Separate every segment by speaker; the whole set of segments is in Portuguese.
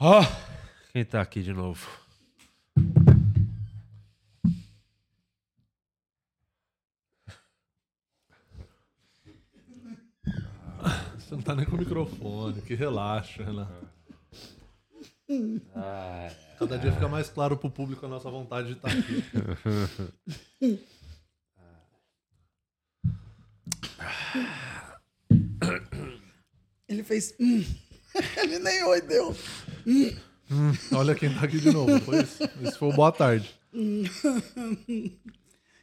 Speaker 1: Ó, quem tá aqui de novo?
Speaker 2: Você não tá nem com o microfone, que relaxa, Renan. É.
Speaker 1: Ah.
Speaker 2: Cada dia fica mais claro pro público a nossa vontade de estar aqui.
Speaker 3: Ele fez. "Hum." Ele nem oi deu.
Speaker 2: Olha quem tá aqui de novo. Foi isso. Esse foi o boa tarde.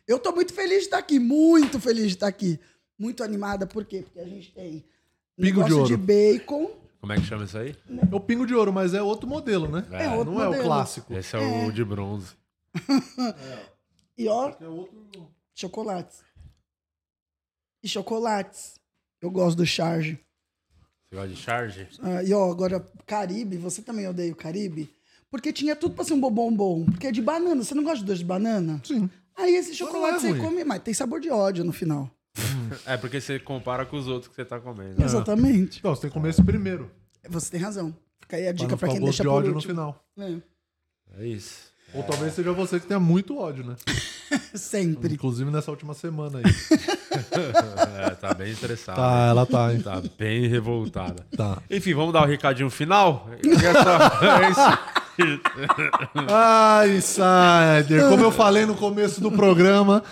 Speaker 3: Eu tô muito feliz de estar aqui, muito feliz de estar aqui. Muito animada, por quê? Porque a gente tem
Speaker 2: Pingo de
Speaker 3: negócio
Speaker 2: ouro.
Speaker 3: de bacon.
Speaker 1: Como é que chama isso aí?
Speaker 2: É o pingo de ouro, mas é outro modelo, né?
Speaker 3: É outro
Speaker 2: não é o
Speaker 3: modelo.
Speaker 2: clássico.
Speaker 1: Esse é, o de bronze.
Speaker 3: E ó,
Speaker 2: É outro.
Speaker 3: chocolates. E chocolates. Eu gosto do charge.
Speaker 1: Você gosta de charge?
Speaker 3: Ah, e ó, agora, Caribe, você também odeia o Caribe? Porque tinha tudo pra ser um bombom bom. Porque é de banana. Você não gosta de doce de banana?
Speaker 2: Sim.
Speaker 3: Aí esse
Speaker 2: não é
Speaker 3: chocolate você
Speaker 2: ruim.
Speaker 3: come, mas tem sabor de ódio no final.
Speaker 1: É porque você compara com os outros que você tá
Speaker 2: É.
Speaker 1: comendo.
Speaker 3: Exatamente.
Speaker 2: Então, você tem que comer esse primeiro.
Speaker 3: Você tem razão. Fica aí a
Speaker 2: Pra
Speaker 3: dica
Speaker 2: não
Speaker 3: pra
Speaker 2: ficar o
Speaker 3: quem
Speaker 2: gosto
Speaker 3: deixa
Speaker 2: de
Speaker 3: por
Speaker 2: ódio no
Speaker 3: último. né?
Speaker 2: final.
Speaker 1: É isso.
Speaker 2: Ou talvez seja você que tenha muito ódio, né?
Speaker 3: É, sempre.
Speaker 2: Inclusive nessa última semana aí.
Speaker 1: É, tá bem estressado.
Speaker 3: Ah,
Speaker 2: ela tá,
Speaker 3: então.
Speaker 2: hein?
Speaker 1: Tá bem revoltada.
Speaker 2: Tá.
Speaker 1: Enfim, vamos dar o recadinho final? Essa- é isso.
Speaker 2: A Ah, Insider, como eu falei no começo do programa,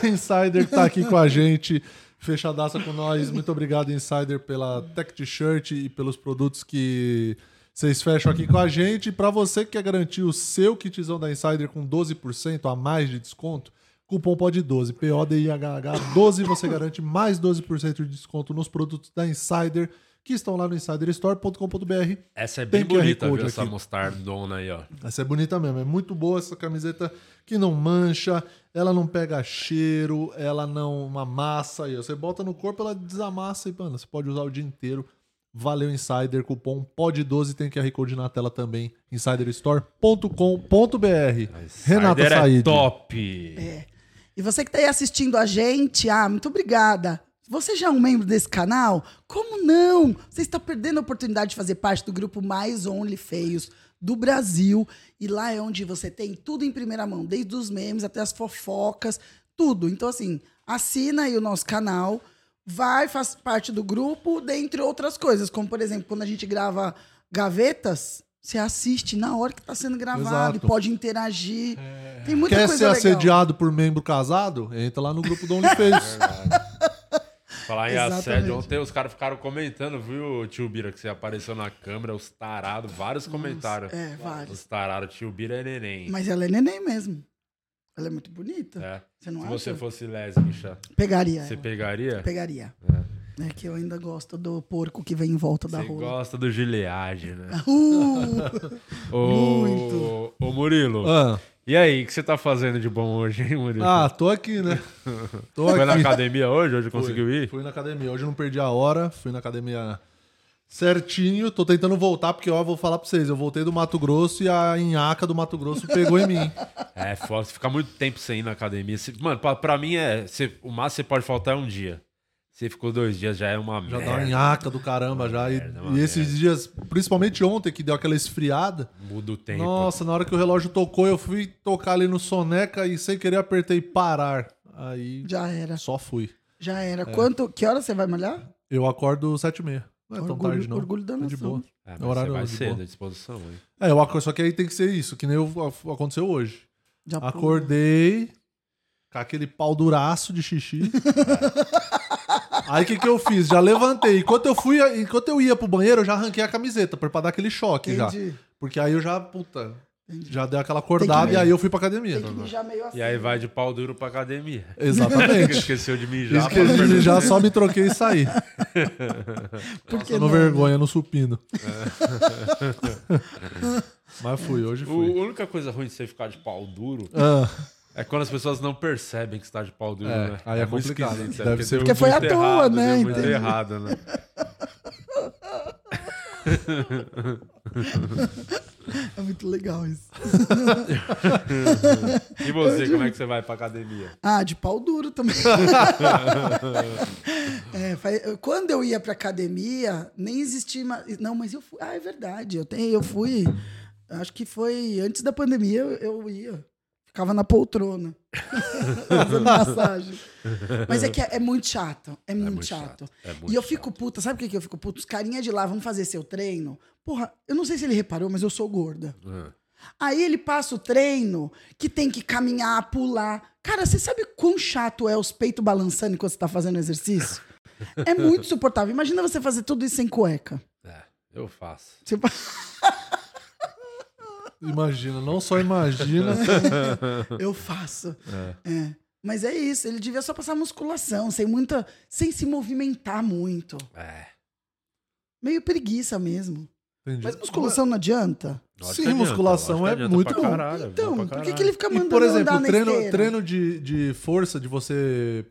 Speaker 2: a Insider tá aqui com a gente, fechadaça com nós. Muito obrigado, Insider, pela Tech T-shirt e pelos produtos que vocês fecham aqui com a gente. E Pra você que quer garantir o seu kitzão da Insider com 12% a mais de desconto, cupom pode 12, PODIHH 12, você garante mais 12% de desconto nos produtos da Insider, que estão lá no insiderstore.com.br.
Speaker 1: Essa é bem
Speaker 2: Tem QR
Speaker 1: bonita, viu?
Speaker 2: Code
Speaker 1: Essa
Speaker 2: aqui.
Speaker 1: mostardona aí, ó.
Speaker 2: Essa é bonita mesmo, é muito boa essa camiseta que não mancha, ela não pega cheiro, ela não amassa aí. ó. Você bota no corpo, ela desamassa e, mano, você pode usar o dia inteiro. Valeu, Insider, cupom POD12, tem QR Code na tela também, insiderstore.com.br. Renata
Speaker 1: Insider é
Speaker 2: Said.
Speaker 1: top.
Speaker 3: E você que tá aí assistindo a gente, ah, muito obrigada. Você já é um membro desse canal? Como não? Você está perdendo a oportunidade de fazer parte do grupo Mais Only Feios do Brasil. E lá é onde você tem tudo em primeira mão, desde os memes até as fofocas, tudo. Então, assim, assina aí o nosso canal, vai, faz parte do grupo, dentre outras coisas. Como, por exemplo, quando a gente grava gavetas, você assiste na hora que está sendo gravado
Speaker 2: Exato. É.
Speaker 3: e pode interagir. Tem muita
Speaker 2: Quer
Speaker 3: coisa
Speaker 2: ser
Speaker 3: legal.
Speaker 2: assediado por membro casado? Entra lá no grupo do OnlyFans.
Speaker 1: É, Falar em
Speaker 3: Exatamente.
Speaker 1: assédio, ontem os caras ficaram comentando, viu, tio Bira, que você apareceu na câmera, os tarados, vários comentários.
Speaker 3: é, vários.
Speaker 1: Os tarados, tio Bira é neném.
Speaker 3: Mas ela é neném mesmo. Ela é muito bonita.
Speaker 1: É.
Speaker 3: Você não
Speaker 1: Se
Speaker 3: acha? É,
Speaker 1: você fosse lésbica,
Speaker 3: Pegaria.
Speaker 1: você
Speaker 3: ela.
Speaker 1: pegaria?
Speaker 3: Pegaria. É que eu ainda gosto do porco que vem em volta da
Speaker 1: Você
Speaker 3: rua.
Speaker 1: gosta do Gilead, né?
Speaker 3: Uh!
Speaker 1: Ô,
Speaker 3: Muito.
Speaker 1: ô Murilo,
Speaker 2: ah,
Speaker 1: e aí, o que você tá fazendo de bom hoje, hein, Murilo?
Speaker 2: ah, tô aqui, né? Tô aqui.
Speaker 1: Foi na academia hoje? Hoje conseguiu
Speaker 2: Fui.
Speaker 1: ir?
Speaker 2: Fui na academia. Hoje eu não perdi a hora. Fui na academia certinho. Tô tentando voltar, porque ó, vou falar pra vocês. Eu voltei do Mato Grosso e a Inhaca do Mato Grosso pegou em mim.
Speaker 1: É, foda, você ficar muito tempo sem ir na academia. Você- mano, pra, pra mim é. você- o máximo que você pode faltar é um dia. Você ficou dois dias, já é uma
Speaker 2: Já
Speaker 1: merda.
Speaker 2: dá uma Inhaca do caramba já. E,
Speaker 1: merda, é uma
Speaker 2: e esses
Speaker 1: merda.
Speaker 2: dias, principalmente ontem, que deu aquela esfriada.
Speaker 1: Muda o tempo.
Speaker 2: Nossa, na hora que o relógio tocou, eu fui tocar ali no soneca e sem querer apertei parar. Aí
Speaker 3: Já era.
Speaker 2: só fui.
Speaker 3: Já era.
Speaker 1: É.
Speaker 3: Quanto? Que hora você vai malhar?
Speaker 2: Eu acordo 7h30. Não é tão
Speaker 3: Orgulho-
Speaker 2: tarde, não.
Speaker 3: orgulho da
Speaker 2: Tá de
Speaker 3: nação.
Speaker 2: boa.
Speaker 1: É,
Speaker 2: É
Speaker 1: mas
Speaker 2: horário
Speaker 1: você vai
Speaker 2: de
Speaker 1: cedo,
Speaker 2: boa.
Speaker 1: à disposição, hein?
Speaker 2: É, eu acordo, só que aí tem que ser isso, que nem eu- aconteceu hoje.
Speaker 3: Já
Speaker 2: Acordei com aquele pau duraço de xixi. É. Aí o que, que eu fiz? Já levantei. Enquanto eu fui, enquanto eu ia pro banheiro, eu já arranquei a camiseta pra pra dar aquele choque já.
Speaker 3: Entendi.
Speaker 2: Porque aí eu já, puta,
Speaker 3: Entendi.
Speaker 2: já deu aquela acordada e aí eu fui pra academia.
Speaker 3: Tem que mijar meio assim.
Speaker 1: E aí vai de pau duro pra academia.
Speaker 2: Exatamente.
Speaker 1: Esqueceu de mijar. pra não
Speaker 2: Esqueci de
Speaker 1: perder
Speaker 2: já
Speaker 1: tempo.
Speaker 2: só me troquei e saí.
Speaker 3: Porque é
Speaker 2: Passando vergonha no supino. Mas fui, hoje fui.
Speaker 1: O, a única coisa ruim de você ficar de pau duro
Speaker 2: Ah,
Speaker 1: é quando as pessoas não percebem que você tá de pau duro,
Speaker 2: É,
Speaker 1: né?
Speaker 2: aí é
Speaker 1: muito
Speaker 2: complicado.
Speaker 1: esquisito,
Speaker 2: Deve
Speaker 1: deu
Speaker 2: ser-
Speaker 3: Porque foi
Speaker 1: muito
Speaker 3: à toa,
Speaker 1: errado,
Speaker 3: né?
Speaker 1: deu Muito
Speaker 3: Entendi.
Speaker 1: errado, né?
Speaker 3: É muito legal isso.
Speaker 1: E você, como é que você vai pra academia?
Speaker 3: Ah, de pau duro também. É, faz- eu- quando eu ia pra academia, nem existia. ma- Não, mas eu fui. Ah, é verdade. Eu, tenho, eu fui. Acho que foi antes da pandemia eu, eu ia. Ficava na poltrona. fazendo massagem. Mas é que é, é muito chato. É muito,
Speaker 1: muito
Speaker 3: chato.
Speaker 1: chato, é muito
Speaker 3: e eu
Speaker 1: chato.
Speaker 3: fico puta. Sabe por que que eu fico puta? Os carinha de lá, vamos fazer seu treino. Porra, eu não sei se ele reparou, mas eu sou gorda.
Speaker 1: Ah.
Speaker 3: Aí ele passa o treino que tem que caminhar, pular. Cara, você sabe quão chato é os peitos balançando enquanto você tá fazendo exercício? É muito suportável. Imagina você fazer tudo isso sem cueca.
Speaker 1: É, eu faço.
Speaker 3: Tipo,
Speaker 2: Imagina, não só imagina.
Speaker 3: eu faço. É. Mas é isso, ele devia só passar musculação, sem muita. sem se movimentar muito.
Speaker 1: É.
Speaker 3: Meio preguiça mesmo.
Speaker 2: Entendi.
Speaker 3: Mas musculação não adianta?
Speaker 1: Lógico
Speaker 2: Sim,
Speaker 1: que adianta,
Speaker 2: musculação
Speaker 1: lógico que
Speaker 2: é
Speaker 1: adianta
Speaker 2: muito
Speaker 1: pra
Speaker 2: bom.
Speaker 1: caralho, é bom
Speaker 3: então,
Speaker 1: pra
Speaker 3: por que,
Speaker 1: caralho.
Speaker 3: que ele fica
Speaker 2: E,
Speaker 3: mandando
Speaker 2: por exemplo,
Speaker 3: andar na
Speaker 2: treino,
Speaker 3: esteira?
Speaker 2: treino de, de força, de você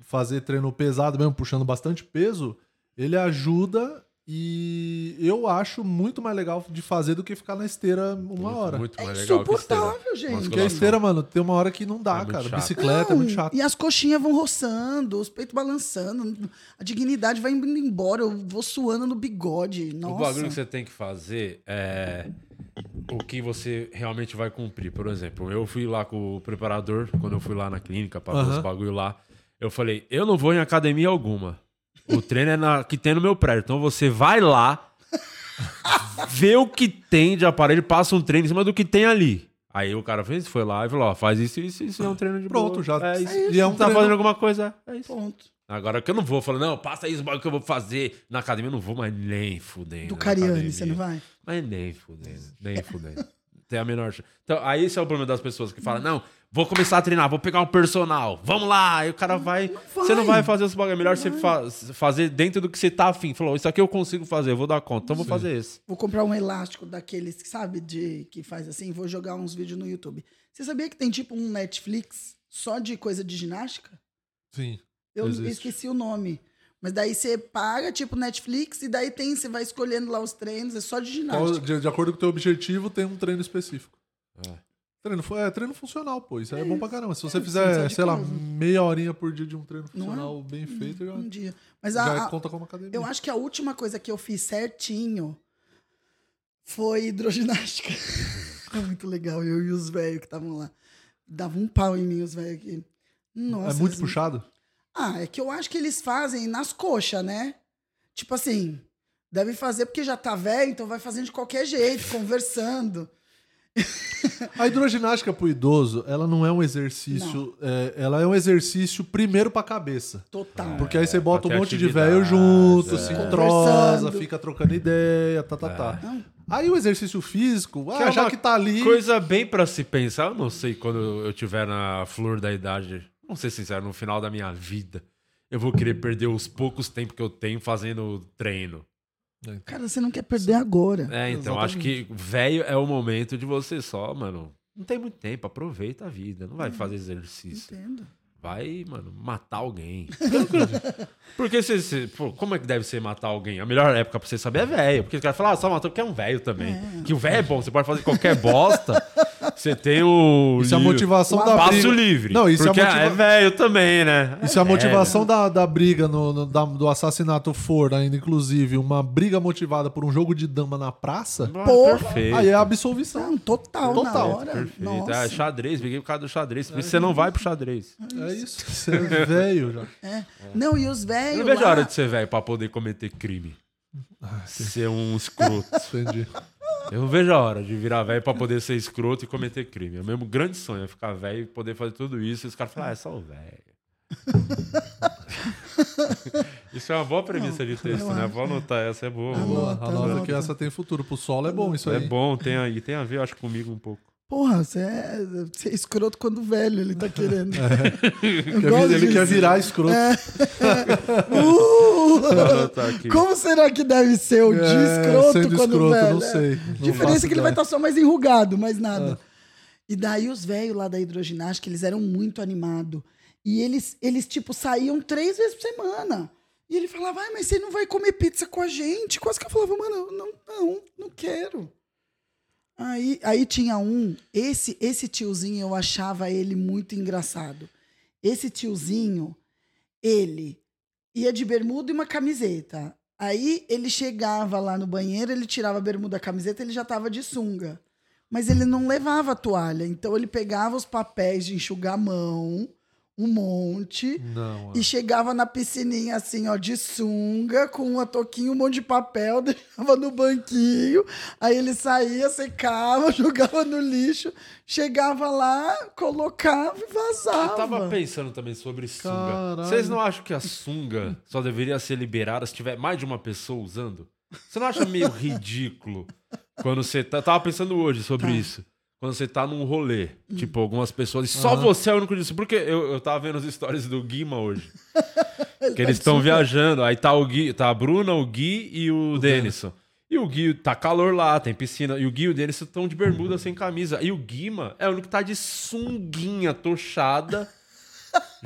Speaker 2: fazer treino pesado mesmo, puxando bastante peso, ele ajuda e eu acho muito mais legal de fazer do que ficar na esteira uma
Speaker 1: Muito,
Speaker 2: hora.
Speaker 1: Muito
Speaker 3: É
Speaker 1: mais legal que né? esteira.
Speaker 3: insuportável, gente.
Speaker 2: Porque a esteira, mano, tem uma hora que não
Speaker 1: É
Speaker 2: dá,
Speaker 1: muito
Speaker 2: cara.
Speaker 1: chato.
Speaker 2: Bicicleta é
Speaker 3: Não,
Speaker 2: muito chato.
Speaker 3: E as coxinhas vão roçando, os peitos balançando, a dignidade vai indo embora, eu vou suando no bigode.
Speaker 1: O
Speaker 3: Nossa.
Speaker 1: bagulho que você tem que fazer é o que você realmente vai cumprir. Por exemplo, eu fui lá com o preparador, quando eu fui lá na clínica pra fazer
Speaker 2: Aham.
Speaker 1: os bagulho lá, eu falei, eu não vou em academia alguma. O treino é na, que tem no meu prédio. Então você vai lá, vê o que tem de aparelho, passa um treino em cima do que tem ali. Aí o cara fez, foi lá e falou, ó, faz isso, isso, isso, é um treino de
Speaker 2: Pronto,
Speaker 1: boa.
Speaker 2: já.
Speaker 1: É isso.
Speaker 2: E é um
Speaker 1: Tá
Speaker 2: treino-
Speaker 1: fazendo alguma coisa? É isso.
Speaker 3: Ponto.
Speaker 1: Agora que eu não vou, falando, não, passa aí os bagulho que eu vou fazer na academia, eu não vou mais nem fudendo.
Speaker 3: Do
Speaker 1: na
Speaker 3: Cariani,
Speaker 1: né? academia.
Speaker 3: você não vai?
Speaker 1: Mas nem fudendo, nem fudendo. Tem a menor chance. Então, aí esse é o problema das pessoas que falam, não, vou começar a treinar, vou pegar um personal, vamos lá. Aí o cara vai. Você não vai fazer os bagulho, é melhor você fa- fazer dentro do que você tá afim. Falou, isso aqui eu consigo fazer, eu vou dar conta, então vou fazer esse.
Speaker 3: Vou comprar um elástico daqueles, sabe, de que faz assim, vou jogar uns vídeos no YouTube. Você sabia que tem tipo um Netflix só de coisa de ginástica?
Speaker 2: Sim.
Speaker 3: Eu
Speaker 2: Existe.
Speaker 3: esqueci o nome. Mas daí você paga, tipo, Netflix, e daí tem, você vai escolhendo lá os treinos, é só de
Speaker 2: Qual-
Speaker 3: ginástica.
Speaker 2: de, de acordo com o teu objetivo, tem um treino específico.
Speaker 1: É.
Speaker 2: Treino, fu- é treino funcional, pô. Isso aí é bom pra caramba. Se você
Speaker 3: isso,
Speaker 2: fizer,
Speaker 3: isso é de
Speaker 2: sei lá,
Speaker 3: peso.
Speaker 2: meia horinha por dia de um treino
Speaker 3: Não é?
Speaker 2: funcional bem feito, já,
Speaker 3: Um dia. Mas a,
Speaker 2: já é
Speaker 3: a-
Speaker 2: conta como academia.
Speaker 3: Eu acho que a última coisa que eu fiz certinho foi hidroginástica. é muito legal, eu e os velhos que estavam lá. Dava um pau em mim, os velhos aqui. Nossa.
Speaker 2: é muito
Speaker 3: eles-
Speaker 2: puxado?
Speaker 3: Ah, é que eu acho que eles fazem nas coxas, né? Tipo assim, deve fazer porque já tá velho, então vai fazendo de qualquer jeito, conversando.
Speaker 2: A hidroginástica pro idoso, ela não é um exercício. é, ela é um exercício primeiro pra cabeça.
Speaker 3: Total.
Speaker 2: Porque aí você bota um
Speaker 1: pra ter
Speaker 2: monte de
Speaker 1: atividade,
Speaker 2: velho junto,
Speaker 1: é.
Speaker 2: se entrosa,
Speaker 3: Conversando.
Speaker 2: fica trocando ideia, tá, tá, tá.
Speaker 3: Não.
Speaker 2: Aí o exercício físico, ah,
Speaker 1: é
Speaker 2: já
Speaker 1: uma
Speaker 2: que tá ali.
Speaker 1: Coisa bem pra se pensar, eu não sei quando eu tiver na flor da idade, não ser sincero, no final da minha vida, eu vou querer perder os poucos tempos que eu tenho fazendo treino.
Speaker 3: Cara, você não quer perder agora.
Speaker 1: É, então acho que velho é o momento de você só, mano. Não tem muito tempo, aproveita a vida. Não vai fazer exercício.
Speaker 3: Entendo.
Speaker 1: Vai, mano, matar alguém. porque você, você- pô, como é que deve ser matar alguém? A melhor época pra você saber é velho. Porque os caras falam, ah, só matou porque é um velho também. Que o velho é bom, você pode fazer qualquer bosta. Você tem o.
Speaker 2: Isso é a
Speaker 1: livre-
Speaker 2: motivação
Speaker 1: o
Speaker 2: da
Speaker 1: passo
Speaker 2: briga.
Speaker 1: livre.
Speaker 2: Não, isso é a
Speaker 1: porque ah,
Speaker 2: motiva-
Speaker 1: é velho também, né?
Speaker 2: E se é a
Speaker 1: velho.
Speaker 2: motivação da, da briga, no, no- da- do assassinato for ainda, inclusive, uma briga motivada por um jogo de dama na praça,
Speaker 1: Ah,
Speaker 3: Porra.
Speaker 1: Perfeito.
Speaker 2: aí é a absolvição.
Speaker 3: Não, total,
Speaker 2: Total,
Speaker 3: na hora.
Speaker 1: Perfeito.
Speaker 3: Nossa.
Speaker 1: Ah, xadrez, peguei por causa do xadrez. Por isso você não vai pro xadrez.
Speaker 2: É isso. Você é velho já.
Speaker 3: É. Não, e os velhos.
Speaker 1: Eu não vejo a
Speaker 3: lá-
Speaker 1: hora de ser velho pra poder cometer crime.
Speaker 2: Ah,
Speaker 1: Ser um escroto.
Speaker 2: Entendi.
Speaker 1: Eu não vejo a hora de virar velho pra poder ser escroto e cometer crime. É o mesmo grande sonho, é ficar velho e poder fazer tudo isso. E os caras falam, ah, é só o velho. isso é uma boa premissa de texto, né? Vou anotar essa, é boa. boa.
Speaker 2: Boa, a nota que essa tem futuro. Pro solo é bom isso
Speaker 1: É
Speaker 2: aí.
Speaker 1: bom, tem, aí, tem a ver, eu acho, comigo um pouco.
Speaker 3: Porra, você é, você é escroto quando velho, ele tá querendo. Eu
Speaker 2: É. Quer
Speaker 3: gosto
Speaker 2: vir- ele
Speaker 3: disso.
Speaker 2: quer virar escroto.
Speaker 3: Uh!
Speaker 1: Tá aqui.
Speaker 3: Como será que deve ser o de
Speaker 2: É,
Speaker 3: escroto
Speaker 2: sendo
Speaker 3: quando
Speaker 2: escroto,
Speaker 3: velho?
Speaker 2: não
Speaker 3: é.
Speaker 2: sei.
Speaker 3: A
Speaker 2: Não
Speaker 3: diferença
Speaker 2: faço
Speaker 3: é que ele vai
Speaker 2: ideia. Ah.
Speaker 3: estar só mais enrugado, mais nada. E daí os velhos lá da hidroginástica, eles eram muito animados. E eles, eles, tipo, saíam três vezes por semana. E ele falava, ai, mas você não vai comer pizza com a gente? Quase que eu falava, mano, não, não, não quero. Aí, aí tinha um, esse, esse tiozinho eu achava ele muito engraçado. Esse tiozinho, ele ia de bermuda e uma camiseta. Aí ele chegava lá no banheiro, ele tirava a bermuda, a camiseta, ele já tava de sunga. Mas ele não levava a toalha, então ele pegava os papéis de enxugar a mão, um monte,
Speaker 2: Não,
Speaker 3: e chegava na piscininha assim, ó, de sunga, com uma touquinha, um monte de papel, deixava no banquinho. Aí ele saía, secava, jogava no lixo, chegava lá, colocava e vazava.
Speaker 1: Eu tava pensando também sobre sunga.
Speaker 2: Caralho.
Speaker 1: Vocês não acham que a sunga só deveria ser liberada se tiver mais de uma pessoa usando? Você não acha meio ridículo quando você tá. Eu tava pensando hoje sobre isso. Quando você tá num rolê, tipo, algumas pessoas. E só você é o único disso. Porque eu, eu tava vendo as histórias do Guima hoje. Que eles estão viajando. Aí tá o Gui, tá a Bruna, o Gui e o, Denison. E o Gui tá calor lá, tem piscina. E o Gui e o Denison estão de bermuda sem camisa. E o Guima é o único que tá de sunguinha tochada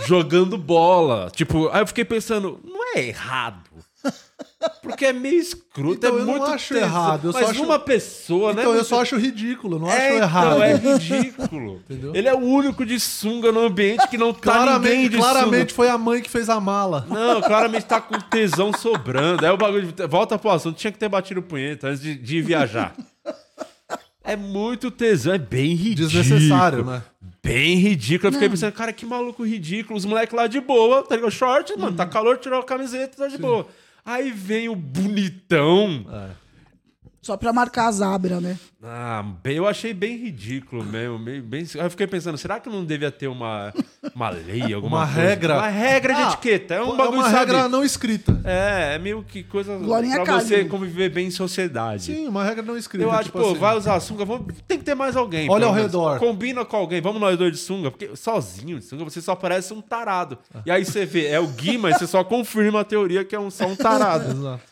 Speaker 1: jogando bola. Tipo, aí eu fiquei pensando, não é errado. Porque é meio escroto,
Speaker 2: Então,
Speaker 1: é
Speaker 2: eu não
Speaker 1: muito
Speaker 2: acho
Speaker 1: tenso.
Speaker 2: errado, eu só
Speaker 1: mas
Speaker 2: acho-
Speaker 1: uma pessoa, né?
Speaker 2: Então, eu
Speaker 1: muito-
Speaker 2: só acho ridículo, não
Speaker 1: é,
Speaker 2: acho errado.
Speaker 1: Então, é ridículo.
Speaker 2: Entendeu?
Speaker 1: Ele é o único de sunga no ambiente que não tá ninguém
Speaker 2: claramente
Speaker 1: de sunga.
Speaker 2: claramente foi a mãe que fez a mala.
Speaker 1: Não, claramente tá com tesão sobrando. Aí o bagulho. de- Volta pro assunto. Tinha que ter batido punheta antes de, de viajar. É muito tesão, é bem ridículo.
Speaker 2: Desnecessário, né?
Speaker 1: Bem ridículo. Eu fiquei pensando, cara, que maluco ridículo. Os moleques lá de boa, tá ligado? Short, mano, tá calor, tirou a camiseta, tá de boa. Aí vem o bonitão.
Speaker 3: Só pra marcar as abras, né?
Speaker 1: Ah, bem, eu achei bem ridículo mesmo. Bem, bem- Aí eu fiquei pensando, será que não devia ter uma, uma lei, alguma
Speaker 2: Uma
Speaker 1: coisa?
Speaker 2: regra.
Speaker 1: Uma regra de
Speaker 2: Ah,
Speaker 1: etiqueta. É um
Speaker 2: é
Speaker 1: bagulho,
Speaker 2: uma
Speaker 1: sabe?
Speaker 2: regra não escrita.
Speaker 1: É, é meio que coisa
Speaker 3: Glorinha
Speaker 1: pra
Speaker 3: Calil.
Speaker 1: você conviver bem em sociedade.
Speaker 2: Sim, uma regra não escrita.
Speaker 1: Eu acho,
Speaker 2: tipo
Speaker 1: pô,
Speaker 2: assim.
Speaker 1: vai usar a sunga, vamos- tem que ter mais alguém.
Speaker 2: Olha
Speaker 1: pelo
Speaker 2: ao
Speaker 1: menos.
Speaker 2: redor.
Speaker 1: Combina com alguém, vamos nós dois de sunga, porque sozinho de sunga você só parece um tarado. E aí você vê, é o Gui, mas você só confirma a teoria que é um, só um tarado.
Speaker 2: Exato.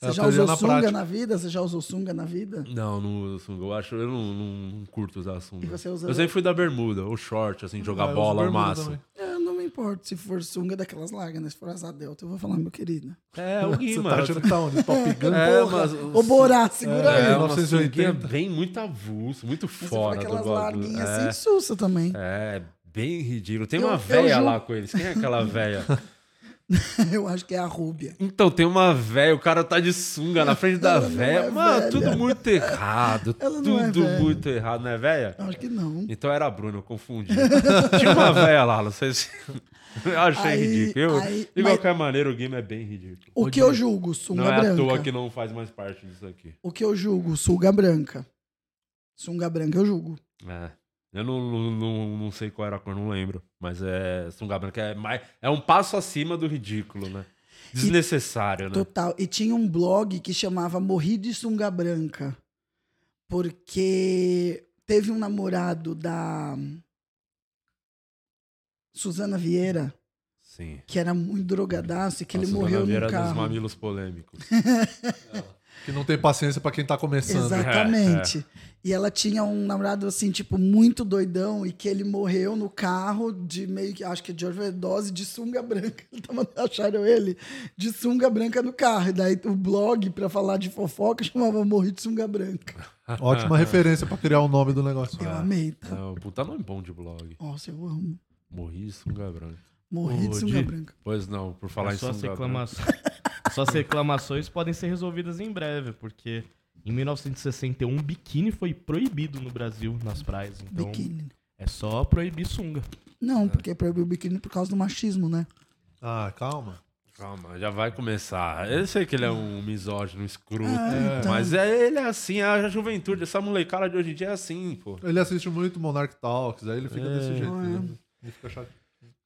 Speaker 3: Você
Speaker 2: É,
Speaker 3: já
Speaker 2: tá
Speaker 3: usou
Speaker 2: olhando a
Speaker 3: sunga
Speaker 2: prática.
Speaker 3: na vida? Você já usou sunga na vida?
Speaker 1: Não, não uso sunga. Eu acho, eu não, não- não curto usar sunga.
Speaker 3: E você usa-
Speaker 1: Eu sempre fui da bermuda, ou short, assim, jogar
Speaker 2: Ah, eu uso
Speaker 1: bola ao
Speaker 2: bermuda
Speaker 1: máximo.
Speaker 2: também.
Speaker 3: Eu não me importo se for sunga daquelas largas, né? Se for asa delta, eu vou falar, meu querido.
Speaker 1: É, o Gui,
Speaker 2: Você tá
Speaker 1: mano.
Speaker 2: achando que tá onde? Top Gun?
Speaker 1: É,
Speaker 2: Porra.
Speaker 1: mas-
Speaker 3: Ô, Borá, segura
Speaker 2: É,
Speaker 3: aí.
Speaker 1: é, uma
Speaker 2: 1980.
Speaker 1: sunguinha bem muito avulso, muito
Speaker 3: Mas
Speaker 1: fora
Speaker 3: se
Speaker 1: do
Speaker 3: for aquelas
Speaker 1: bagulho.
Speaker 3: larguinhas
Speaker 1: É.
Speaker 3: assim, sussa também.
Speaker 1: É, bem ridículo. Tem
Speaker 3: Eu-
Speaker 1: uma
Speaker 3: eu
Speaker 1: véia
Speaker 3: ju-
Speaker 1: lá com eles. Quem é aquela véia?
Speaker 3: Eu acho que é a Rúbia.
Speaker 1: então, tem uma véia, o cara tá de sunga na frente da
Speaker 3: Ela não
Speaker 1: véia.
Speaker 3: é
Speaker 1: Mano,
Speaker 3: velha.
Speaker 1: tudo muito errado.
Speaker 3: Ela não é
Speaker 1: tudo
Speaker 3: velha.
Speaker 1: muito errado, não é véia?
Speaker 3: Eu acho que não.
Speaker 1: Então era a Bruna, eu confundi. Tinha uma véia lá, não sei se. Eu achei
Speaker 3: Aí-
Speaker 1: ridículo. Eu-
Speaker 3: aí-
Speaker 1: de
Speaker 3: mas-
Speaker 1: qualquer maneira, o game é bem ridículo.
Speaker 3: O que eu julgo, sunga
Speaker 1: Não é à
Speaker 3: branca.
Speaker 1: toa que não faz mais parte disso aqui.
Speaker 3: O que eu julgo, sunga branca. Sunga branca eu julgo.
Speaker 1: É. Eu não, não, não, não sei qual era a cor, não lembro. Mas é. Sunga branca é, mais, é um passo acima do ridículo, né? Desnecessário, né?
Speaker 3: Total. E tinha um blog que chamava Morri de Sunga Branca. Porque teve um namorado da Suzana Vieira,
Speaker 1: Sim.
Speaker 3: que era muito drogadaço, e que ele
Speaker 1: Nossa,
Speaker 3: morreu
Speaker 1: Dona Vera é
Speaker 3: no
Speaker 1: dos
Speaker 3: carro.
Speaker 1: mamilos polêmicos.
Speaker 2: Que não tem paciência pra quem tá começando.
Speaker 1: É,
Speaker 3: Exatamente. E ela tinha um namorado, assim, tipo, muito doidão, e que ele morreu no carro de meio que, acho que de overdose, de sunga branca. Ele tava- Acharam ele de sunga branca no carro. E daí o blog, pra falar de fofoca, chamava Morri de Sunga Branca.
Speaker 2: Ótima referência pra criar o nome do negócio.
Speaker 3: Eu amei, tá?
Speaker 1: Não, É um puta nome bom de blog.
Speaker 3: Nossa, eu amo.
Speaker 1: Morri de sunga branca.
Speaker 3: Morri
Speaker 4: Ô,
Speaker 3: de sunga
Speaker 4: Di.
Speaker 3: branca.
Speaker 1: Pois não, por falar em
Speaker 4: suas,
Speaker 1: sunga branca.
Speaker 4: reclamações, suas reclamações podem ser resolvidas em breve, porque em 1961 biquíni foi proibido no Brasil nas praias. Então
Speaker 3: Biquíni.
Speaker 4: é só proibir sunga.
Speaker 3: Não, porque proibiu o biquíni por causa do machismo, né?
Speaker 2: Ah, calma.
Speaker 1: Calma, já vai começar. Eu sei que ele é um misógino escroto,
Speaker 3: Ah, então.
Speaker 1: mas é, ele é assim, é a juventude, essa molecada de hoje em dia é assim, pô.
Speaker 2: Ele assiste muito Monarch Talks, aí ele fica
Speaker 1: É.
Speaker 2: desse jeito. né?
Speaker 3: é.
Speaker 2: Ele fica chato.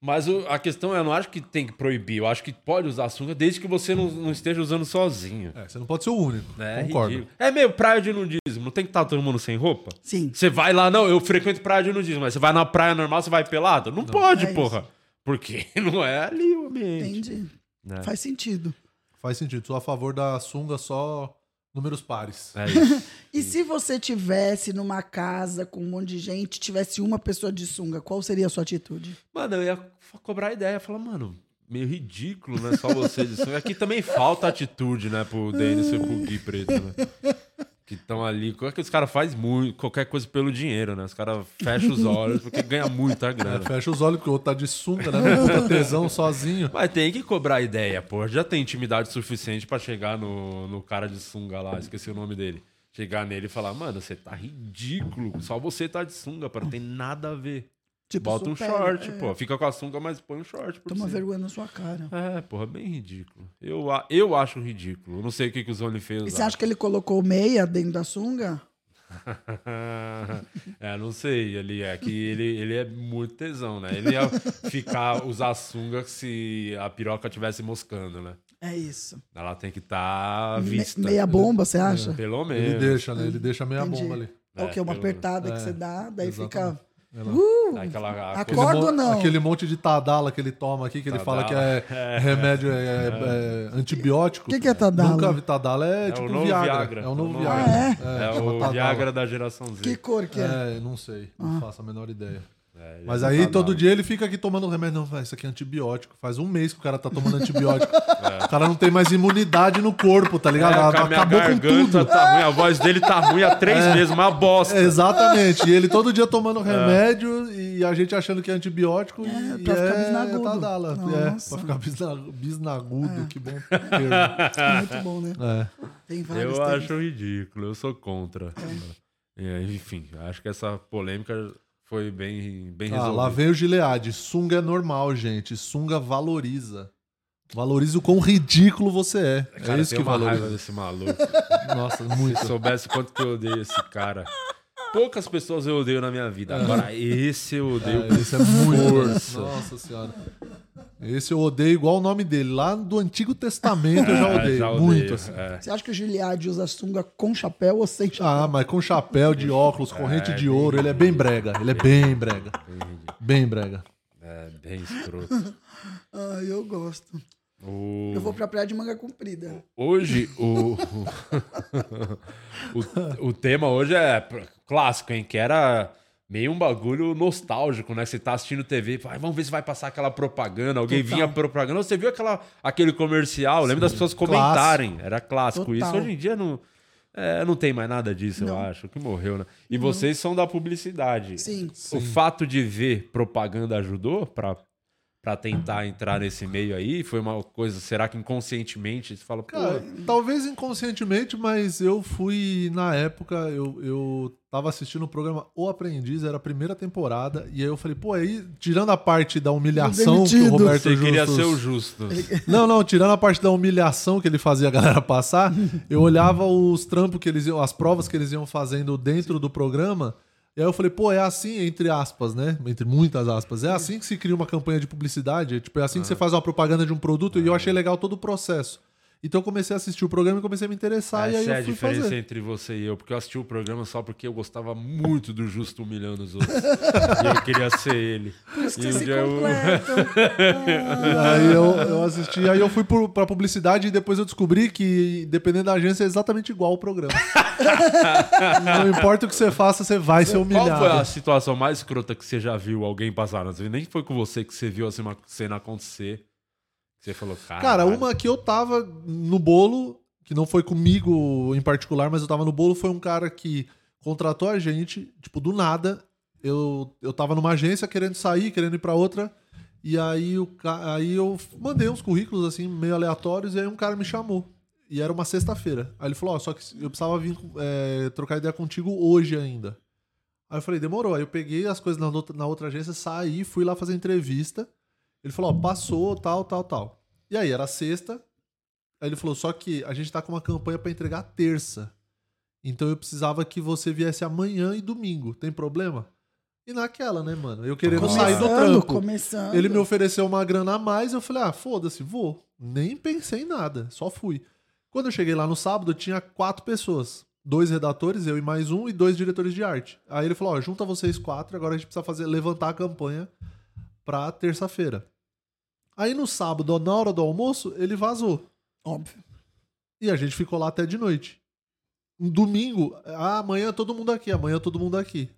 Speaker 1: Mas o- a questão é, eu não acho que tem que proibir, eu acho que pode usar sunga desde que você não, não esteja usando sozinho.
Speaker 2: É, você não pode ser o único.
Speaker 1: É,
Speaker 2: concordo.
Speaker 1: ridículo. é meio praia de nudismo, não tem que estar todo mundo sem roupa?
Speaker 3: Sim.
Speaker 1: Você vai lá, não, eu frequento praia de nudismo, mas você vai na praia normal, você vai pelado? Não, pode,
Speaker 3: É isso.
Speaker 1: porra. Porque não é ali o ambiente.
Speaker 3: Entendi.
Speaker 1: né?
Speaker 3: Faz sentido.
Speaker 2: Faz sentido. Sou a favor da sunga só números pares.
Speaker 1: É isso.
Speaker 3: E se você tivesse numa casa com um monte de gente, tivesse uma pessoa de sunga, qual seria a sua atitude?
Speaker 1: Mano, eu ia f- cobrar a ideia, falar, mano, meio ridículo, assim." É né? Só você disso. Aqui também falta atitude, né, pro Denis e pro Gui Preto, né? que estão ali. Como é que os caras fazem muito, qualquer coisa pelo dinheiro, né? Os caras fecham os olhos porque ganha muita
Speaker 2: É,
Speaker 1: grana.
Speaker 2: fecha os olhos, porque o outro tá de sunga, né? Puta tesão sozinho.
Speaker 1: Mas tem que cobrar ideia, pô. Já tem intimidade suficiente pra chegar no, no cara de sunga lá, esqueci o nome dele. Chegar nele e falar, mano, você tá ridículo. Só você tá de sunga, para tem nada a ver.
Speaker 3: Tipo,
Speaker 1: Bota um
Speaker 3: sou
Speaker 1: short,
Speaker 3: pele, é,
Speaker 1: pô. Fica com a sunga, mas põe um short. Por
Speaker 3: Toma
Speaker 1: cima.
Speaker 3: vergonha na sua cara.
Speaker 1: É, porra, bem ridículo. Eu, a- eu acho ridículo. Eu não sei o que, que os OnlyFans
Speaker 3: E você acha
Speaker 1: acham.
Speaker 3: que ele colocou meia dentro da sunga?
Speaker 1: é, não sei. Ele é que ele, ele é muito tesão, né? Ele ia ficar, usar sunga se a piroca tivesse moscando, né?
Speaker 3: É isso.
Speaker 1: Ela tem que estar
Speaker 3: Me-
Speaker 1: vista.
Speaker 3: meia bomba, você acha?
Speaker 1: Pelo menos.
Speaker 2: Ele deixa, né? Ele deixa meia
Speaker 3: Entendi.
Speaker 2: bomba ali.
Speaker 3: É, o que?
Speaker 1: É,
Speaker 3: Uma
Speaker 1: pelo-
Speaker 3: apertada
Speaker 2: é,
Speaker 3: que você dá, daí
Speaker 2: exatamente.
Speaker 3: fica.
Speaker 2: Ela-
Speaker 3: Uh!
Speaker 1: Dá aquela- a
Speaker 3: Acorda.
Speaker 1: coisa-
Speaker 3: Acordo
Speaker 2: mo-
Speaker 3: ou não?
Speaker 2: Aquele monte de tadala que ele toma aqui, que ele fala que
Speaker 1: Tadala.
Speaker 2: é remédio, é, é- é antibiótico.
Speaker 3: O que, que é Tadala?
Speaker 2: Nunca vi tadala, é,
Speaker 1: É
Speaker 2: tipo
Speaker 1: o
Speaker 2: um
Speaker 1: novo
Speaker 2: Viagra.
Speaker 1: Viagra.
Speaker 2: É o novo
Speaker 1: Ah,
Speaker 2: Viagra.
Speaker 1: É,
Speaker 2: chama
Speaker 1: o
Speaker 2: Tadala.
Speaker 1: Viagra da geração Z.
Speaker 3: tipo, tá- Que cor que é?
Speaker 2: É, não sei,
Speaker 3: Ah.
Speaker 2: não faço a menor ideia.
Speaker 1: É, ele-
Speaker 2: Mas aí todo dia ele fica aqui tomando remédio. Não, velho, isso aqui é antibiótico. Faz um mês que o cara tá tomando antibiótico. O cara não tem mais imunidade no corpo, tá
Speaker 1: É,
Speaker 2: ligado?
Speaker 1: a minha
Speaker 2: Acabou com tudo. É.
Speaker 1: garganta tá ruim, a voz dele tá ruim há três meses, uma bosta.
Speaker 2: Exatamente. E ele todo dia tomando
Speaker 1: É.
Speaker 2: remédio e a gente achando que é antibiótico. e,
Speaker 3: pra
Speaker 2: e
Speaker 3: ficar
Speaker 2: é
Speaker 3: bisnagudo.
Speaker 2: Tadala. É,
Speaker 3: Nossa. É.
Speaker 2: pra ficar bisna- bisnagudo. Que bom termo.
Speaker 3: Muito bom, né?
Speaker 2: É.
Speaker 3: Tem vários.
Speaker 1: Eu
Speaker 3: tem-
Speaker 1: acho ridículo, eu sou contra. É, enfim, acho que essa polêmica foi bem, bem
Speaker 2: Ah, lá
Speaker 1: resolvida.
Speaker 2: vem o Gilead. Sunga é normal, gente. Sunga valoriza. Valoriza o quão ridículo você é.
Speaker 1: Cara,
Speaker 2: é isso que
Speaker 1: tem uma raiva
Speaker 2: valoriza.
Speaker 1: desse maluco.
Speaker 2: Nossa,
Speaker 1: Se
Speaker 2: muito.
Speaker 1: soubesse quanto que eu odeio esse cara. Poucas pessoas eu odeio na minha vida. Agora, esse eu odeio.
Speaker 2: É, Isso é muito.
Speaker 1: Força.
Speaker 2: Nossa senhora. Esse eu odeio igual o nome dele. Lá do Antigo Testamento eu já
Speaker 1: Ah,
Speaker 2: odeio. Muito. assim.
Speaker 1: é.
Speaker 3: Você acha que o Gilead usa sunga com chapéu ou sem chapéu?
Speaker 2: Ah, mas com chapéu de óculos, corrente
Speaker 1: É,
Speaker 2: de
Speaker 1: bem-
Speaker 2: ouro, ele é bem brega. Ele é bem brega. Bem brega.
Speaker 1: É, bem escroto.
Speaker 3: Ah, eu gosto.
Speaker 1: O-
Speaker 3: Eu vou pra praia de manga comprida.
Speaker 1: Hoje, o, o, o tema hoje é pr- clássico, hein? Que era meio um bagulho nostálgico, né? Você tá assistindo TV, fala, "Ai, vamos ver se vai passar aquela propaganda. Alguém
Speaker 3: Total.
Speaker 1: vinha propaganda. Você viu aquela, aquele comercial? Lembra das pessoas
Speaker 2: Clássico.
Speaker 1: comentarem. Era clássico.
Speaker 3: Total.
Speaker 1: Isso hoje em dia não... É, não tem mais nada disso, eu acho. Que morreu, né? E vocês são da publicidade.
Speaker 3: Sim.
Speaker 1: O fato de ver propaganda ajudou pra pra tentar entrar nesse meio aí? Foi uma coisa, será que inconscientemente você fala, pô,
Speaker 2: Cara, talvez inconscientemente, mas eu fui, na época, eu, eu tava assistindo o programa O Aprendiz, era a primeira temporada, e aí eu falei, pô, aí, tirando a parte da humilhação que o
Speaker 3: demitido.
Speaker 2: Roberto
Speaker 1: você queria
Speaker 2: Justus-
Speaker 1: ser o justo.
Speaker 2: Não, não, tirando a parte da humilhação que ele fazia a galera passar, eu olhava os trampos que eles iam, as provas que eles iam fazendo dentro do programa, e aí eu falei, pô, é assim, entre aspas, né? Entre muitas aspas, é assim que se cria uma campanha de publicidade, tipo, é assim
Speaker 1: Ah.
Speaker 2: que você faz uma propaganda de um produto, e eu achei legal todo o processo. Então eu comecei a assistir o programa e comecei a me interessar, e aí
Speaker 1: Essa é a
Speaker 2: eu fui
Speaker 1: diferença
Speaker 2: fazer.
Speaker 1: entre você e eu, porque eu assisti o programa só porque eu gostava muito do justo humilhando os outros. e eu queria ser ele.
Speaker 3: Por isso
Speaker 1: E
Speaker 3: que
Speaker 1: um
Speaker 3: se
Speaker 1: dia eu-
Speaker 3: completam.
Speaker 2: Aí eu, eu assisti, aí eu fui pro, pra publicidade e depois eu descobri que, dependendo da agência, é exatamente igual o programa. Não importa o que você faça, você vai ser humilhado.
Speaker 1: Qual foi a situação mais escrota que você já viu alguém passar? Não sei, Nem foi com você que você viu assim, uma cena acontecer. Você falou, cara.
Speaker 2: Cara, uma que eu tava no bolo, que não foi comigo em particular, mas eu tava no bolo, foi um cara que contratou a gente, tipo, do nada. Eu, eu tava numa agência querendo sair, querendo ir pra outra. E aí, o, ca- aí eu mandei uns currículos, assim, meio aleatórios, e aí um cara me chamou. E era uma sexta-feira. Aí ele falou, ó, só que eu precisava vir é, trocar ideia contigo hoje ainda. Aí eu falei, demorou. Aí eu peguei as coisas na, outra- na outra agência, saí, fui lá fazer entrevista. Ele falou, ó, passou, tal, tal, tal. E aí, era sexta. Aí ele falou, só que a gente tá com uma campanha pra entregar terça. Então eu precisava que você viesse amanhã e domingo. Tem problema? E naquela, né, mano? Eu querendo sair do
Speaker 3: Começando,
Speaker 2: trampo.
Speaker 3: começando.
Speaker 2: Ele me ofereceu uma grana a mais, eu falei, ah, foda-se, vou. Nem pensei em nada, só fui. Quando eu cheguei lá no sábado, tinha quatro pessoas. Dois redatores, eu e mais um, e dois diretores de arte. Aí ele falou, ó, junta vocês quatro, agora a gente precisa fazer, levantar a campanha pra terça-feira. Aí no sábado, na hora do almoço, ele vazou.
Speaker 3: Óbvio.
Speaker 2: E a gente ficou lá até de noite. Um Domingo, ah, amanhã todo mundo aqui, amanhã todo mundo aqui.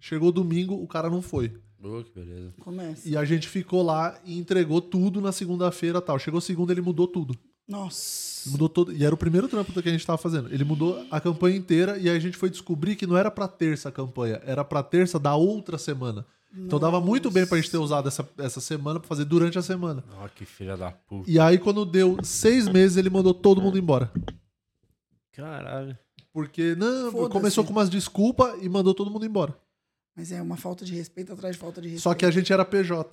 Speaker 2: Chegou domingo, o cara não foi.
Speaker 1: Oh, que beleza.
Speaker 3: Começa.
Speaker 2: E a gente ficou lá e entregou tudo na segunda-feira tal. Chegou segunda, ele mudou tudo.
Speaker 3: Nossa.
Speaker 2: Mudou todo. E era o primeiro trampo do que a gente tava fazendo. Ele mudou a campanha inteira e aí a gente foi descobrir que não era pra terça a campanha, era pra terça da outra semana. Então dava muito bem pra gente ter usado essa, essa semana pra fazer durante a semana.
Speaker 1: Ó, Ah, que filha da puta.
Speaker 2: E aí, quando deu seis meses, ele mandou todo mundo embora.
Speaker 1: Caralho.
Speaker 2: Porque, não,
Speaker 3: Foda-se.
Speaker 2: começou com umas desculpas e mandou todo mundo embora.
Speaker 3: Mas é uma falta de respeito atrás de falta de respeito.
Speaker 2: Só que a gente era PJ.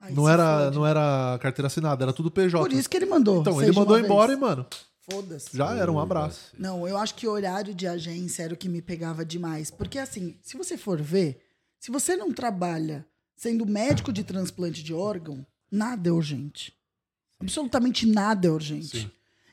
Speaker 3: Aí
Speaker 2: Não
Speaker 3: se
Speaker 2: era,
Speaker 3: fode.
Speaker 2: não era carteira assinada, era tudo PJ.
Speaker 3: Por isso que ele mandou.
Speaker 2: então,
Speaker 3: seis
Speaker 2: ele
Speaker 3: de
Speaker 2: mandou
Speaker 3: uma vez.
Speaker 2: embora e, mano,
Speaker 3: Foda-se.
Speaker 2: já era um abraço.
Speaker 3: Não, eu acho que o horário de agência era o que me pegava demais. Porque, assim, se você for ver, se você não trabalha sendo médico de transplante de órgão, nada é urgente. Absolutamente nada é urgente.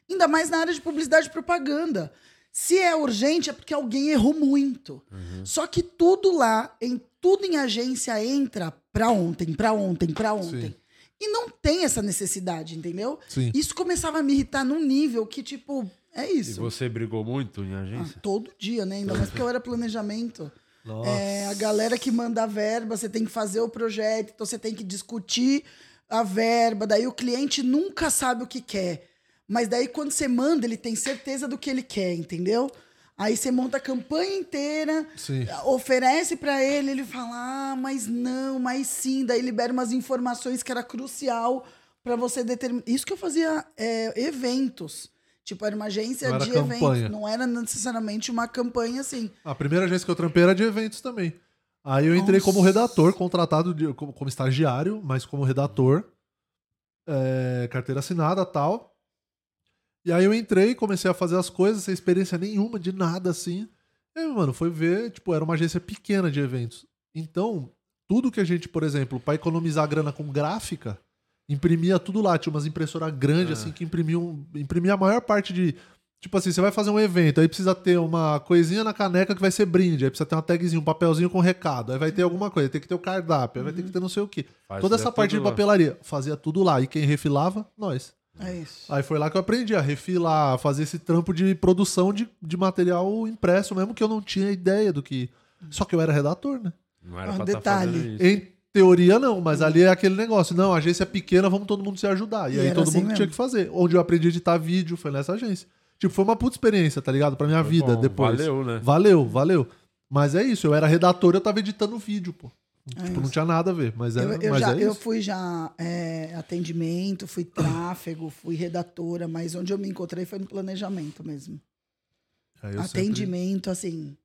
Speaker 3: Ainda mais na área de publicidade e propaganda. Se é urgente, é porque alguém errou muito.
Speaker 2: Uhum.
Speaker 3: Só que tudo lá, em tudo em agência, entra pra ontem, pra ontem, pra ontem.
Speaker 2: Sim.
Speaker 3: E não tem essa necessidade, entendeu?
Speaker 2: Sim.
Speaker 3: Isso começava a me irritar num nível que, tipo, é
Speaker 1: E
Speaker 3: isso.
Speaker 1: você brigou muito em
Speaker 3: Ah,
Speaker 1: agência?
Speaker 3: todo dia, né? Ainda mais porque eu era planejamento.
Speaker 2: Nossa.
Speaker 3: É, a galera que manda a verba, você tem que fazer o projeto, então você tem que discutir a verba, daí o cliente nunca sabe o que quer. Mas daí quando você manda, ele tem certeza do que ele quer, entendeu? Aí você monta a campanha inteira,
Speaker 2: Sim.
Speaker 3: oferece pra ele, ele fala: "Ah, mas não, mas sim", daí libera umas informações que era crucial pra você determinar. Isso que eu fazia é, eventos. Tipo, era uma agência
Speaker 2: Não era
Speaker 3: de
Speaker 2: campanha.
Speaker 3: eventos, não era necessariamente uma campanha assim.
Speaker 2: A primeira agência que eu trampei era de eventos também. Aí eu entrei como redator, contratado de- como, como estagiário, mas como redator. É, carteira assinada tal. E aí eu entrei, comecei a fazer as coisas, sem experiência nenhuma, de nada assim. E aí, mano, foi ver, tipo, era uma agência pequena de eventos. Então, tudo que a gente, por exemplo, pra economizar grana com gráfica, imprimia tudo lá. Tinha umas impressoras grandes, assim, que imprimiam, imprimia a maior parte de. Tipo assim, você vai fazer um evento, aí precisa ter uma coisinha na caneca que vai ser brinde, aí precisa ter uma tagzinha, um papelzinho com recado, aí vai ter alguma coisa, tem que ter o cardápio, aí vai ter que ter não sei o quê.
Speaker 1: Faz
Speaker 2: Ah, Toda
Speaker 1: tudo
Speaker 2: essa parte de
Speaker 1: lá.
Speaker 2: papelaria, fazia tudo lá. E quem refilava? Nós.
Speaker 3: É isso.
Speaker 2: Aí foi lá que eu aprendi a refilar, a fazer esse trampo de produção de, de material impresso mesmo, que eu não tinha ideia do que. Só que eu era redator, né?
Speaker 1: Não era
Speaker 3: Ah,
Speaker 1: pra
Speaker 3: detalhe.
Speaker 1: tá fazendo isso.
Speaker 2: Em teoria, não, mas ali é aquele negócio. Não, agência é pequena, vamos todo mundo se ajudar. E,
Speaker 3: E
Speaker 2: aí
Speaker 3: era
Speaker 2: todo
Speaker 3: assim
Speaker 2: mundo tinha
Speaker 3: mesmo.
Speaker 2: que fazer. Onde eu aprendi a editar vídeo foi nessa agência. Tipo, foi uma puta experiência, tá ligado? Pra minha
Speaker 1: Foi
Speaker 2: vida
Speaker 1: bom,
Speaker 2: depois.
Speaker 1: valeu, né?
Speaker 2: Valeu, valeu. Mas é isso, eu era redator, eu tava editando vídeo, pô.
Speaker 3: É
Speaker 2: tipo, não tinha nada a ver, mas, era,
Speaker 3: Eu, eu
Speaker 2: mas
Speaker 3: já,
Speaker 2: é
Speaker 3: eu
Speaker 2: isso.
Speaker 3: fui já é, atendimento, fui tráfego, fui redatora, mas onde eu me encontrei foi no planejamento mesmo.
Speaker 2: Aí É, eu sempre-
Speaker 3: atendimento, assim,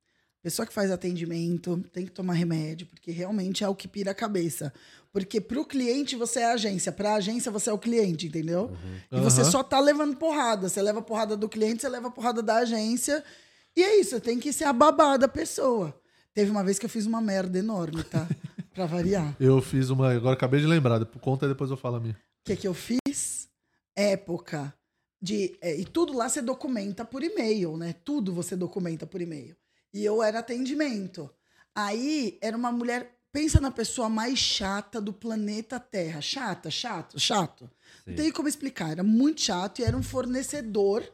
Speaker 3: pessoa que faz atendimento tem que tomar remédio, porque realmente é o que pira a cabeça. Porque pro cliente você é a agência, pra agência você é o cliente, entendeu? E você
Speaker 2: Uhum. Aham.
Speaker 3: só tá levando porrada. Você leva a porrada do cliente, você leva a porrada da agência. E é isso, tem que ser a babá da pessoa. Teve uma vez que eu fiz uma merda enorme, tá? pra variar.
Speaker 2: Eu fiz uma. Agora acabei de lembrar, depois- conta e depois eu falo a minha.
Speaker 3: O que, que eu fiz? Época de. é, e tudo lá você documenta por e-mail, né? Tudo você documenta por e-mail. E eu era atendimento. Aí era uma mulher. Pensa na pessoa mais chata do planeta Terra. Chata, chato, chato. Não tem como explicar. Era muito chato e era um fornecedor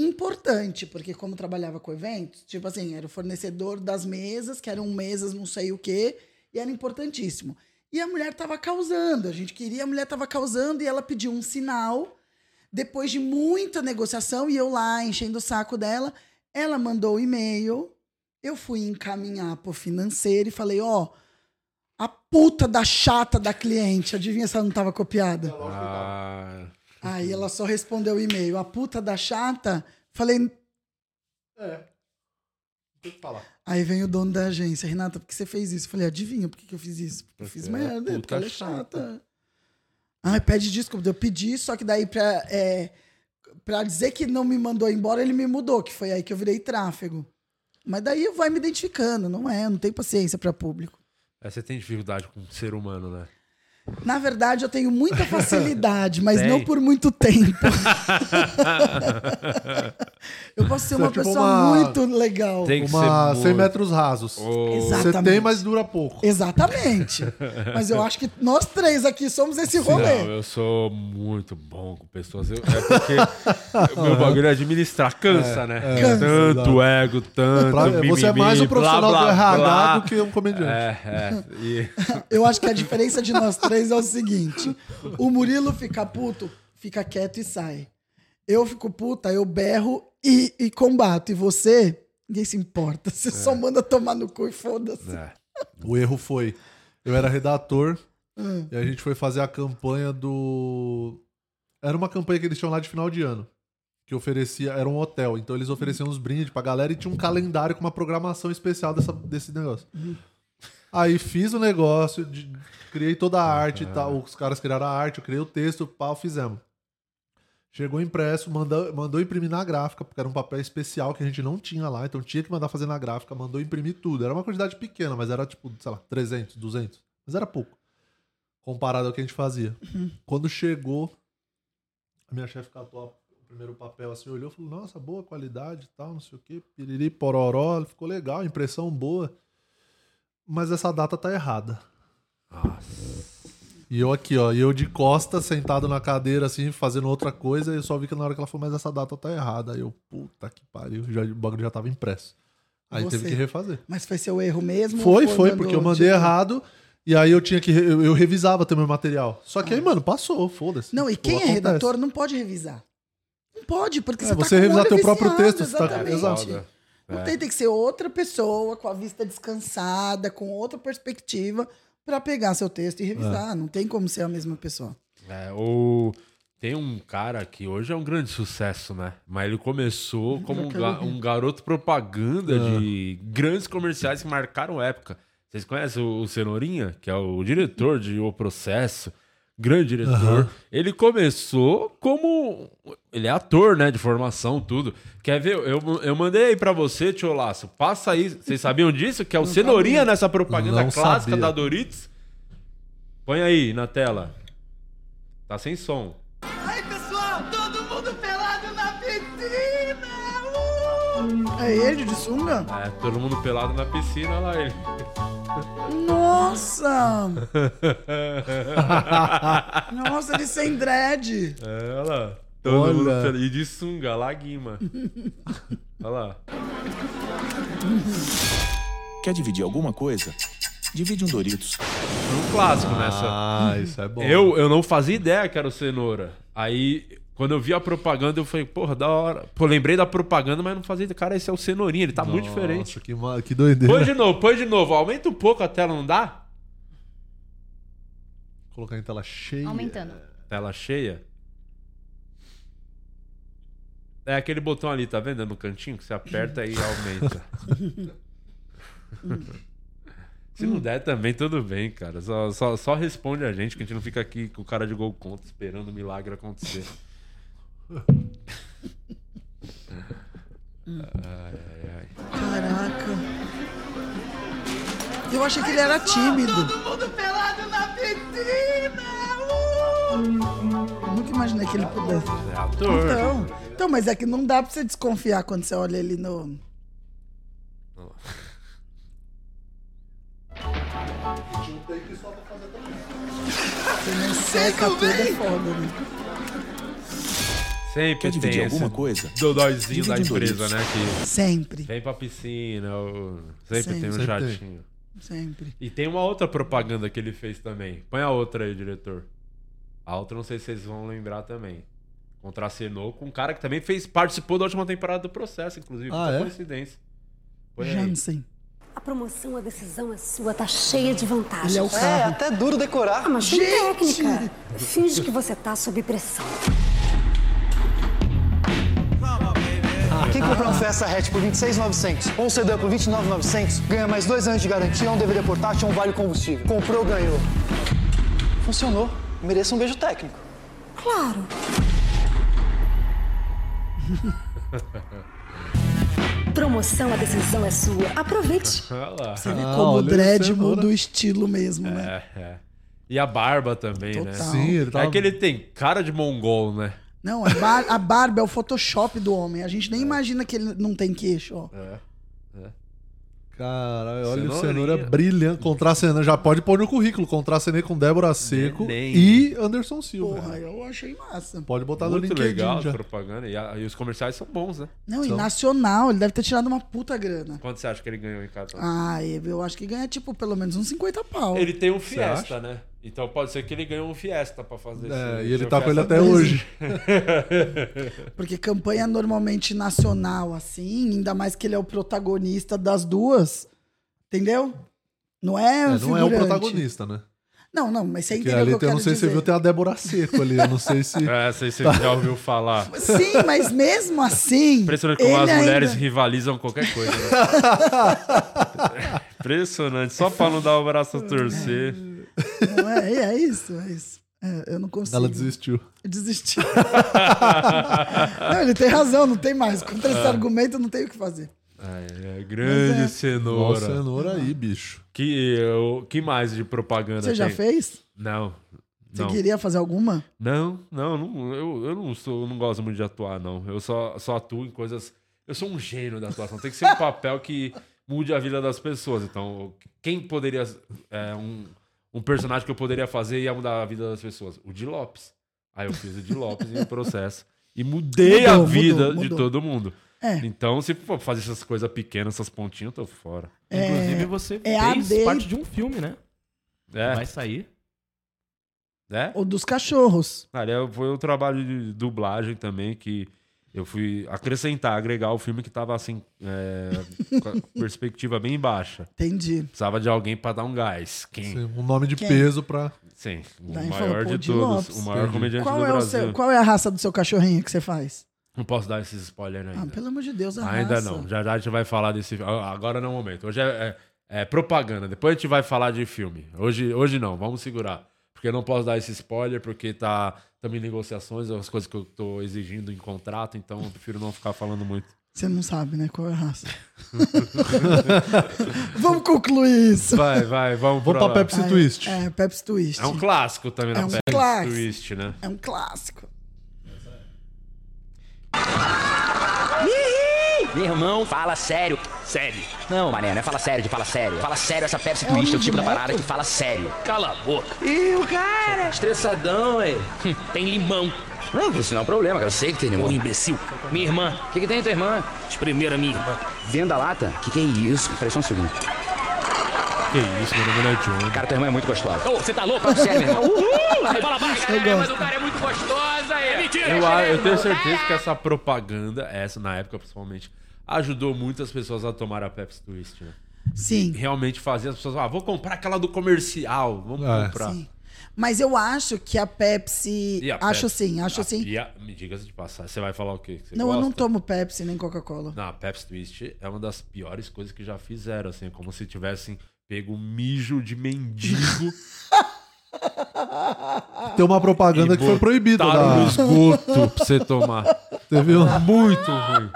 Speaker 3: importante, porque como trabalhava com eventos, tipo assim, era o fornecedor das mesas, que eram mesas não sei o quê, e era importantíssimo. E a mulher tava causando, a gente queria, a mulher tava causando e ela pediu um sinal. Depois de muita negociação e eu lá enchendo o saco dela, ela mandou o e-mail. Eu fui encaminhar pro financeiro e falei: "Ó, a puta da chata da cliente, adivinha se ela não tava copiada?"
Speaker 1: Ah,
Speaker 3: Aí ela só respondeu o e-mail. A puta da chata. Falei.
Speaker 2: Tem que falar.
Speaker 3: Aí vem o dono da agência, Renata, por que você fez isso? Eu Falei, adivinha por que, que eu fiz isso? Porque eu fiz
Speaker 1: Porque ela é
Speaker 3: merda,
Speaker 1: puta
Speaker 3: porque ela é
Speaker 1: chata.
Speaker 3: chata. Ai, pede desculpa. Eu pedi, só que daí pra, é, pra dizer que não me mandou embora, ele me mudou, que foi aí que eu virei tráfego. Mas daí vai me identificando, não é? Eu não tenho paciência pra público.
Speaker 1: é, você tem dificuldade com ser humano, né?
Speaker 3: Na verdade, eu tenho muita facilidade, mas
Speaker 1: Tem.
Speaker 3: não por muito tempo. eu posso
Speaker 2: Você
Speaker 3: ser
Speaker 2: é
Speaker 3: uma
Speaker 2: tipo
Speaker 3: pessoa
Speaker 2: uma-
Speaker 3: muito legal.
Speaker 1: Tem que
Speaker 2: Uma
Speaker 1: ser
Speaker 2: 100
Speaker 1: muito-
Speaker 2: metros rasos.
Speaker 1: Ô,
Speaker 3: Exatamente.
Speaker 2: Você tem, mas dura pouco.
Speaker 3: Exatamente. Mas eu acho que nós três aqui somos esse rolê.
Speaker 1: Não, eu sou muito bom com pessoas. Eu- é porque meu bagulho é administrar. Cansa,
Speaker 2: É,
Speaker 1: né?
Speaker 3: Cansa.
Speaker 1: Tanto ego, tanto.
Speaker 2: Pra-
Speaker 1: mimimi,
Speaker 2: você é mais um
Speaker 1: blá,
Speaker 2: profissional
Speaker 1: blá,
Speaker 2: do RH
Speaker 1: blá.
Speaker 2: do que um comediante.
Speaker 1: É, é. E
Speaker 3: Eu acho que a diferença de nós três é o seguinte: o Murilo fica puto, fica quieto e sai. Eu fico puta, eu berro e, e combato. E você, ninguém se importa.
Speaker 2: É.
Speaker 3: Você só manda tomar no cu e foda-se.
Speaker 1: É.
Speaker 2: O erro foi. Eu era redator e a gente foi fazer a campanha do. Era uma campanha que eles tinham lá de final de ano. Que oferecia. Era um hotel. Então eles ofereciam uns brindes pra galera e tinha um calendário com uma programação especial dessa, desse negócio. Aí fiz o negócio, de- criei toda a arte e tal. Os caras criaram a arte, eu criei o texto, pau, fizemos. Chegou impresso, mandou, mandou imprimir na gráfica, porque era um papel especial que a gente não tinha lá, então tinha que mandar fazer na gráfica, mandou imprimir tudo. Era uma quantidade pequena, mas era tipo, sei lá, 300, 200. Mas era pouco, comparado ao que a gente fazia. Quando chegou, a minha chefe catou a- o primeiro papel assim, olhou e falou: Nossa, boa qualidade e tal, não sei o quê, piriri, pororó, ficou legal, impressão boa. Mas essa data tá errada. E eu aqui, ó, e eu de costas, sentado na cadeira, assim, fazendo outra coisa, e eu só vi que na hora que ela falou, mas essa data tá errada. Aí eu, puta que pariu, já, o bagulho já tava impresso. Aí
Speaker 3: Você-
Speaker 2: teve que refazer.
Speaker 3: Mas foi seu erro mesmo?
Speaker 2: Foi,
Speaker 3: ou
Speaker 2: foi,
Speaker 3: mandou,
Speaker 2: porque eu mandei
Speaker 3: tipo-
Speaker 2: errado, e aí eu tinha que. re- Eu, eu revisava também o material. Só que aí, mano, passou, foda-se.
Speaker 3: Ah. Não, e
Speaker 2: Tipo,
Speaker 3: quem é
Speaker 2: acontece.
Speaker 3: revisor não pode revisar. Não pode, porque
Speaker 2: É,
Speaker 3: você,
Speaker 2: você
Speaker 3: tá com o
Speaker 2: revisar
Speaker 3: olho
Speaker 2: teu próprio
Speaker 3: viciado,
Speaker 2: texto, você tá com-
Speaker 3: exatamente.
Speaker 2: Exato.
Speaker 1: Foda.
Speaker 3: Não
Speaker 1: É.
Speaker 3: Então, tem, tem que ser outra pessoa, com a vista descansada, com outra perspectiva, pra pegar seu texto e revisar. Não tem como ser a mesma pessoa.
Speaker 1: É, o... Tem um cara que hoje é um grande sucesso, né? Mas ele começou como um, ga- um garoto propaganda
Speaker 2: É.
Speaker 1: de grandes comerciais que marcaram época. Vocês conhecem o, o Cenourinha, que é o diretor de O Processo? Grande diretor. Ele começou como. Ele é ator, né? De formação, tudo. Quer ver? Eu, eu mandei aí pra você, Tio Laço. Passa aí. Vocês sabiam disso? Que é o Cenourinha nessa propaganda
Speaker 2: Não
Speaker 1: clássica
Speaker 2: sabia.
Speaker 1: da Doritos. Põe aí na tela. Tá sem som.
Speaker 5: Aí, pessoal, todo mundo pelado na piscina! Uh!
Speaker 3: É ele de sunga?
Speaker 1: É, todo mundo pelado na piscina, olha lá ele.
Speaker 3: Nossa! Nossa, ele sem dread.
Speaker 1: É, olha lá. Todo
Speaker 2: Olha.
Speaker 1: mundo pelado. E de sunga, laguima. olha lá.
Speaker 6: Quer dividir alguma coisa? Divide um Doritos.
Speaker 1: Foi um clássico nessa.
Speaker 2: Ah, isso é bom.
Speaker 1: Eu, eu não fazia ideia que era o cenoura. Aí, quando eu vi a propaganda, eu falei, porra, da hora. Pô, lembrei da propaganda, mas não fazia ideia. Cara, esse é o cenourinha, ele tá muito diferente.
Speaker 2: Nossa, que, ma- que
Speaker 1: Põe
Speaker 2: doideira.
Speaker 1: de novo, põe de novo. Aumenta um pouco a tela, não dá?
Speaker 2: Colocar em tela cheia.
Speaker 7: Aumentando.
Speaker 1: Tela cheia. É aquele botão ali, tá vendo? No cantinho que você aperta e aumenta. Se não der também, tudo bem, cara. Só, só, só responde a gente, que a gente não fica aqui com o cara de gol contra esperando o milagre acontecer.
Speaker 3: Caraca. Eu achei que ele era tímido.
Speaker 5: Todo mundo pelado na piscina! Uh!
Speaker 3: Nunca imaginei que ele pudesse.
Speaker 1: É ator.
Speaker 3: Então, então, mas é que não dá pra você desconfiar quando você olha ele no. Você não seca tudo é foda, né?
Speaker 1: Sempre
Speaker 6: Quer
Speaker 1: tem
Speaker 6: dividir
Speaker 1: esse
Speaker 6: alguma coisa?
Speaker 1: dodóizinho da
Speaker 6: Divide em
Speaker 1: empresa,
Speaker 6: dois.
Speaker 1: né? Que
Speaker 3: Sempre,
Speaker 1: vem pra piscina, ou- sempre,
Speaker 3: Sempre.
Speaker 1: tem um
Speaker 2: Sempre tem.
Speaker 1: chatinho.
Speaker 3: sempre.
Speaker 1: E tem uma outra propaganda que ele fez também. Põe a outra aí, diretor. A outra não sei se vocês vão lembrar também. Contracenou com um cara que também fez, participou da última temporada do processo, inclusive.
Speaker 2: Ah,
Speaker 1: Muita
Speaker 2: é?
Speaker 1: coincidência. Põe aí.
Speaker 3: Jansen.
Speaker 8: A promoção, a decisão é sua, tá cheia de vantagens.
Speaker 3: Ele é o
Speaker 5: É
Speaker 3: carro.
Speaker 5: até duro decorar.
Speaker 8: Ah, mas tem técnica. Finge que você tá sob pressão.
Speaker 5: Quem comprar um Fiesta hatch por 26,900 ou um sedã por 29,900 ganha mais dois anos de garantia, um DVD portátil e um vale combustível. Comprou, ganhou. Funcionou. Mereça um beijo técnico.
Speaker 8: Claro. promoção, a decisão é sua. Aproveite.
Speaker 1: Olha é lá.
Speaker 3: Você vê
Speaker 2: Ah,
Speaker 3: como o
Speaker 2: olha
Speaker 3: dread
Speaker 2: você agora.
Speaker 3: muda o estilo mesmo, né?
Speaker 1: né? É, é. E a barba também, né?
Speaker 3: Total.
Speaker 2: Sim, ele tá- tava...
Speaker 1: É que ele tem cara de mongol, né?
Speaker 3: Não, a, bar- a barba é o Photoshop do homem. A
Speaker 2: É.
Speaker 3: gente nem imagina que ele não tem queixo, ó.
Speaker 2: Caralho, olha o
Speaker 1: Cenourinha.
Speaker 2: cenoura brilhante. Contracenando, já pode pôr no currículo. Contracenei com Débora Seco
Speaker 1: Neném.
Speaker 2: e Anderson Silva.
Speaker 3: Porra, eu achei massa.
Speaker 2: Pode botar Tá no
Speaker 1: Muito
Speaker 2: LinkedIn
Speaker 1: legal
Speaker 2: já.
Speaker 1: a propaganda. E, a- e os comerciais são bons, né?
Speaker 3: Não, e
Speaker 2: Então-
Speaker 3: nacional, ele deve ter tirado uma puta grana.
Speaker 1: Quanto você acha que ele ganhou em cada? um?
Speaker 3: Ah, eu acho que ganha, tipo, pelo menos uns 50 pau.
Speaker 1: Ele tem um
Speaker 2: acha?
Speaker 1: Fiesta, né? Então pode ser que ele ganhe um Fiesta pra
Speaker 2: É,
Speaker 1: fazer esse-
Speaker 2: e ele
Speaker 1: esse
Speaker 2: tá com ele
Speaker 1: Fiesta.
Speaker 2: até hoje.
Speaker 3: Porque campanha normalmente nacional, assim, ainda mais que ele é o protagonista das duas. Entendeu? Não é,
Speaker 2: É,
Speaker 3: um
Speaker 2: não é o
Speaker 3: figurante.
Speaker 2: protagonista, né?
Speaker 3: Não, não, mas você
Speaker 2: Porque
Speaker 3: entendeu o
Speaker 2: ali
Speaker 3: que eu
Speaker 2: tem, eu
Speaker 3: quero
Speaker 2: não sei se
Speaker 3: dizer.
Speaker 2: você viu, tem a Débora Seco ali. Eu não sei se.
Speaker 1: É, sei
Speaker 2: Tá.
Speaker 1: se você já ouviu falar.
Speaker 3: Sim, mas mesmo assim.
Speaker 1: Impressionante como
Speaker 3: ele
Speaker 1: as mulheres
Speaker 3: ainda-
Speaker 1: rivalizam qualquer coisa. Né? Impressionante, só pra não dar o braço a torcer.
Speaker 3: Não é, é isso, é isso. É, eu não consigo.
Speaker 2: Ela desistiu.
Speaker 3: Desistir. não, ele tem razão, não tem mais. Contra
Speaker 1: É.
Speaker 3: esse argumento, não tem o que fazer.
Speaker 1: Ai, é, grande
Speaker 3: Mas
Speaker 1: cenoura.
Speaker 2: Nossa, cenoura aí, bicho.
Speaker 1: Que, o que mais de propaganda
Speaker 3: Você já
Speaker 1: tem?
Speaker 3: fez?
Speaker 1: Não.
Speaker 3: Você
Speaker 1: é Não.
Speaker 3: queria fazer alguma?
Speaker 1: Não, não, não, eu, eu não sou, eu não gosto muito de atuar, não. Eu só, só atuo em coisas. Eu sou um gênio da atuação. Tem que ser um papel que mude a vida das pessoas. Então, quem poderia. é, um, um personagem que eu poderia fazer e ia mudar a vida das pessoas? O Di Lopes. Aí eu fiz o Di Lopes e o processo. E mudei a
Speaker 3: Mudou,
Speaker 1: vida
Speaker 3: mudou,
Speaker 1: de
Speaker 3: mudou.
Speaker 1: todo mundo.
Speaker 3: É.
Speaker 1: Então, se for fazer essas coisas pequenas, essas pontinhas, eu tô fora.
Speaker 4: Inclusive, você
Speaker 3: é
Speaker 4: fez
Speaker 3: AD.
Speaker 4: parte de um filme, né?
Speaker 1: É,
Speaker 4: Vai sair.
Speaker 1: né?
Speaker 3: Ou dos cachorros?
Speaker 1: Cara, eu- foi um trabalho de dublagem também que eu fui acrescentar, agregar o filme que tava assim, é, com a perspectiva bem baixa.
Speaker 3: Entendi.
Speaker 1: Precisava de alguém pra dar um gás. Quem?
Speaker 2: Um nome de
Speaker 3: Quem?
Speaker 2: peso pra.
Speaker 1: Sim, o
Speaker 3: Daí falou,
Speaker 1: maior
Speaker 3: pô,
Speaker 1: de
Speaker 3: Di
Speaker 1: todos.
Speaker 3: Lopes.
Speaker 1: O maior
Speaker 2: Entendi.
Speaker 1: comediante
Speaker 3: Qual
Speaker 1: do
Speaker 3: é, o
Speaker 1: Brasil.
Speaker 3: seu, qual é a raça do seu cachorrinho que você faz?
Speaker 1: Não posso dar esses spoilers
Speaker 3: Ah,
Speaker 1: ainda.
Speaker 3: pelo amor de Deus, a
Speaker 1: ainda
Speaker 3: raça.
Speaker 1: não. Já já a gente vai falar desse ah, Agora não é o momento. Hoje é, é- é propaganda. Depois a gente vai falar de filme. Hoje, hoje não, vamos segurar. Porque eu não posso dar esse spoiler, porque tá também negociações, as coisas que eu tô exigindo em contrato, então eu prefiro não ficar falando muito.
Speaker 3: Você não sabe, né? Qual é a raça. Vamos concluir isso.
Speaker 1: Vai, vai, vamos
Speaker 2: Vamos pra Pepsi
Speaker 3: Ai,
Speaker 2: Twist.
Speaker 3: É, Pepsi Twist.
Speaker 1: É um clássico também na
Speaker 3: É um
Speaker 1: Pepsi
Speaker 3: clássico.
Speaker 1: Twist, né?
Speaker 3: É um clássico.
Speaker 7: Meu irmão, fala sério. Sério. Não, mané, não é fala sério, de fala sério. Fala sério essa Pepsi Twist, é o tipo da parada que fala sério. Cala a boca. Ih, o cara. Estressadão, ué. Hum, Tem limão. Não, isso não é um problema, cara. Eu sei que tem limão. Ô, imbecil. Minha irmã. O que, que tem tua irmã? Espremer a minha irmã. Venda a lata? O que, que é isso? Peraí só um segundo.
Speaker 1: Que isso, meu nome é John.
Speaker 7: Cara, tua irmã é muito gostosa. Ô, você tá louco? Sério, meu irmão. Uhul! Aí fala baixo. Cara, a irmã do cara é muito gostosa, é. Mentira.
Speaker 1: Eu, a- eu tenho certeza que essa propaganda, essa na época principalmente, ajudou muitas pessoas a tomar a Pepsi Twist, né?
Speaker 3: Sim.
Speaker 1: Realmente fazia as pessoas, ah, vou comprar aquela do comercial, vamos
Speaker 2: É.
Speaker 1: comprar.
Speaker 3: Sim. Mas eu acho que a Pepsi.
Speaker 1: E a
Speaker 3: acho
Speaker 1: Pepsi?
Speaker 3: sim, acho
Speaker 1: Ah,
Speaker 3: sim.
Speaker 1: e a- me diga de passar, você vai falar o quê? Que você
Speaker 3: Não, eu
Speaker 1: gosta?
Speaker 3: não tomo Pepsi nem Coca-Cola.
Speaker 1: Não, a Pepsi Twist é uma das piores coisas que já fizeram, assim, é como se tivessem pego um mijo de mendigo
Speaker 2: Tem uma propaganda é
Speaker 1: e
Speaker 2: que foi proibida.
Speaker 1: botaram
Speaker 2: da-
Speaker 1: no esgoto pra você tomar.
Speaker 2: Teve, um-
Speaker 1: Muito ruim.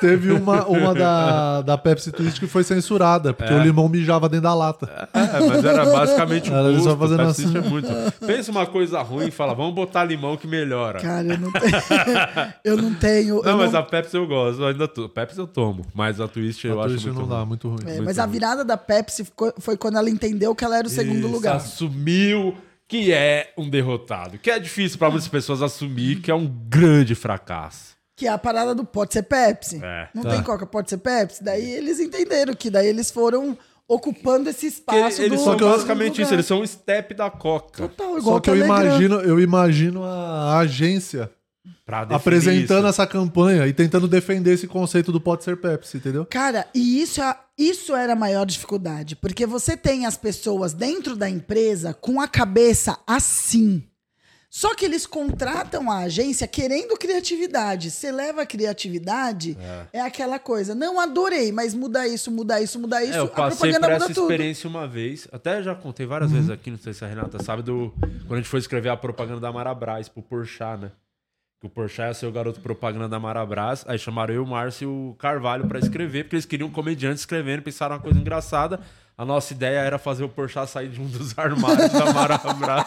Speaker 2: teve uma, uma da, da Pepsi Twist que foi censurada, porque o limão mijava dentro da lata.
Speaker 1: É, mas era basicamente o
Speaker 2: Era
Speaker 1: gosto.
Speaker 2: eles só fazendo
Speaker 1: Pepsi
Speaker 2: assim.
Speaker 1: é muito. Pensa uma coisa ruim e fala, vamos botar limão que melhora.
Speaker 3: Cara, eu não tenho. eu não tenho. eu
Speaker 1: não, mas
Speaker 3: não-
Speaker 1: a Pepsi eu gosto. eu Ainda to... Pepsi eu tomo, mas a Twist eu
Speaker 2: A
Speaker 1: acho
Speaker 2: Twist
Speaker 1: muito
Speaker 2: Então não
Speaker 1: ruim.
Speaker 2: dá, muito ruim.
Speaker 3: É,
Speaker 1: muito
Speaker 3: mas a
Speaker 1: ruim.
Speaker 3: virada da Pepsi ficou- foi quando ela entendeu que ela era o segundo
Speaker 1: Isso,
Speaker 3: lugar.
Speaker 1: Assumiu que é um derrotado. Que é difícil pra muitas pessoas assumir que é um grande fracasso.
Speaker 3: Que é a parada do pode ser Pepsi.
Speaker 1: É.
Speaker 3: não
Speaker 2: Tá.
Speaker 3: tem Coca, pode ser Pepsi. Daí eles entenderam que daí eles foram ocupando esse espaço
Speaker 1: eles
Speaker 3: do
Speaker 1: são
Speaker 3: do
Speaker 1: basicamente
Speaker 3: lugar.
Speaker 1: isso, eles são um step da Coca.
Speaker 3: Total, igual
Speaker 2: Só que eu
Speaker 3: Telegram.
Speaker 2: imagino, eu imagino a agência
Speaker 1: pra definir
Speaker 2: apresentando
Speaker 1: isso.
Speaker 2: essa campanha e tentando defender esse conceito do pode ser Pepsi, entendeu?
Speaker 3: Cara, e isso, é- isso era a maior dificuldade, porque você tem as pessoas dentro da empresa com a cabeça assim. Só que eles contratam a agência querendo criatividade. Você leva a criatividade, é, aquela coisa. Não, adorei, mas muda isso, muda isso, muda isso.
Speaker 1: É, eu
Speaker 3: a
Speaker 1: passei
Speaker 3: propaganda
Speaker 1: por
Speaker 3: muda
Speaker 1: essa
Speaker 3: tudo. Uhum.
Speaker 1: experiência uma vez. Até já contei várias vezes aqui, não sei se a Renata sabe, do quando a gente foi escrever a propaganda da Marabras pro Porchat, né? Que o Porchat ia ser o garoto propaganda da Marabras. Aí chamaram eu, o Márcio e o Carvalho pra escrever, porque eles queriam um comediante escrevendo, pensaram uma coisa engraçada. A nossa ideia era fazer o Porchat sair de um dos armários da Marabras.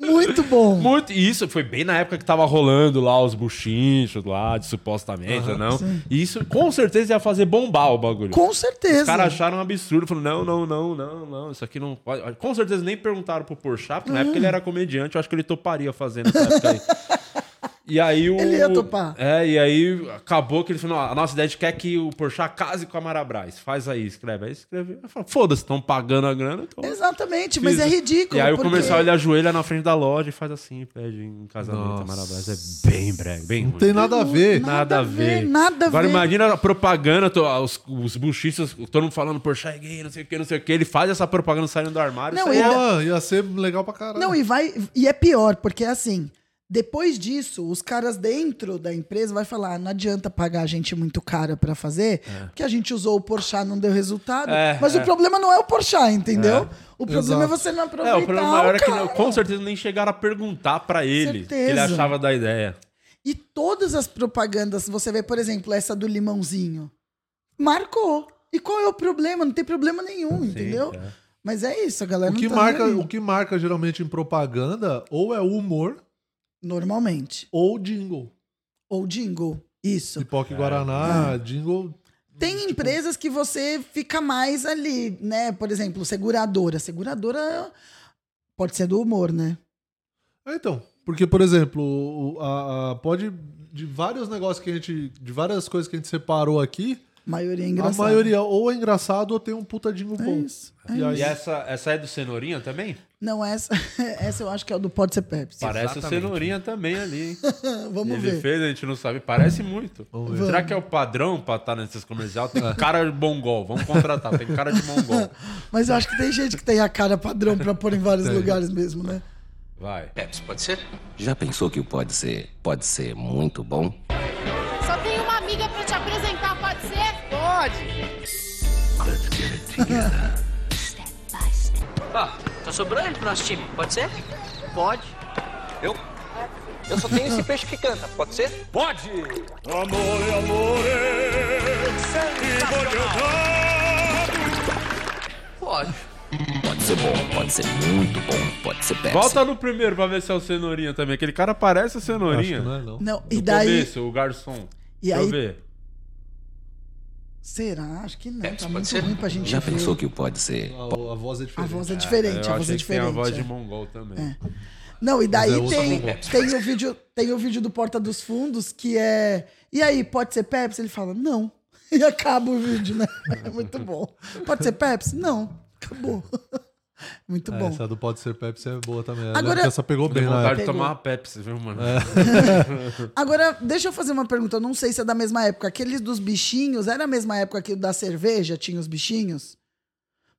Speaker 3: Muito bom.
Speaker 1: Muito, e isso foi bem na época que tava rolando lá os buchinchos lá, de supostamente ou não. E isso com certeza ia fazer bombar o bagulho.
Speaker 3: Com
Speaker 1: Os
Speaker 3: certeza.
Speaker 1: caras acharam um absurdo. Falaram, não, não, não, não, não, isso aqui não pode. Com
Speaker 3: É.
Speaker 1: certeza nem perguntaram pro Porchat, porque na época ele era comediante, eu acho que ele toparia fazendo essa época aí. E aí o.
Speaker 3: Ele ia topar.
Speaker 1: É, e aí acabou que ele falou: "Não, a nossa ideia de quer que o Porchat case com a Mara Braz. Faz aí, escreve. Aí escreve. Eu falo, foda-se, estão pagando a grana, então.
Speaker 3: Exatamente, mas é
Speaker 1: Fiz.
Speaker 3: ridículo.
Speaker 1: E aí o
Speaker 3: porque-
Speaker 1: comercial ele ajoelha na frente da loja e faz assim, pede em casamento
Speaker 2: Nossa.
Speaker 1: a Mara Braz. É bem breve, bem
Speaker 2: Não
Speaker 1: ruim.
Speaker 2: tem nada a ver.
Speaker 1: Nada, a ver.
Speaker 3: nada a
Speaker 1: Agora
Speaker 3: ver.
Speaker 1: imagina a propaganda, to- os, os buchistas, todo mundo falando, Porchat é gay, não sei o que, não sei o que. Ele faz essa propaganda saindo do armário. é
Speaker 3: Não,
Speaker 1: sai-
Speaker 3: e-
Speaker 2: Pô, ia ser legal pra caralho.
Speaker 3: Não, e vai. E é pior, porque assim, depois disso, os caras dentro da empresa vai falar: "Ah, não adianta pagar a gente muito cara pra fazer, porque a gente usou o Porchat, não deu resultado.
Speaker 1: É,
Speaker 3: mas
Speaker 1: é.
Speaker 3: o problema não é o Porchat, entendeu? O problema é
Speaker 2: Exato.
Speaker 3: você não
Speaker 1: É,
Speaker 3: aproveitar.
Speaker 1: o problema maior é que
Speaker 3: cara.
Speaker 1: não- com certeza nem chegaram a perguntar pra ele o que ele
Speaker 3: Certeza.
Speaker 1: achava da ideia.
Speaker 3: E todas as propagandas, você vê, por exemplo, essa do limãozinho. Marcou. E qual é o problema? Não tem problema nenhum, entendeu?
Speaker 1: é.
Speaker 3: Mas é isso, a galera.
Speaker 2: O que,
Speaker 3: não tá
Speaker 2: marca,
Speaker 3: nem aí.
Speaker 2: o que marca geralmente em propaganda ou é o humor
Speaker 3: Normalmente.
Speaker 2: ou jingle.
Speaker 3: Ou jingle. Isso.
Speaker 2: Pipoca e Guaraná, jingle.
Speaker 1: Tipo,
Speaker 3: Tem empresas que você fica mais ali, né? Por exemplo, seguradora. Seguradora pode ser do humor, né?
Speaker 2: Ah, então. Porque, por exemplo, o- a, a- pode. De vários negócios que a gente. De várias coisas que a gente separou aqui,
Speaker 3: A maioria é engraçada.
Speaker 2: a maioria ou é engraçado ou tem um puta jingle
Speaker 3: É
Speaker 2: bom.
Speaker 3: isso. é
Speaker 2: E aí-
Speaker 1: E essa, essa é do Cenourinha também?
Speaker 3: Não, essa, essa eu acho que é o do Pode Ser Pepsi. Então,
Speaker 1: Parece o
Speaker 4: Exatamente.
Speaker 1: Cenourinha também ali, hein?
Speaker 3: Vamos
Speaker 1: ele
Speaker 3: ver.
Speaker 1: fez, a gente não sabe. Parece muito. Será que é o padrão pra estar nesses comercial? Tem cara de mongol. Vamos contratar. Tem cara de mongol.
Speaker 3: Mas eu acho que tem gente que tem a cara padrão pra pôr em vários lugares mesmo, né?
Speaker 1: Vai.
Speaker 9: Já pensou que pode ser, pode ser muito bom?
Speaker 10: Só tenho uma amiga pra te apresentar, pode ser?
Speaker 7: Ó, tá sobrando pro nosso time, pode ser?
Speaker 5: Pode. Eu? Eu só tenho esse peixe que canta, pode ser?
Speaker 7: Pode!
Speaker 5: Pode.
Speaker 9: Pode ser bom, pode ser muito bom, pode ser péssimo.
Speaker 1: Volta no primeiro pra ver se é o Cenourinha também. Aquele cara parece o
Speaker 2: Acho que
Speaker 1: Cenourinha.
Speaker 2: não é, não.
Speaker 3: Não, e
Speaker 1: No
Speaker 3: daí.
Speaker 1: começo, o garçom.
Speaker 3: E
Speaker 1: Deixa eu
Speaker 3: aí-
Speaker 1: ver.
Speaker 3: Será? Acho que não. Tá muito ruim pra gente
Speaker 9: Já
Speaker 3: ver.
Speaker 9: pensou que pode ser?
Speaker 2: A, a voz é
Speaker 3: A
Speaker 2: diferente.
Speaker 3: voz é diferente,
Speaker 1: eu achei
Speaker 3: a voz é
Speaker 1: que tem
Speaker 3: diferente.
Speaker 1: a voz de
Speaker 3: é.
Speaker 1: mongol também.
Speaker 3: Não, e daí
Speaker 2: Mas é outra
Speaker 3: tem,
Speaker 2: proposta.
Speaker 3: tem, o vídeo, tem o vídeo do Porta dos Fundos que é. E aí, pode ser Pepsi? Ele fala, não. E acaba o vídeo, né? É muito bom. Pode ser Pepsi? Não. Acabou. Muito
Speaker 2: É,
Speaker 3: bom.
Speaker 2: Essa do Pode Ser Pepsi é boa também.
Speaker 3: Agora-
Speaker 2: Agora, essa pegou bem na
Speaker 1: Tem vontade
Speaker 2: época.
Speaker 1: de tomar uma Pepsi, viu, mano?
Speaker 3: É.
Speaker 1: É
Speaker 3: Agora, deixa eu fazer uma pergunta. Eu não sei se é da mesma época. Aqueles dos bichinhos, era a mesma época que o da cerveja tinha os bichinhos?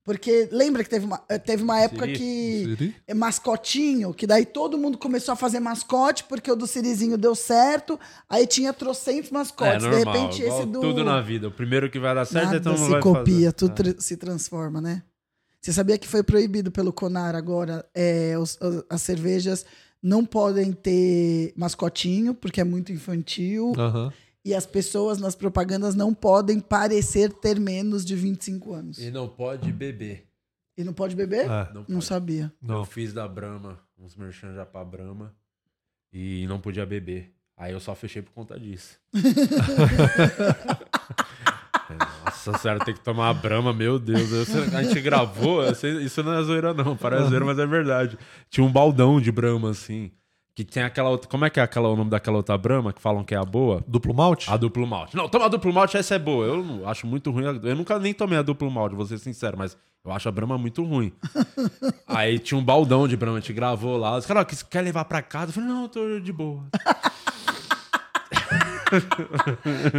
Speaker 3: Porque lembra que teve uma, eh, teve uma época
Speaker 1: Siri?
Speaker 3: que.
Speaker 2: Siri?
Speaker 3: é, mascotinho, que daí todo mundo começou a fazer mascote, porque o do Sirizinho deu certo. Aí tinha trocentos mascotes. de repente,
Speaker 1: É igual
Speaker 3: esse do.
Speaker 1: Tudo na vida. O primeiro que vai dar certo é
Speaker 3: Nada
Speaker 1: todo mundo
Speaker 3: se
Speaker 1: vai
Speaker 3: copia,
Speaker 1: fazer. É.
Speaker 3: tudo tra- se transforma, né? Você sabia que foi proibido pelo Conar agora? é, os- os- as cervejas não podem ter mascotinho, porque é muito infantil.
Speaker 2: Aham.
Speaker 3: E as pessoas nas propagandas não podem parecer ter menos de 25 anos.
Speaker 1: E não pode beber.
Speaker 3: E não pode beber?
Speaker 2: É,
Speaker 1: Não,
Speaker 3: Não
Speaker 1: pode.
Speaker 3: sabia.
Speaker 1: Então, Eu
Speaker 2: não.
Speaker 1: fiz da Brahma, uns merchan já pra Brahma, e não podia beber. Aí eu só fechei por conta disso. É, Nossa senhora, tem que tomar a Brahma, meu Deus. Eu- a gente gravou, eu sei- isso não é zoeira não, parece zoeira, mas é verdade. Tinha um baldão de Brahma, assim, que tem aquela outra... Como é que é aquela, o nome daquela outra Brahma que falam que é a boa?
Speaker 2: Duplo malte?
Speaker 1: A duplo malte. Não, toma a duplo malte, essa é boa. Eu não- acho muito ruim. a- Eu nunca nem tomei a duplo malte, vou ser sincero, mas eu acho a Brahma muito ruim. Aí tinha um baldão de Brahma, a gente gravou lá. Os caras, ó, que- quer levar pra casa? Eu falei, não, eu tô de boa.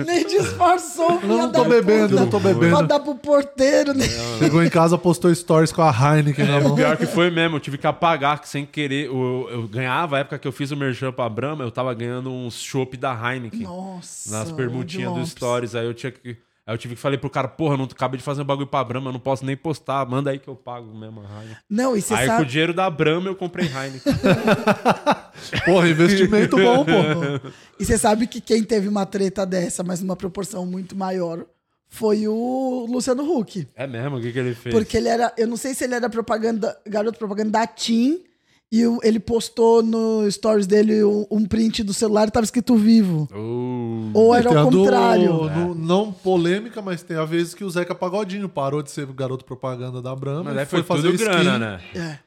Speaker 3: Nem disfarçou. filha
Speaker 2: não tô
Speaker 3: da
Speaker 2: bebendo,
Speaker 3: puta.
Speaker 2: não tô
Speaker 3: Pra
Speaker 2: bebendo.
Speaker 3: dar pro porteiro, né?
Speaker 2: Chegou em casa, postou stories com a Heineken
Speaker 3: Tá
Speaker 2: na mão.
Speaker 1: É, Pior que foi mesmo, eu tive que apagar que sem querer. Eu, eu ganhava, a época que eu fiz o merchan pra Brahma, eu tava ganhando uns chopp da Heineken.
Speaker 3: Nossa.
Speaker 1: nas permutinhas
Speaker 3: Wood
Speaker 1: do
Speaker 3: Lopes.
Speaker 1: Stories. Aí eu tinha que. Aí eu tive que falei pro cara, porra, eu não acabei de fazer um bagulho pra Brahma, eu não posso nem postar. Manda aí que eu pago mesmo a Heineken.
Speaker 3: Não, e você
Speaker 1: Aí com o
Speaker 3: sabe.
Speaker 1: dinheiro da Brahma eu comprei Heineken.
Speaker 2: Porra, investimento bom, pô.
Speaker 3: E você sabe que quem teve uma treta dessa, mas numa proporção muito maior, foi o Luciano Huck.
Speaker 1: É mesmo? O que, que ele fez?
Speaker 3: Porque ele era. Eu não sei se ele era propaganda, garoto propaganda da Tim. E o- ele postou no stories dele um, um print do celular e tava escrito vivo.
Speaker 1: Oh,
Speaker 3: Ou era
Speaker 2: Tem
Speaker 3: ao
Speaker 2: a do-
Speaker 3: contrário.
Speaker 2: no- não polêmica, mas tem a vez que o Zeca Pagodinho parou de ser garoto propaganda da Brahma
Speaker 1: mas
Speaker 2: e
Speaker 1: aí foi, tudo grana,
Speaker 2: skin.
Speaker 1: né?
Speaker 3: É.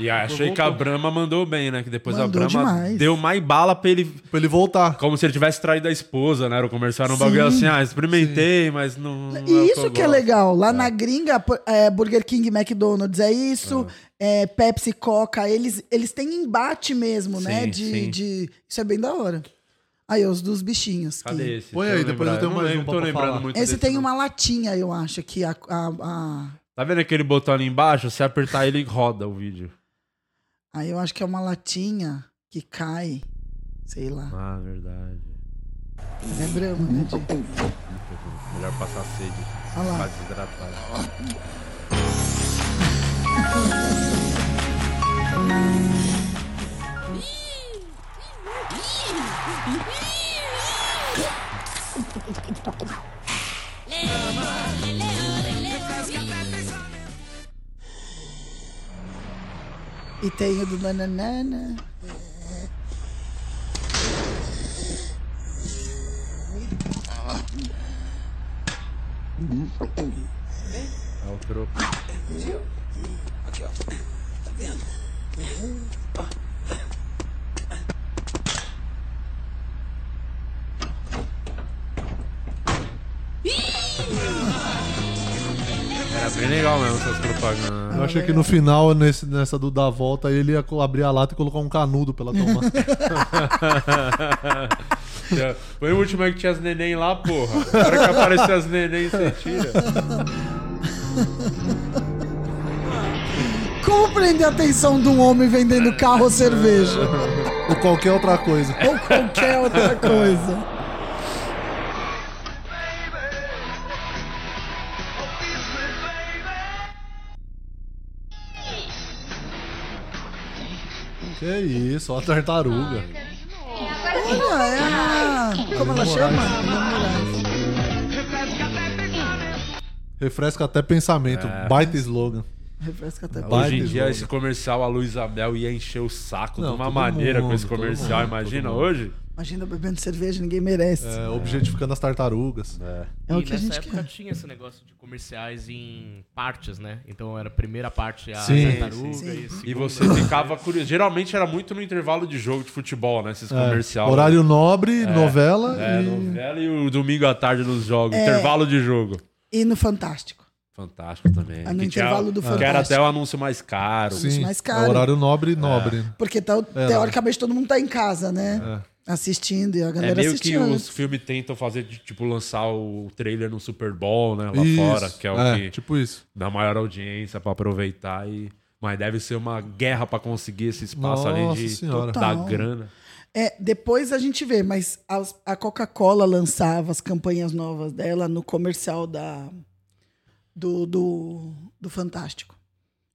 Speaker 1: E achei que a Brahma mandou bem, né? Que depois
Speaker 2: Mandou
Speaker 1: a Brahma
Speaker 2: demais.
Speaker 1: deu mais bala pra ele...
Speaker 2: Pra ele voltar.
Speaker 1: Como se ele tivesse traído a esposa, né? Era o comercial, um
Speaker 2: Sim.
Speaker 1: bagulho assim, ah, experimentei, mas não... não é o
Speaker 3: E isso
Speaker 1: eu
Speaker 3: que é
Speaker 1: gosto.
Speaker 3: legal. Lá na gringa, por- é, Burger King, McDonald's é isso, é, Pepsi, Coca, eles, eles têm embate mesmo, né?
Speaker 1: Sim,
Speaker 3: De,
Speaker 1: sim.
Speaker 3: de- Isso é bem da hora. Aí, os dos bichinhos. que-
Speaker 1: Cadê esse?
Speaker 2: Põe
Speaker 1: Deixa
Speaker 2: aí, depois
Speaker 1: lembrar.
Speaker 2: eu tenho
Speaker 1: não
Speaker 2: mais
Speaker 1: lembro,
Speaker 2: um
Speaker 1: tô
Speaker 2: pra
Speaker 1: lembrando
Speaker 2: falar.
Speaker 1: muito
Speaker 3: Esse
Speaker 1: desse,
Speaker 3: tem
Speaker 1: não.
Speaker 3: uma latinha, eu acho, que a- a- a...
Speaker 1: Tá vendo aquele botão ali embaixo? Se apertar ele, roda o vídeo.
Speaker 3: Aí eu acho que é uma latinha que cai. Sei lá.
Speaker 1: Ah, verdade.
Speaker 3: É brama, né? Di?
Speaker 1: Melhor passar sede.
Speaker 3: Ah lá.
Speaker 1: Quase desidratar.
Speaker 3: E tem o do nananana.
Speaker 1: É o troco.
Speaker 11: Aqui, ó. Tá vendo?
Speaker 1: Era É bem legal mesmo essas propagandas.
Speaker 2: Eu achei que no final, nesse- nessa do da volta, ele ia co- abrir a lata e colocar um canudo pra ela tomar.
Speaker 1: Foi o último aí que tinha as neném lá, porra. Na hora que apareceu as neném, você tira.
Speaker 3: Como prender a atenção de um homem vendendo carro ou cerveja?
Speaker 2: Ou qualquer outra coisa.
Speaker 3: Ou qualquer outra coisa.
Speaker 2: Que isso, ó a tartaruga.
Speaker 3: Olha, é a... Como ela chama?
Speaker 2: Refresca até pensamento.
Speaker 1: É.
Speaker 2: Baita slogan.
Speaker 3: Refresca até
Speaker 1: Hoje em dia, esse comercial, a Luísa Mel ia encher o saco
Speaker 2: Não,
Speaker 1: de uma
Speaker 2: todo
Speaker 1: maneira com
Speaker 2: mundo,
Speaker 1: esse
Speaker 2: todo
Speaker 1: comercial.
Speaker 2: mundo,
Speaker 1: Imagina
Speaker 2: todo mundo.
Speaker 1: hoje?
Speaker 3: Imagina bebendo cerveja, ninguém merece.
Speaker 2: É, objetificando as tartarugas.
Speaker 3: É o
Speaker 4: e
Speaker 3: que a
Speaker 4: nessa
Speaker 3: gente
Speaker 4: época
Speaker 3: quer.
Speaker 4: tinha esse negócio de comerciais em partes, né? Então era a primeira parte a
Speaker 1: Sim.
Speaker 4: tartaruga e a
Speaker 1: E
Speaker 4: segunda-
Speaker 1: você ficava curioso. Geralmente era muito no intervalo de jogo de futebol, né? Esses
Speaker 2: É,
Speaker 1: comerciais.
Speaker 2: horário nobre, novela
Speaker 1: É,
Speaker 2: e-
Speaker 1: novela e o domingo à tarde nos jogos.
Speaker 3: É.
Speaker 1: Intervalo de jogo.
Speaker 3: E no Fantástico.
Speaker 1: Fantástico também.
Speaker 3: Ah, no
Speaker 1: Que tinha-
Speaker 3: intervalo do
Speaker 1: Que era
Speaker 3: Fantástico.
Speaker 1: até o anúncio mais caro.
Speaker 3: Anúncio Sim, mais caro.
Speaker 2: É horário nobre, nobre.
Speaker 3: Porque tá-
Speaker 2: É,
Speaker 3: teoricamente todo mundo tá em casa, né? Assistindo e a
Speaker 1: É
Speaker 3: galera
Speaker 1: meio que
Speaker 3: assistindo.
Speaker 1: os filmes tentam fazer de, tipo, lançar o trailer no Super Bowl, né? Lá
Speaker 2: Isso,
Speaker 1: fora, que é o
Speaker 2: é,
Speaker 1: que.
Speaker 2: tipo isso.
Speaker 1: Dá maior audiência pra aproveitar e. Mas deve ser uma guerra pra conseguir esse espaço além
Speaker 2: Nossa
Speaker 1: de
Speaker 2: Senhora.
Speaker 1: dar
Speaker 3: Total.
Speaker 1: grana.
Speaker 3: É, depois a gente vê, mas as- a, Coca-Cola lançava as campanhas novas dela no comercial da do, do, do Fantástico.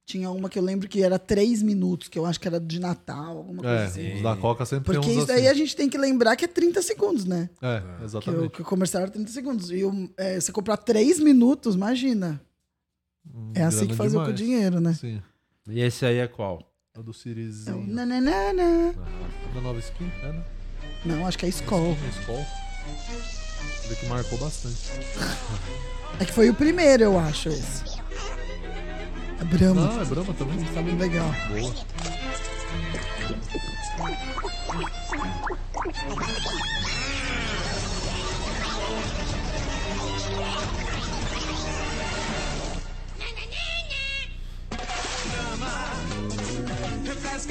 Speaker 3: Tinha uma que eu lembro que era três minutos, que eu acho que era de Natal, alguma coisa
Speaker 2: É,
Speaker 3: assim.
Speaker 2: os da Coca sempre
Speaker 3: Porque
Speaker 2: tem uns
Speaker 3: isso
Speaker 2: assim.
Speaker 3: daí a gente tem que lembrar que é 30 segundos, né?
Speaker 2: É,
Speaker 3: Que o,
Speaker 2: exatamente.
Speaker 3: que o comercial era 30 segundos. E o- é, você comprar três minutos, imagina. é assim
Speaker 1: Hum, grana
Speaker 3: que fazia com o
Speaker 1: demais.
Speaker 3: dinheiro, né? É
Speaker 2: Sim.
Speaker 1: E esse aí é qual?
Speaker 2: A do Sirizinho.
Speaker 3: Nananana.
Speaker 2: Da nova skin, é, né? um
Speaker 3: Não, acho que é Skol.
Speaker 2: Skol. Ele que marcou bastante.
Speaker 3: É que foi o primeiro, eu acho, esse. É Brahma.
Speaker 2: Não, é Brahma também.
Speaker 3: Tá bem legal.
Speaker 2: Boa.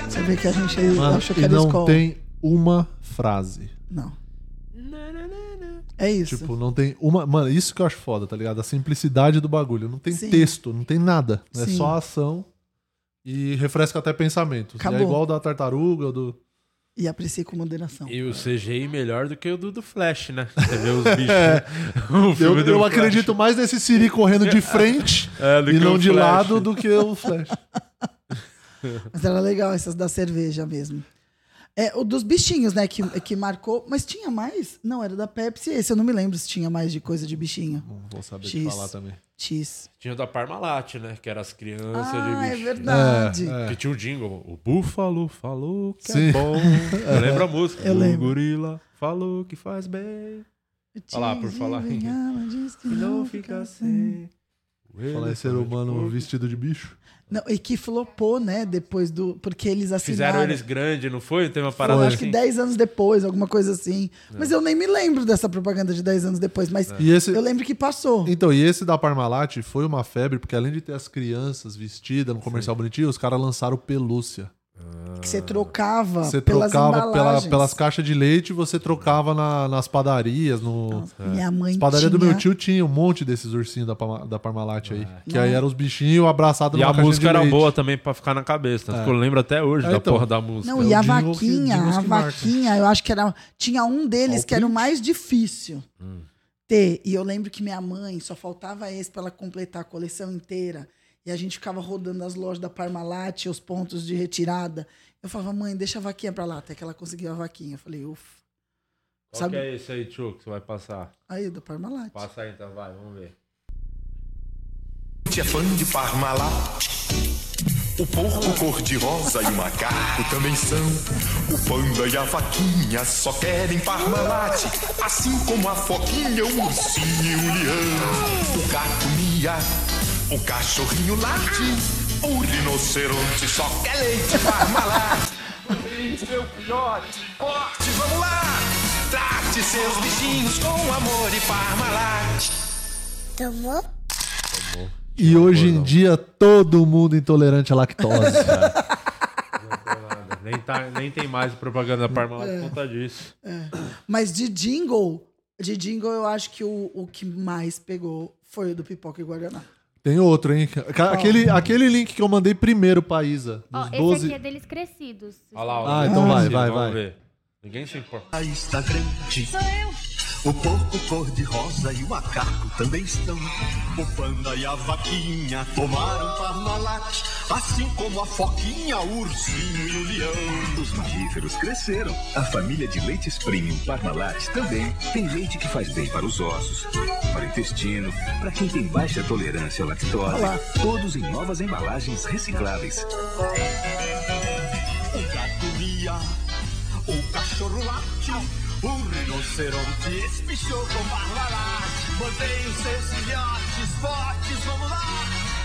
Speaker 3: Você vê que a gente
Speaker 2: Mano,
Speaker 3: achou que
Speaker 2: e
Speaker 3: era
Speaker 2: não
Speaker 3: Skol.
Speaker 2: tem uma frase.
Speaker 3: Não. É isso.
Speaker 2: Tipo, não tem uma. Mano, isso que eu acho foda, tá ligado? A simplicidade do bagulho. Não tem
Speaker 3: Sim.
Speaker 2: texto, não tem nada. É
Speaker 3: Sim.
Speaker 2: só ação e refresca até pensamentos. E
Speaker 3: Acabou.
Speaker 2: é igual da tartaruga, do.
Speaker 3: E aprecie com moderação.
Speaker 1: E o CGI melhor do que o do, do Flash, né? Você vê os bichos.
Speaker 2: É.
Speaker 1: O
Speaker 2: Eu,
Speaker 1: filme do
Speaker 2: eu
Speaker 1: Flash.
Speaker 2: acredito mais nesse Siri correndo de frente
Speaker 1: É, do
Speaker 2: e
Speaker 1: que
Speaker 2: não
Speaker 1: o
Speaker 2: de
Speaker 1: Flash.
Speaker 2: lado do que o Flash.
Speaker 3: Mas era legal essas da cerveja mesmo. É, o dos bichinhos, né, que, que marcou. Mas tinha mais? Não, era da Pepsi esse. Eu não me lembro se tinha mais de coisa de bichinho.
Speaker 2: Não vou saber
Speaker 3: X.
Speaker 2: falar também.
Speaker 3: X.
Speaker 1: Tinha o da Parmalat, né? Que era as crianças de
Speaker 3: Ah, é
Speaker 1: bichinho.
Speaker 3: verdade. É, é.
Speaker 1: Que tinha o jingle. O búfalo falou que
Speaker 2: Sim.
Speaker 1: é bom. Eu lembro a música.
Speaker 3: Eu lembro.
Speaker 1: O gorila falou que faz bem. Olha lá, por falar. em-
Speaker 3: Não,
Speaker 1: Não fica assim.
Speaker 2: é. Falar em ser humano vestido de bicho.
Speaker 3: Não, e que flopou, né? Depois do. Porque eles assinaram.
Speaker 1: Fizeram eles grande, não foi? Tem uma parada
Speaker 3: Acho
Speaker 1: assim.
Speaker 3: que 10 anos depois, alguma coisa assim.
Speaker 1: É.
Speaker 3: Mas eu nem me lembro dessa propaganda de 10 anos depois. Mas
Speaker 2: É. E esse-
Speaker 3: eu lembro que passou.
Speaker 2: Então, e esse da Parmalat foi uma febre, porque além de ter as crianças vestidas no comercial bonitinho, os caras lançaram pelúcia.
Speaker 3: Que você
Speaker 12: Ah,
Speaker 3: trocava
Speaker 2: Ah. Você
Speaker 3: pelas
Speaker 2: trocava pela-
Speaker 3: embalagens.
Speaker 2: pelas caixas de leite, você trocava na- nas padarias, no...
Speaker 3: minha mãe
Speaker 2: As padarias É. do meu
Speaker 3: tinha-
Speaker 2: tio tinha um monte desses ursinhos da, Parma- da Parmalat aí. Que
Speaker 12: né?
Speaker 2: aí eram os bichinhos abraçados
Speaker 1: Ah, E a
Speaker 2: caixinha de
Speaker 1: música era
Speaker 2: leite.
Speaker 1: boa também pra ficar na cabeça. tanto
Speaker 2: É.
Speaker 1: que eu lembro até hoje
Speaker 2: É,
Speaker 1: da
Speaker 2: então.
Speaker 1: porra da música.
Speaker 3: Não, e a vaquinha, a vaquinha, eu acho que era. Tinha um deles que era o mais difícil
Speaker 2: Hum.
Speaker 3: ter. E eu lembro que minha mãe só faltava esse pra ela completar a coleção inteira. E a gente ficava rodando as lojas da Parmalat, os pontos de retirada. Eu falava, mãe, deixa a vaquinha pra lá, até que ela conseguiu a vaquinha. Eu falei, ufa.
Speaker 1: Qual
Speaker 3: Sabe-
Speaker 1: que é esse aí, Tio, que você vai passar?
Speaker 3: Aí, do Parmalat.
Speaker 1: Passa aí então, vai, vamos ver.
Speaker 13: gente é fã de Parmalat. O porco cor-de-rosa e o macaco também são. O panda e a vaquinha só querem Parmalat. Assim como a foquinha, o ursinho e o leão. O gato mia, o cachorrinho late. O rinoceronte só quer leite Parmalat. Vem, seu filhote, forte, vamos lá. Trate seus bichinhos com amor e Parmalat. Tomou?
Speaker 2: E hoje em dia, todo mundo intolerante à lactose.
Speaker 1: É. Nem, tá- nem tem mais propaganda da Parmalat
Speaker 3: É.
Speaker 1: por conta disso.
Speaker 3: Mas de jingle, de jingle eu acho que o, o que mais pegou foi o do Pipoca e Guaraná.
Speaker 2: Tem outro, hein? Ca- Aquele, aquele link que eu mandei primeiro pra Isa.
Speaker 12: Ó,
Speaker 2: Dos
Speaker 12: esse
Speaker 2: 12...
Speaker 12: aqui é deles crescidos.
Speaker 1: Olha lá,
Speaker 2: Ah,
Speaker 1: ó.
Speaker 2: então vai,
Speaker 1: Sim,
Speaker 2: vai,
Speaker 1: vamos
Speaker 2: vai.
Speaker 1: ver. Ninguém se importa.
Speaker 13: está grande. O porco cor-de-rosa e o macaco também estão. O panda e a vaquinha tomaram parmalat. Assim como a foquinha, o ursinho e o leão. Os mamíferos cresceram.
Speaker 14: A família de leites premium Parmalat também tem leite que faz bem para os ossos, para o intestino, para quem tem baixa tolerância à lactose.
Speaker 13: Olá.
Speaker 14: Todos em novas embalagens recicláveis.
Speaker 13: O gato mia, o cachorro late, o rinoceronte espichou com parmalat. Mantenha seus filhotes fortes, vamos lá.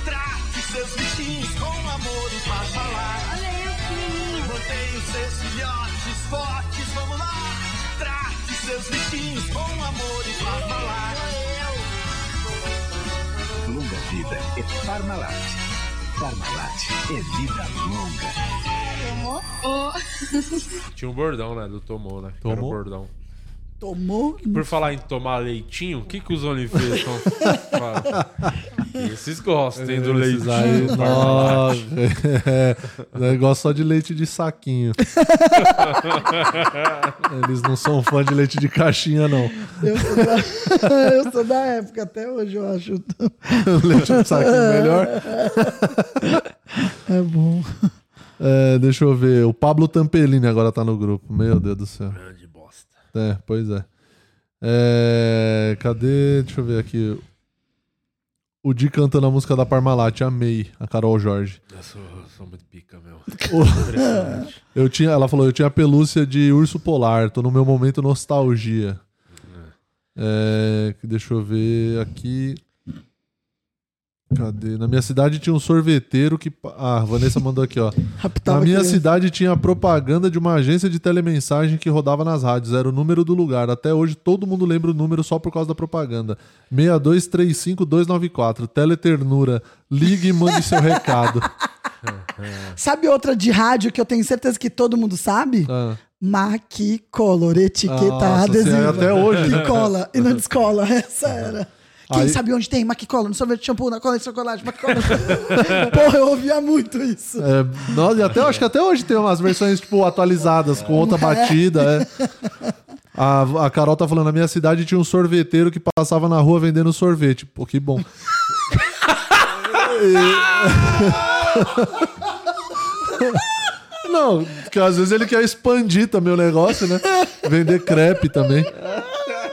Speaker 13: Trate seus bichinhos com amor e parmalat. Mantenha seus filhotes fortes, vamos lá. Trate seus bichinhos com amor e parmalat.
Speaker 14: Longa vida é Parmalat. Parmalat é vida longa.
Speaker 10: Tomou?
Speaker 1: Tinha um bordão, né? Do Tomou, né? Tomou? Era um bordão.
Speaker 3: Tomou?
Speaker 1: Por falar em tomar leitinho, o que, que os OnlyFans estão. Esses gostam, hein, do
Speaker 2: Esses
Speaker 1: leitinho.
Speaker 2: aí,
Speaker 1: Parmalat.
Speaker 2: nossa, é, negócio só de leite de saquinho. Eles não são fã de leite de caixinha, não.
Speaker 3: Eu sou, da, eu sou da época, até hoje eu acho.
Speaker 2: leite de saquinho melhor.
Speaker 3: É bom.
Speaker 2: É, deixa eu ver. O Pablo Tampelini agora tá no grupo. Meu Deus do céu. Grande bosta. É, pois é. É, cadê? Deixa eu ver aqui. O Di cantando a música da Parmalat. Amei. A Carol Jorge.
Speaker 1: Eu sou, eu sou muito pica, meu. Impressionante.
Speaker 2: O- eu tinha, ela falou, eu tinha a pelúcia de urso polar, tô no meu momento nostalgia. É, deixa eu ver aqui. Cadê? Na minha cidade tinha um sorveteiro que. pa- Ah, a Vanessa mandou aqui, ó. Na minha
Speaker 15: criança.
Speaker 2: cidade tinha a propaganda de uma agência de telemensagem que rodava nas rádios. Era o número do lugar. Até hoje todo mundo lembra o número só por causa da propaganda. 6235294. Teleternura. Ligue e mande seu recado.
Speaker 3: Sabe outra de rádio que eu tenho certeza que todo mundo sabe?
Speaker 2: Ah.
Speaker 3: Maqui, color, etiqueta,
Speaker 2: Nossa, você é
Speaker 3: adesiva.
Speaker 2: até hoje, né?
Speaker 3: Que cola e não descola. Essa era. Quem
Speaker 2: Aí-
Speaker 3: sabe onde tem maquicola? No sorvete de shampoo, na cola de chocolate, maquicola. Porra, eu ouvia muito isso.
Speaker 2: É, nossa, e até, acho que até hoje tem umas versões, tipo, atualizadas, com outra batida. é. A, a Carol tá falando, na minha cidade tinha um sorveteiro que passava na rua vendendo sorvete. Pô, que bom. E- Não, porque às vezes ele quer expandir também o negócio, né? Vender crepe também.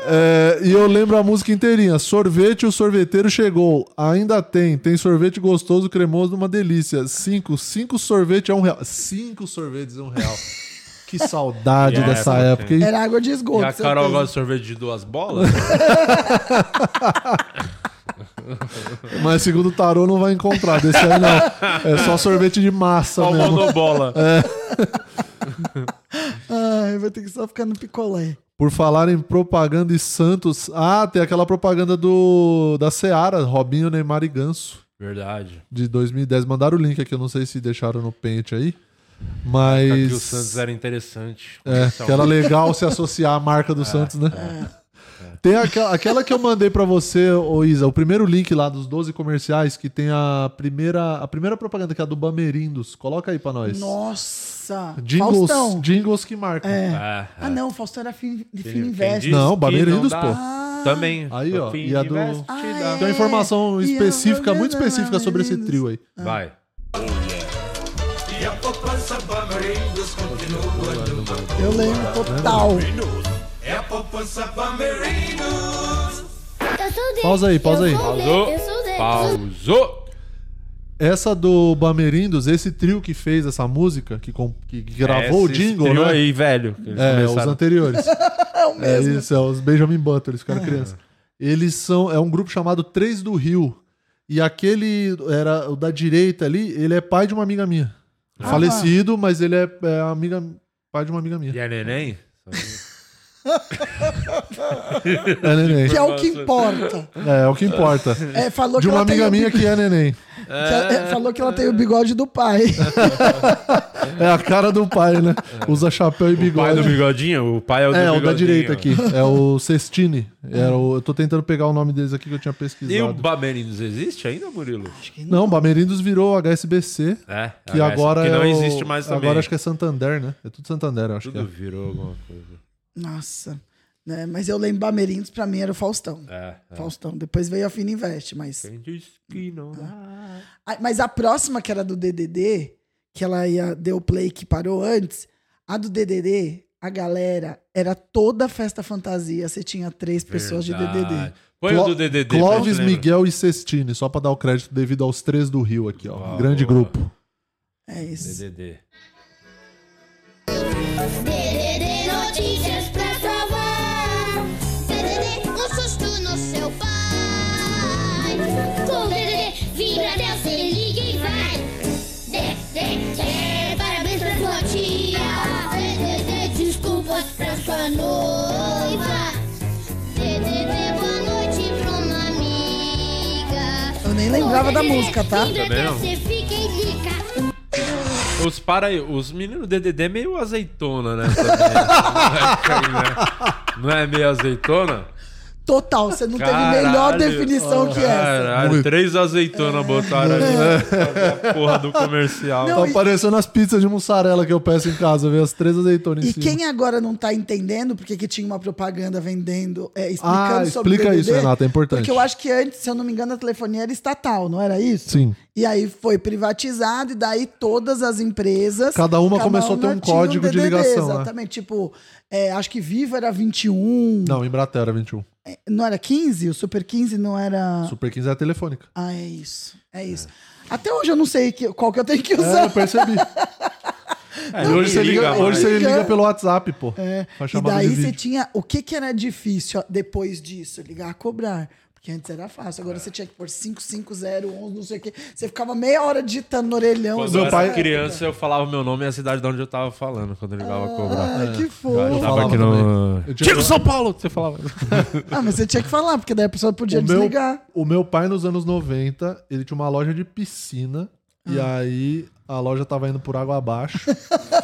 Speaker 2: É, e eu lembro a música inteirinha. Sorvete, o sorveteiro chegou. Ainda tem. Tem sorvete gostoso, cremoso, uma delícia. Cinco. Cinco sorvete é um real. Cinco sorvetes é um real. Que saudade
Speaker 1: Que
Speaker 2: dessa
Speaker 1: época,
Speaker 2: época.
Speaker 1: hein?
Speaker 2: hein?
Speaker 1: Era água de esgoto, E a Carol certeza. gosta de sorvete de duas bolas?
Speaker 2: Mas segundo o tarô, não vai encontrar. Desse aí não. É só sorvete de massa
Speaker 1: Só
Speaker 2: mesmo.
Speaker 1: monobola.
Speaker 2: É.
Speaker 3: Ai, vai ter que só ficar no picolé.
Speaker 2: Por falar em propaganda e Santos. Ah, tem aquela propaganda do da Seara, Robinho, Neymar e Ganso.
Speaker 1: Verdade.
Speaker 2: De 2010. Mandaram o link aqui, eu não sei se deixaram no pente aí.
Speaker 1: Aqui
Speaker 2: Mas.
Speaker 1: o Santos é era interessante.
Speaker 2: É, que era legal se associar à marca
Speaker 1: É,
Speaker 2: do Santos, né? Tem aquela, aquela que eu mandei pra você, ô Isa, o primeiro link lá dos 12 comerciais que tem a primeira, a primeira propaganda, que é a do Bamerindos. Coloca aí pra nós.
Speaker 3: Nossa!
Speaker 2: Jingles,
Speaker 3: Faustão.
Speaker 2: jingles que marcam.
Speaker 3: É.
Speaker 1: Ah,
Speaker 3: Ah, não, o Faustão era fin, de
Speaker 2: Quem
Speaker 3: Fininvest.
Speaker 2: diz Não, Bamerindos, que não dá-
Speaker 1: pô. Também.
Speaker 2: Aí, ó.
Speaker 1: Fim
Speaker 2: E a
Speaker 1: de
Speaker 2: do.
Speaker 1: veste,
Speaker 2: Tem uma informação
Speaker 3: É.
Speaker 2: específica, muito específica sobre esse trio aí.
Speaker 1: Vai.
Speaker 11: E a poupança Bamerindos continua no
Speaker 3: Eu lembro total.
Speaker 11: É a poupança Bamerindos.
Speaker 2: Pausa aí, pausa aí.
Speaker 1: Pausou.
Speaker 3: é
Speaker 1: Pausou.
Speaker 2: É, Essa do Bamerindos, esse trio que fez essa música, que, com- que gravou o
Speaker 1: Esse
Speaker 2: jingle,
Speaker 1: trio
Speaker 2: né?
Speaker 1: aí, velho, que eles
Speaker 2: é, os
Speaker 1: começaram.
Speaker 2: anteriores.
Speaker 3: é o
Speaker 2: É
Speaker 3: mesmo. É.
Speaker 2: isso, é os Benjamin Button, eles ficaram crianças. Eles são. É um grupo chamado Três do Rio. E aquele era o da direita ali, ele é pai de uma amiga minha.
Speaker 1: Ah.
Speaker 2: Falecido, mas ele é, é amiga, pai de uma amiga minha.
Speaker 1: E é a neném?
Speaker 2: É neném.
Speaker 3: Que é o que importa.
Speaker 2: É, é o que importa.
Speaker 3: É, falou
Speaker 2: de
Speaker 3: que
Speaker 2: uma
Speaker 3: ela tem
Speaker 2: amiga
Speaker 3: o
Speaker 2: minha
Speaker 3: bico-
Speaker 2: que é neném.
Speaker 3: Que ela- é, falou que ela tem o bigode do pai.
Speaker 2: É a cara do pai, né? Usa chapéu e
Speaker 1: É. O pai
Speaker 2: bigode.
Speaker 1: do bigodinho? O pai é o do
Speaker 2: é, o
Speaker 1: bigodinho. É.
Speaker 2: da direita aqui. É o Cestini. Era o- eu tô tentando pegar o nome deles aqui que eu tinha
Speaker 1: E o
Speaker 2: pesquisado.
Speaker 1: Bamerindos existe ainda, Murilo? Acho que
Speaker 2: Não, Bamerindos virou HSBC.
Speaker 1: É,
Speaker 2: que
Speaker 1: HS,
Speaker 2: agora
Speaker 1: que
Speaker 2: é
Speaker 1: não
Speaker 2: o-
Speaker 1: existe mais também.
Speaker 2: Agora acho que é Santander, né? É tudo Santander, eu acho
Speaker 1: Tudo
Speaker 2: que é.
Speaker 1: virou alguma coisa.
Speaker 3: Nossa. Né? Mas eu lembro Bamerindos, pra mim era o Faustão.
Speaker 1: É, é.
Speaker 3: Faustão. Depois veio a Fina Invest, mas.
Speaker 1: Quem diz que não é dá.
Speaker 3: Ah, Mas a próxima, que era do DDD, que ela ia, deu play que parou antes, a do DDD, a galera, era toda festa fantasia, você tinha três pessoas de DDD.
Speaker 1: Põe o do DDD, pra
Speaker 2: Clóvis,
Speaker 1: gente lembrar.
Speaker 2: Miguel e Cestini, só pra dar o crédito devido aos três do Rio aqui, ó.
Speaker 1: Boa,
Speaker 2: Grande
Speaker 1: boa.
Speaker 2: grupo.
Speaker 3: É isso.
Speaker 1: DDD.
Speaker 10: DDD Notícias pra salvar. DDD, um susto no seu pai. Com o DDD, vibra, Deus, se liga e vai. DDD, parabéns pra sua tia. DDD, desculpas pra sua noiva. DDD, boa noite pra uma amiga.
Speaker 3: Eu nem lembrava
Speaker 10: Com
Speaker 3: da
Speaker 10: DDD,
Speaker 3: música, tá?
Speaker 10: vibra,
Speaker 1: Também não.
Speaker 10: Deus, se fica e liga.
Speaker 1: Os para aí, os meninos DDD é meio azeitona, né? também. Não é- não é meio azeitona?
Speaker 3: Total, você não teve melhor definição que essa. É.
Speaker 1: Caralho, três azeitonas botaram ali. Fazer a porra do comercial.
Speaker 2: tá parecendo as pizzas de mussarela que eu peço em casa, vê as três azeitonas em
Speaker 3: E
Speaker 2: cima.
Speaker 3: quem agora não tá entendendo porque que tinha uma propaganda vendendo, é, explicando
Speaker 2: Ah,
Speaker 3: sobre
Speaker 2: explica
Speaker 3: DDD,
Speaker 2: isso, Renata, é importante.
Speaker 3: Porque eu acho que antes, se eu não me engano, a telefonia era estatal, não era isso?
Speaker 2: Sim.
Speaker 3: E aí foi privatizado, e daí todas as empresas.
Speaker 2: Cada uma começou a ter um
Speaker 3: tinha
Speaker 2: código de ligação, né?
Speaker 3: Exatamente. Tipo, é, acho que Viva era 21.
Speaker 2: Não, Embratel era 21.
Speaker 3: é, Não era 15? O Super 15 não era.
Speaker 2: Super 15 é a telefônica.
Speaker 3: Ah, é isso. É isso. Até hoje eu não sei que- qual que eu tenho que usar.
Speaker 2: É, eu percebi.
Speaker 1: É,
Speaker 2: e hoje, você, liga,
Speaker 1: mais.
Speaker 2: hoje você
Speaker 3: Liga.
Speaker 2: liga pelo WhatsApp, pô.
Speaker 3: É,
Speaker 2: Faz
Speaker 3: E
Speaker 2: chamada de
Speaker 3: daí você
Speaker 2: vídeo.
Speaker 3: tinha. O que, que era difícil depois disso? Ligar a cobrar. Porque antes era
Speaker 2: É.
Speaker 3: fácil. Agora você tinha que pôr 55011, não sei o quê. Você ficava meia hora digitando no orelhão.
Speaker 1: Quando
Speaker 3: Você
Speaker 1: eu
Speaker 2: é.
Speaker 1: era
Speaker 3: ficava-
Speaker 1: criança, eu falava meu nome e a cidade de onde eu tava falando quando eu ligava
Speaker 3: Ah.
Speaker 1: a cobrar.
Speaker 3: Ai,
Speaker 2: É,
Speaker 3: que fofo.
Speaker 1: Eu tava
Speaker 2: falava
Speaker 1: aqui no...
Speaker 2: também. Eu tinha-
Speaker 1: Tira o São Paulo! Você falava.
Speaker 3: Ah, mas você tinha que falar, porque daí a pessoa podia
Speaker 2: o meu,
Speaker 3: desligar.
Speaker 2: o meu pai, nos anos 90, ele tinha uma loja de piscina. E
Speaker 3: Ah.
Speaker 2: aí a loja tava indo por água abaixo.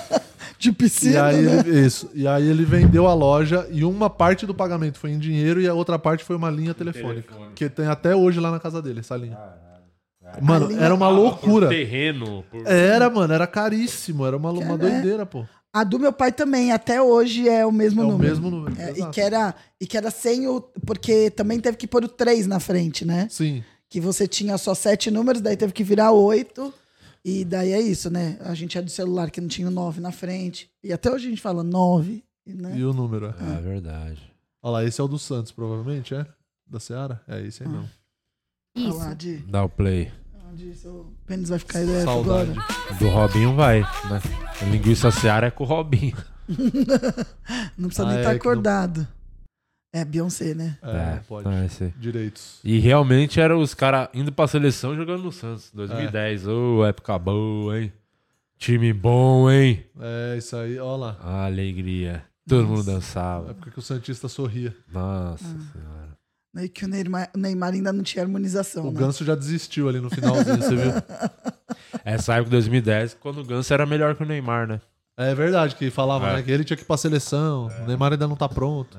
Speaker 3: de piscina,
Speaker 2: E aí,
Speaker 3: né?
Speaker 2: ele, isso. E aí ele vendeu a loja e uma parte do pagamento foi em dinheiro e a outra parte foi uma linha telefônica. Que tem até hoje lá na casa dele, essa linha. Mano, era
Speaker 3: tá
Speaker 2: uma loucura. É.
Speaker 1: Por terreno. por-
Speaker 2: Era, mano, era caríssimo. Era uma,
Speaker 3: é.
Speaker 2: uma doideira, pô.
Speaker 3: A do meu pai também, até hoje é o mesmo
Speaker 2: É o
Speaker 3: número.
Speaker 2: mesmo número,
Speaker 3: É, e,
Speaker 2: exato.
Speaker 3: que era, e que era sem o. Porque também teve que pôr o 3 na frente, né?
Speaker 2: Sim.
Speaker 3: Que você tinha só sete números, daí teve que virar oito. E daí é isso, né? A gente é do celular que não tinha o 9 na frente. E até hoje a gente fala 9, né?
Speaker 2: E o número, é.
Speaker 1: Ah, verdade.
Speaker 2: Olha lá, esse é o do Santos, provavelmente, é? Da Seara? É esse aí mesmo.
Speaker 3: Ah, Olha lá, de,
Speaker 1: Dá o play.
Speaker 3: de, "Ah, seu pênis vai ficar ereto
Speaker 2: Saudade.
Speaker 3: é, agora.
Speaker 1: Do Robinho vai, né? A linguiça seara é com o Robinho.
Speaker 3: Não precisa
Speaker 1: Ah,
Speaker 3: nem
Speaker 1: é
Speaker 3: estar
Speaker 1: que não-
Speaker 3: acordado. É Beyoncé, né?
Speaker 2: É, pode.
Speaker 1: Ah, esse aí.
Speaker 2: Direitos.
Speaker 1: E realmente eram os caras indo pra seleção jogando no Santos. 2010. Ô, época boa, hein? Time bom, hein?
Speaker 2: É, isso aí, ó lá.
Speaker 1: Alegria. Todo mundo
Speaker 2: Nossa.
Speaker 1: dançava.
Speaker 2: Na época que o Santista sorria.
Speaker 1: Nossa
Speaker 3: Ah.
Speaker 1: senhora.
Speaker 3: E que o Neymar, o Neymar ainda não tinha harmonização.
Speaker 2: O
Speaker 3: né?
Speaker 2: Ganso já desistiu ali no finalzinho, você viu?
Speaker 1: Essa época de 2010, quando o Ganso era melhor que o Neymar, né?
Speaker 2: É verdade que falava,
Speaker 1: É.
Speaker 2: né? Que ele tinha que ir pra seleção. O Neymar ainda não tá pronto.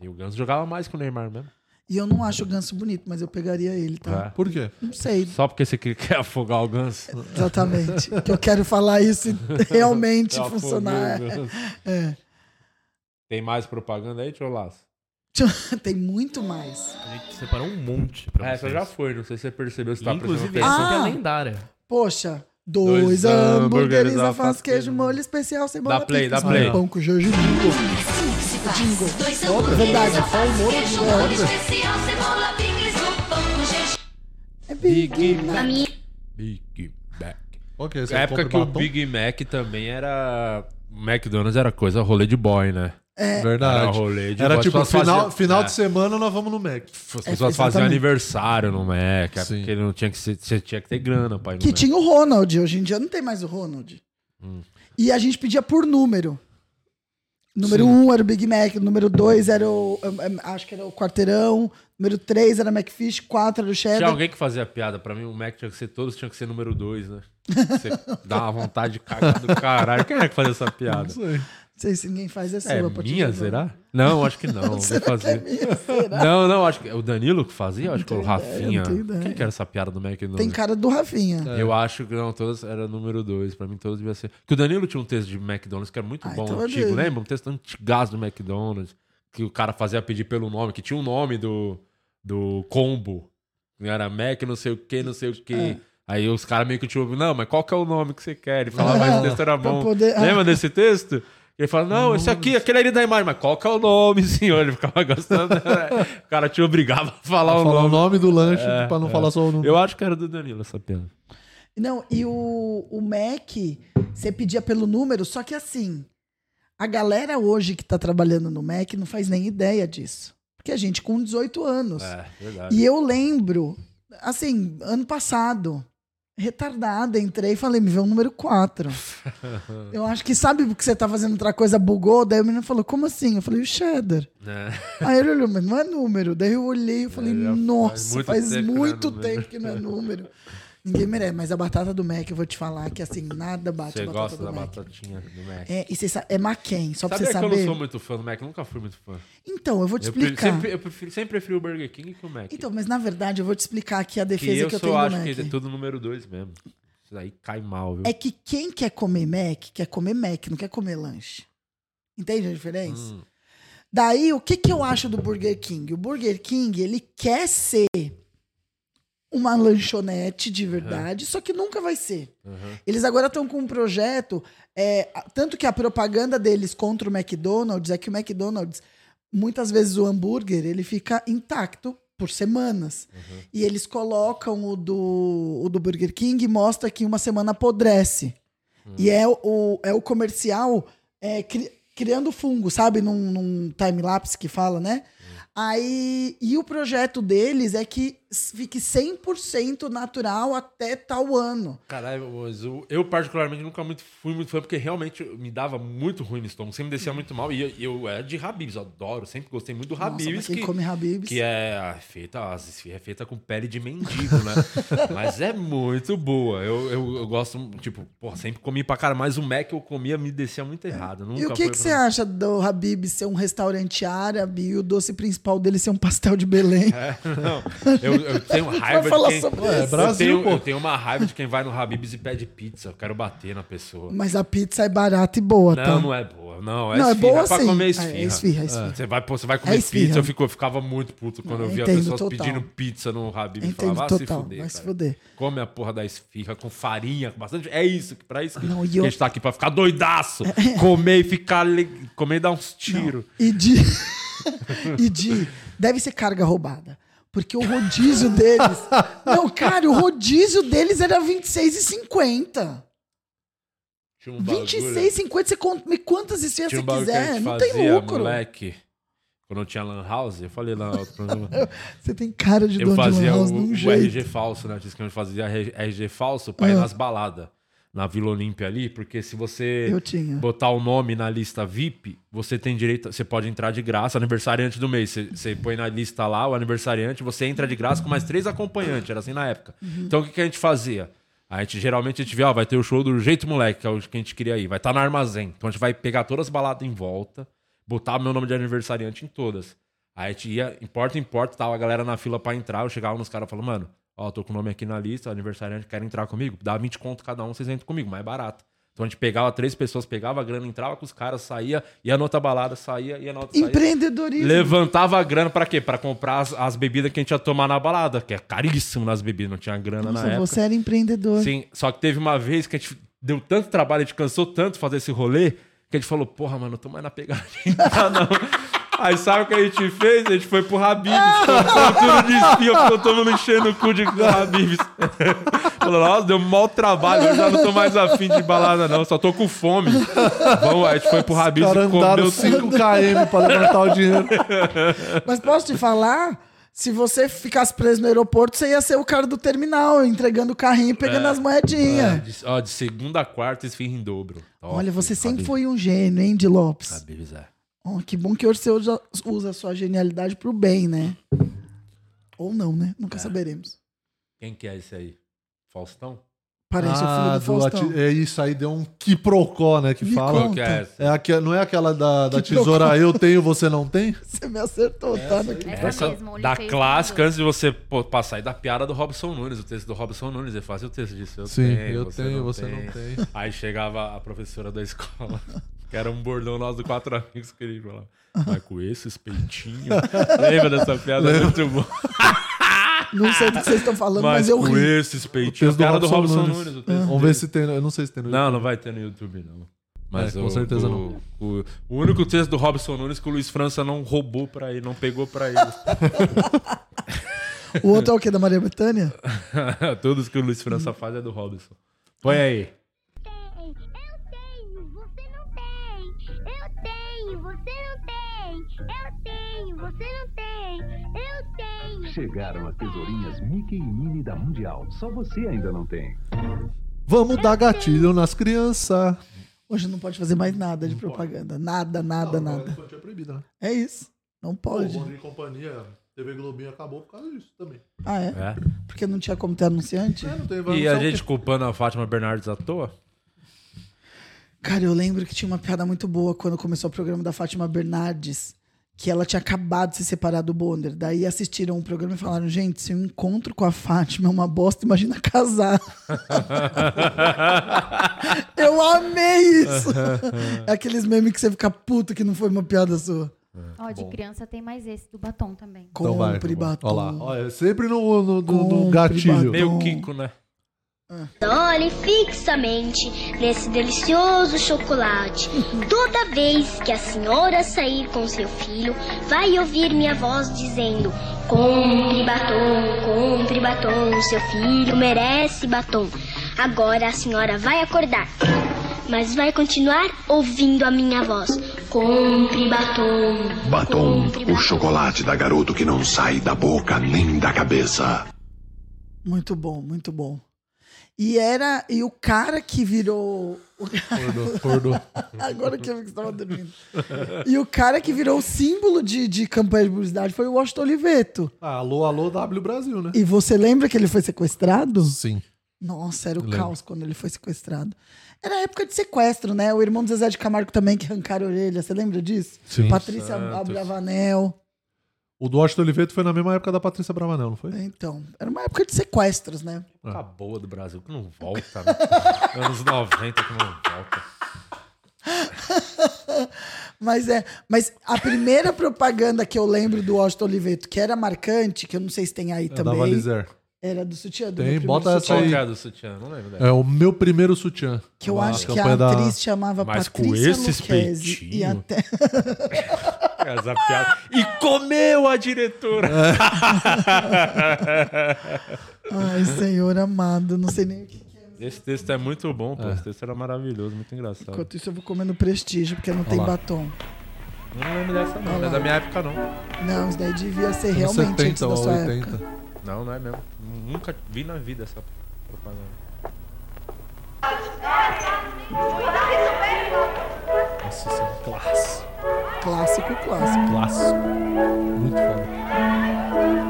Speaker 1: E o Ganso jogava mais que o Neymar mesmo.
Speaker 3: E eu não acho o Ganso bonito, mas eu pegaria ele, tá?
Speaker 1: É. Por quê?
Speaker 3: Não sei,
Speaker 1: Só porque você que- quer afogar o Ganso.
Speaker 3: exatamente. que eu quero falar é
Speaker 1: É
Speaker 3: isso e realmente
Speaker 1: Eu afoguei
Speaker 3: funcionar.
Speaker 1: o Ganso.
Speaker 3: É.
Speaker 1: Tem mais propaganda aí, Tcholaço?
Speaker 3: Tem muito mais.
Speaker 4: A gente separou um monte pra
Speaker 1: É, Essa
Speaker 4: vocês.
Speaker 1: já foi, não sei se você percebeu se tá
Speaker 4: Inclusive, essa
Speaker 1: prestando atenção.
Speaker 3: Ah!
Speaker 4: aqui é lendária.
Speaker 3: Poxa, dois,
Speaker 1: Dois hambúrgueres,
Speaker 3: hambúrgueres,
Speaker 1: alface,
Speaker 3: alface, queijo, molho especial, cebola
Speaker 1: Dá play,
Speaker 3: picles,
Speaker 1: dá play.
Speaker 3: Pão com gergelim. Jingle. Outra, verdade. Só um monte de outra. É Big Mac.
Speaker 1: Big Mac.
Speaker 2: Ok, você
Speaker 1: Na época
Speaker 2: compra
Speaker 1: que o
Speaker 2: batom?
Speaker 1: Big Mac também era. McDonald's era coisa rolê de boy, né?
Speaker 2: É. Verdade.
Speaker 1: Era rolê de
Speaker 2: Era
Speaker 1: boy. As
Speaker 2: tipo,
Speaker 1: pessoas
Speaker 2: final,
Speaker 1: faziam-
Speaker 2: final
Speaker 1: é,
Speaker 2: de semana nós vamos no Mac.
Speaker 1: As pessoas faziam aniversário no Mac, é porque não tinha que ser- você tinha que ter grana pra ir no
Speaker 3: Que
Speaker 1: Mac.
Speaker 3: tinha o Ronald. Hoje em dia não tem mais o Ronald.
Speaker 1: Hum.
Speaker 3: E a gente pedia por número. Número
Speaker 2: Sim.
Speaker 3: um era o Big Mac, número dois era o. hum, hum, Acho que era o quarteirão, número três era McFish, quatro era o cheddar.
Speaker 1: Tinha alguém que fazia piada. Pra mim, o Mac tinha que ser todos, tinha que ser número 2, né? Você dá uma vontade de cagar do caralho. Quem é que fazia essa piada?
Speaker 3: Não sei. Não sei se ninguém faz, é sua.
Speaker 1: É
Speaker 3: Potinho.
Speaker 1: minha, será? Não, acho que não.
Speaker 3: Será
Speaker 1: Vou
Speaker 3: que é
Speaker 1: fazer.
Speaker 3: minha, será?
Speaker 1: Não, não, acho que o Danilo que fazia, acho que o
Speaker 3: tenho ideia,
Speaker 1: Rafinha.
Speaker 3: não tenho ideia.
Speaker 1: Quem que era essa piada do McDonald's?
Speaker 3: Tem cara do Rafinha.
Speaker 1: Eu acho que não, todas era número 2. Pra mim, todas devia ser. Que o Danilo tinha um texto de McDonald's que era muito bom,
Speaker 3: então é
Speaker 1: antigo,
Speaker 3: dele.
Speaker 1: lembra? Um texto antigaço do McDonald's. Que o cara fazia pedir pelo nome, que tinha um nome do, do combo. Era Mac, não sei o que, não sei o que.
Speaker 3: É.
Speaker 1: Aí os caras meio que tinham. Não, mas qual que é o nome que você quer? Ele falava, mas esse texto era
Speaker 3: pra
Speaker 1: bom.
Speaker 3: poder- ah.
Speaker 1: Lembra desse texto? Ele fala, não, esse aqui, aquele ali da imagem, mas qual que é o nome, senhor? Ele ficava gastando. né? O cara te obrigava a falar
Speaker 2: Pra
Speaker 1: o
Speaker 2: falar
Speaker 1: nome. É,
Speaker 2: o nome do lanche, pra não falar só o nome.
Speaker 1: Eu acho que era do Danilo essa piada.
Speaker 3: Não, e o, o Mac, você pedia pelo número, só que assim, a galera hoje que tá trabalhando no Mac não faz nem ideia disso. Porque a gente com 18 anos.
Speaker 1: É, verdade.
Speaker 3: E eu lembro, assim, ano passado, retardada, entrei e falei, me vê o número 4. Eu acho que sabe porque você tá fazendo outra coisa, bugou. Daí o menino falou, como assim? Eu falei, o cheddar. Aí ele olhou, mas não é número. Daí eu olhei e falei,
Speaker 1: É, já faz
Speaker 3: nossa,
Speaker 1: muito
Speaker 3: faz
Speaker 1: tempo que não é
Speaker 3: muito
Speaker 1: número."
Speaker 3: tempo que não é número. Ninguém merece, mas a batata do Mac, eu vou te falar que assim, nada bate
Speaker 1: Você
Speaker 3: a batata
Speaker 1: gosta
Speaker 3: do
Speaker 1: da
Speaker 3: Mac.
Speaker 1: batatinha do Mac?
Speaker 3: É, e você sa- é Maquém, só pra
Speaker 1: Sabia
Speaker 3: você
Speaker 1: que eu não
Speaker 3: saber.
Speaker 1: sou muito fã do Mac? Nunca fui muito fã.
Speaker 3: Então, eu vou te
Speaker 1: pre-
Speaker 3: explicar.
Speaker 1: sempre, eu prefiro, sempre preferi o Burger King que o Mac.
Speaker 3: Então, mas na verdade, eu vou te explicar aqui a
Speaker 1: que
Speaker 3: defesa que
Speaker 1: eu
Speaker 3: eu,
Speaker 1: só
Speaker 3: tenho do
Speaker 1: acho
Speaker 3: Mac.
Speaker 1: que é tudo número 2 mesmo. Isso daí cai mal, viu?
Speaker 3: É que quem quer comer Mac, quer comer Mac, não quer comer lanche. Entende a diferença?
Speaker 1: Hum.
Speaker 3: Daí, o que, que eu acho do Burger King? O Burger King, ele quer ser uma lanchonete de verdade, só que nunca vai ser. Eles agora estão com um projeto, é, a- tanto que a propaganda deles contra o McDonald's é que o McDonald's, muitas vezes o hambúrguer, ele fica intacto por semanas. E eles colocam o do, o do Burger King e mostra que uma semana apodrece. E é o- o, é o comercial é, cri- criando fungo, sabe? Num, num time-lapse que fala, né? Aí, e o projeto deles é que s- fique 100% natural até tal ano.
Speaker 1: Caralho, mas eu, eu particularmente nunca muito, fui muito fã, porque realmente me dava muito ruim no estômago, sempre me descia muito mal. E eu, eu era de Habibs, eu adoro, sempre gostei muito do
Speaker 3: Nossa,
Speaker 1: Habibs.
Speaker 3: pra quem come Habib's.
Speaker 1: Que é feita, as esfirras é feita com pele de mendigo, né? mas é muito boa. Eu, eu, eu gosto, tipo, porra, sempre comi pra cara, mas o Mac eu comia me descia muito errado. Nunca
Speaker 3: e o
Speaker 1: foi
Speaker 3: que, que
Speaker 1: um pra
Speaker 3: você
Speaker 1: mim.
Speaker 3: acha do Habib ser um restaurante árabe e o doce principal dele ser um pastel de Belém?
Speaker 1: É, não. Eu, eu tenho
Speaker 3: Não vai
Speaker 1: raiva de
Speaker 3: falar
Speaker 1: quem.
Speaker 3: sobre
Speaker 1: eu
Speaker 3: isso. Brasil,
Speaker 1: tenho- eu,
Speaker 3: pô.
Speaker 1: tenho, uma raiva de quem vai no Habibs e pede pizza. Eu quero bater na pessoa.
Speaker 3: Mas a pizza é barata e boa, tá?
Speaker 1: Não, não é boa. Não, é
Speaker 3: Não, é
Speaker 1: esfirra.
Speaker 3: boa
Speaker 1: pra
Speaker 3: sim.
Speaker 1: comer
Speaker 3: É, é
Speaker 1: esfirra. Ah,
Speaker 3: esfirra, é esfirra.
Speaker 1: Você vai, pô, você vai
Speaker 3: É
Speaker 1: comer
Speaker 3: esfirra. Ah,
Speaker 1: pizza. Eu, fico- eu ficava muito puto quando eu via
Speaker 3: entendo,
Speaker 1: pessoas
Speaker 3: total.
Speaker 1: pedindo pizza no Habibs. Eu
Speaker 3: Entendo
Speaker 1: falava, ah, se
Speaker 3: total,
Speaker 1: fuder.
Speaker 3: vai se
Speaker 1: cara.
Speaker 3: fuder.
Speaker 1: Come a porra da esfirra com farinha, com bastante. É isso, que pra isso que,
Speaker 3: Não, e
Speaker 1: que
Speaker 3: eu- É.
Speaker 1: a gente tá aqui, pra ficar doidaço. comer e ficar. le- Comer e dar uns tiros.
Speaker 3: E de. e de. Deve ser carga roubada. Porque o rodízio deles. Não, cara, o rodízio deles era 26,50.
Speaker 1: Tinha um bagulho-
Speaker 3: 26,50, você come quantas esfirras
Speaker 1: Tinha
Speaker 3: você
Speaker 1: um bagulho que a
Speaker 3: quiser.
Speaker 1: gente
Speaker 3: Não tem
Speaker 1: fazia,
Speaker 3: lucro.
Speaker 1: moleque. Quando eu tinha Lan House, eu falei lá no outro programa.
Speaker 3: Você tem cara de dono de lan house
Speaker 1: o,
Speaker 3: de um
Speaker 1: o
Speaker 3: jeito.
Speaker 1: RG falso, né? Eu tinha esquema de fazer RG RG falso pra ir
Speaker 3: Ah.
Speaker 1: nas baladas. Na Vila Olímpia ali, porque se você
Speaker 3: Eu tinha.
Speaker 1: botar o nome na lista VIP, você tem direito. Você pode entrar de graça, aniversariante do mês. Você, você põe na lista lá o aniversariante, você entra de graça com mais três acompanhantes, era assim na época.
Speaker 11: Uhum.
Speaker 1: Então o que, que a gente fazia? A gente geralmente a gente vê, ó, vai ter o show do Jeito Moleque, que é o que a gente queria ir. Vai estar no armazém. Então a gente vai pegar todas as baladas em volta, botar meu nome de aniversariante em todas. Aí a gente ia, em porta em porta, tava a galera na fila pra entrar. Eu chegava nos caras falando, mano, ó, tô com o nome aqui na lista, aniversariante, quer entrar comigo? Dá 20 conto cada um, vocês entram comigo, mais barato. Então a gente pegava três pessoas, pegava a grana, entrava com os caras, saía, ia na outra balada, saía, ia na outra saía.
Speaker 3: Empreendedorismo.
Speaker 1: Levantava a grana pra quê? Pra comprar as, as bebidas que a gente ia tomar na balada, que é caríssimo nas bebidas, não tinha grana na
Speaker 3: Nossa,
Speaker 1: época.
Speaker 3: você era empreendedor.
Speaker 1: Sim, só que teve uma vez que a gente deu tanto trabalho, a gente cansou tanto fazer esse rolê, que a gente falou, porra, mano, não tô mais na pegada de entrar, não. Aí sabe o que a gente fez? A gente foi pro Habibs,
Speaker 3: Ah!
Speaker 1: comprou tudo de espinha, ficou todo mundo enchendo o cu de Habibs. Falou, nossa, deu mau trabalho, eu já não tô mais afim de balada, não, só tô com fome. Vamos, aí a gente foi pro Habibs
Speaker 2: caras
Speaker 1: e comeu
Speaker 2: andaram 5 km pra levantar o dinheiro.
Speaker 3: Mas posso te falar? Se você ficasse preso no aeroporto, você ia ser o cara do terminal, entregando o carrinho e pegando
Speaker 1: É.
Speaker 3: as moedinhas.
Speaker 1: É, de, ó, de segunda a quarta, esfirra em dobro. Top,
Speaker 3: Olha, você sempre
Speaker 1: Habib's.
Speaker 3: foi um gênio, hein, de Lopes?
Speaker 1: Habib's, é.
Speaker 3: Ó, que bom que hoje você usa, usa a sua genialidade pro bem, né? Ou não, né? Nunca saberemos.
Speaker 1: Quem que é esse aí? Faustão?
Speaker 3: Parece o filho do, Faustão.
Speaker 2: ati- É isso aí, deu um quiprocó, né? Que
Speaker 3: Me
Speaker 2: fala.
Speaker 1: conta.
Speaker 2: É aque- não é aquela da, da
Speaker 3: Quiprocó.
Speaker 2: tesoura eu tenho, você não tem?
Speaker 3: Você me acertou, tá? né? Que-
Speaker 1: Essa da clássica, antes de você pô, passar, e da piada do Robson Nunes, o texto do Robson Nunes, ele fazia o texto disso. Eu
Speaker 2: Sim,
Speaker 1: tenho,
Speaker 2: eu
Speaker 1: você
Speaker 2: tenho,
Speaker 1: não
Speaker 2: você
Speaker 1: tem.
Speaker 2: não tem.
Speaker 1: Aí chegava a professora da escola, que era um bordão nosso do Quatro Amigos, que ele falava, mas com esses peitinhos... Lembra dessa piada?
Speaker 2: Lembro.
Speaker 1: Muito bom.
Speaker 3: Não sei do que vocês estão falando, mas, eu
Speaker 1: com
Speaker 3: ri.
Speaker 1: esses peitinhos...
Speaker 2: O texto do
Speaker 1: Piada do
Speaker 2: Robson
Speaker 1: Robson
Speaker 2: Nunes.
Speaker 1: Nunes. o texto
Speaker 2: Vamos
Speaker 1: dele.
Speaker 2: ver se tem no- eu não sei se tem no
Speaker 1: Não, não vai ter no YouTube, não. Mas
Speaker 2: É, com
Speaker 1: o-
Speaker 2: certeza
Speaker 1: o-
Speaker 2: não.
Speaker 1: O, o único texto do Robson Nunes que o Luiz França não roubou pra ele, não pegou pra ele.
Speaker 3: O outro é o quê? Da Maria Bethânia?
Speaker 1: Todos que o Luiz França faz é do Robson. Põe aí.
Speaker 10: Eu tenho, você não tem. Eu tenho, você não tem. Eu tenho.
Speaker 14: Chegaram as tesourinhas Mickey e Minnie da Mundial. Só você ainda não tem.
Speaker 2: Vamos dar gatilho nas crianças.
Speaker 3: Hoje não pode fazer mais nada de propaganda. Nada, nada, nada.
Speaker 2: É proibido, né?
Speaker 3: É isso. Não pode.
Speaker 2: O Rodrigo e Companhia, TV Globinho acabou por causa disso também.
Speaker 3: Ah, é?
Speaker 1: É.
Speaker 3: Porque não tinha como ter anunciante?
Speaker 2: É, não tem
Speaker 1: E a gente culpando a Fátima Bernardes à toa?
Speaker 3: Cara, eu lembro que tinha uma piada muito boa quando começou o programa da Fátima Bernardes, que ela tinha acabado de se separar do Bonder. Daí assistiram o programa e falaram: gente, se o encontro com a Fátima é uma bosta, imagina casar. eu amei isso! é aqueles memes que você fica puto que não foi uma piada sua.
Speaker 12: Ó, de criança tem mais esse do batom também.
Speaker 2: Então vai,
Speaker 3: Compre
Speaker 2: então vai.
Speaker 3: batom.
Speaker 2: Olha lá. Olha, sempre no, no, no- no
Speaker 3: Compre
Speaker 2: gatilho.
Speaker 1: Meio Kiko, né?
Speaker 10: Olhe fixamente nesse delicioso chocolate.
Speaker 15: Uhum.
Speaker 10: Toda vez que a senhora sair com seu filho, vai ouvir minha voz dizendo: Compre batom, compre batom, seu filho merece batom. Agora a senhora vai acordar, mas vai continuar ouvindo a minha voz: Compre batom.
Speaker 13: Batom, o chocolate da garoto que não sai da boca nem da cabeça.
Speaker 3: Muito bom, muito bom. E era. E o cara que virou.
Speaker 2: Acordou, acordou.
Speaker 3: Agora que eu vi que você tava dormindo. E o cara que virou o símbolo de, de campanha de publicidade foi o Washington Oliveto.
Speaker 2: Ah, alô, alô, W Brasil, né?
Speaker 3: E você lembra que ele foi sequestrado?
Speaker 2: Sim.
Speaker 3: Nossa, era o
Speaker 2: Eu lembro.
Speaker 3: caos quando ele foi sequestrado. Era a época de sequestro, né? O irmão do Zezé de Camargo também, que arrancaram a orelha. Você lembra disso?
Speaker 2: Sim.
Speaker 3: Patrícia
Speaker 2: Santos.
Speaker 3: Abravanel.
Speaker 2: O do Washington Oliveto foi na mesma época da Patrícia Bravanel, não foi?
Speaker 3: Então, era uma época de sequestros, né?
Speaker 1: Tá boa do Brasil, que não volta. né? Anos 90 que não volta.
Speaker 3: Mas é, mas a primeira propaganda que eu lembro do Washington Oliveto, que era marcante, que eu não sei se tem aí
Speaker 2: da
Speaker 3: também.
Speaker 2: Valizer.
Speaker 3: Era do sutiã do
Speaker 2: Tem,
Speaker 3: meu primeiro
Speaker 2: bota essa
Speaker 3: sutiã.
Speaker 2: aí.
Speaker 1: Qual que é a do sutiã? Não lembro dessa.
Speaker 2: É o meu primeiro sutiã.
Speaker 3: Que eu
Speaker 2: A
Speaker 3: acho que é a
Speaker 2: campanha da-
Speaker 3: atriz chamava
Speaker 1: Mas com
Speaker 3: Patrícia
Speaker 1: esses
Speaker 3: Lucchesi e
Speaker 1: peitinhos?
Speaker 3: até
Speaker 1: É, Essa piada. E comeu a diretora!
Speaker 3: Ai, senhor amado, não sei nem o que.
Speaker 1: Esse texto é muito bom, pô. Esse texto era maravilhoso, muito engraçado.
Speaker 3: Enquanto isso eu vou comendo prestígio, porque não tem
Speaker 1: lá.
Speaker 3: batom.
Speaker 4: Eu não lembro dessa, não.
Speaker 1: Não é da minha época, não.
Speaker 3: Não, isso daí devia ser realmente antes
Speaker 2: então
Speaker 3: da sua época.
Speaker 1: Não, não é mesmo. Nunca vi na vida essa propaganda.
Speaker 2: Nossa, isso é um clássico.
Speaker 3: Clássico, clássico.
Speaker 2: Clássico. Muito foda.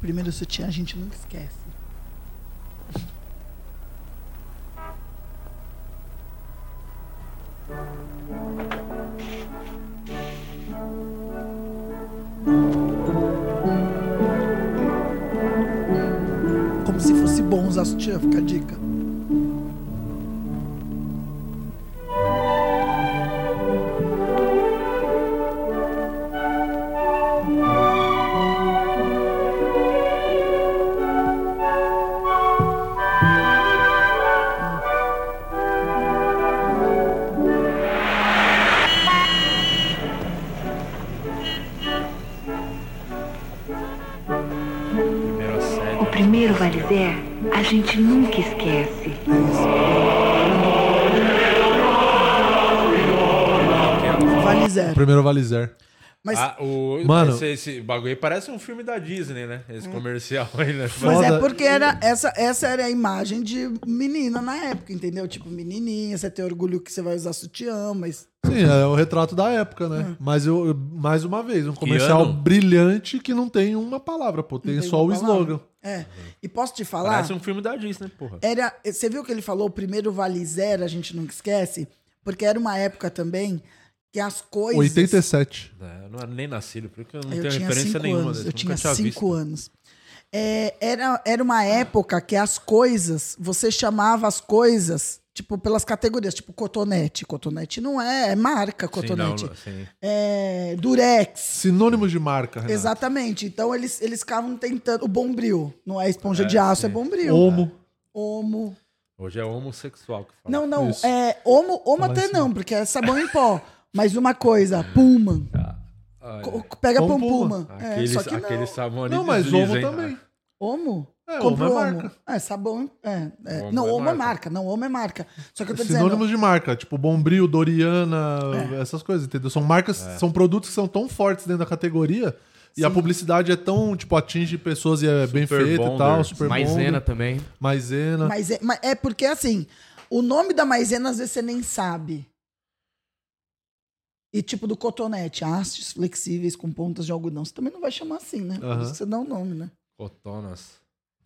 Speaker 3: Primeiro sutiã a gente nunca esquece. Como se fosse bom usar sutiã, fica a dica.
Speaker 15: O primeiro valider a gente nunca esquece.
Speaker 1: Valizer.
Speaker 2: O primeiro Valizer.
Speaker 3: Mas-
Speaker 1: Ah, o,
Speaker 2: Mano.
Speaker 1: Esse, esse bagulho aí parece um filme da Disney, né? Esse comercial aí, né?
Speaker 3: Hum. Mas é porque era, essa, essa era a imagem de menina na época, entendeu? Tipo, menininha, você tem orgulho que você vai usar sutiã, mas...
Speaker 2: Sim, é o retrato da época, né?
Speaker 3: Hum.
Speaker 2: Mas eu, eu- mais uma vez, um comercial
Speaker 1: ano?
Speaker 2: brilhante que não tem uma palavra, pô. Tem,
Speaker 3: tem
Speaker 2: só o
Speaker 3: uma palavra.
Speaker 2: slogan.
Speaker 3: É. E posso te falar?
Speaker 1: Parece um filme da Disney, porra.
Speaker 3: Era, você viu que ele falou o primeiro vale zero, a gente nunca esquece? Porque era uma época também que as coisas.
Speaker 2: 87.
Speaker 1: É, eu não era nem nascido, por isso que eu não
Speaker 3: Eu
Speaker 1: tenho
Speaker 3: tinha
Speaker 1: referência
Speaker 3: cinco
Speaker 1: nenhuma
Speaker 3: anos,
Speaker 1: desse.
Speaker 3: Eu
Speaker 1: nunca
Speaker 3: tinha
Speaker 1: tinha
Speaker 3: cinco
Speaker 1: visto.
Speaker 3: anos. É, era, era uma época que as coisas, você chamava as coisas, tipo, pelas categorias, tipo cotonete. Cotonete não é, é marca cotonete.
Speaker 2: não, sim.
Speaker 3: É, durex.
Speaker 2: Sinônimos de marca, Renato.
Speaker 3: Exatamente. Então eles, eles ficavam tentando. O bombril. Não é esponja
Speaker 1: É,
Speaker 3: de aço,
Speaker 1: sim.
Speaker 3: é bombril.
Speaker 1: Homo.
Speaker 3: Homo.
Speaker 1: Hoje é homossexual que fala.
Speaker 3: Não, não.
Speaker 1: Isso. assim?
Speaker 3: É, homo, homo até não, porque é sabão em pó. Mas uma coisa, Pullman.
Speaker 1: Ah, é.
Speaker 3: Co- co- Pega
Speaker 1: Pão
Speaker 3: pão Pullman. É,
Speaker 1: Aqueles,
Speaker 3: só que não.
Speaker 1: aquele sabão ali
Speaker 3: Não, mas
Speaker 1: desliza,
Speaker 3: homo
Speaker 1: hein?
Speaker 3: também. Homo?
Speaker 2: É,
Speaker 3: Compra
Speaker 2: homo é
Speaker 3: o homo. É, sabão. É, é.
Speaker 2: Homo
Speaker 3: não,
Speaker 2: é
Speaker 3: homo é marca. Não, homo é marca. Só que eu tô
Speaker 1: é
Speaker 2: Sinônimos
Speaker 3: dizendo. É.
Speaker 2: de marca, tipo Bombril, Doriana, essas coisas, entendeu? São marcas,
Speaker 1: É.
Speaker 2: são produtos que são tão fortes dentro da categoria e a publicidade é tão, tipo, atinge pessoas e é bem
Speaker 4: Super
Speaker 2: feita e
Speaker 4: Bonder.
Speaker 2: tal. Super
Speaker 4: Maisena
Speaker 1: né?
Speaker 2: Bonder.
Speaker 4: também.
Speaker 2: Maisena.
Speaker 3: Mas é, mas é porque assim, o nome da maisena às vezes você nem sabe. E tipo do cotonete, hastes flexíveis com pontas de algodão. Você também não vai chamar assim, né? Por
Speaker 1: Aham.
Speaker 3: isso que você dá o nome, né?
Speaker 1: Ah, Cotonas.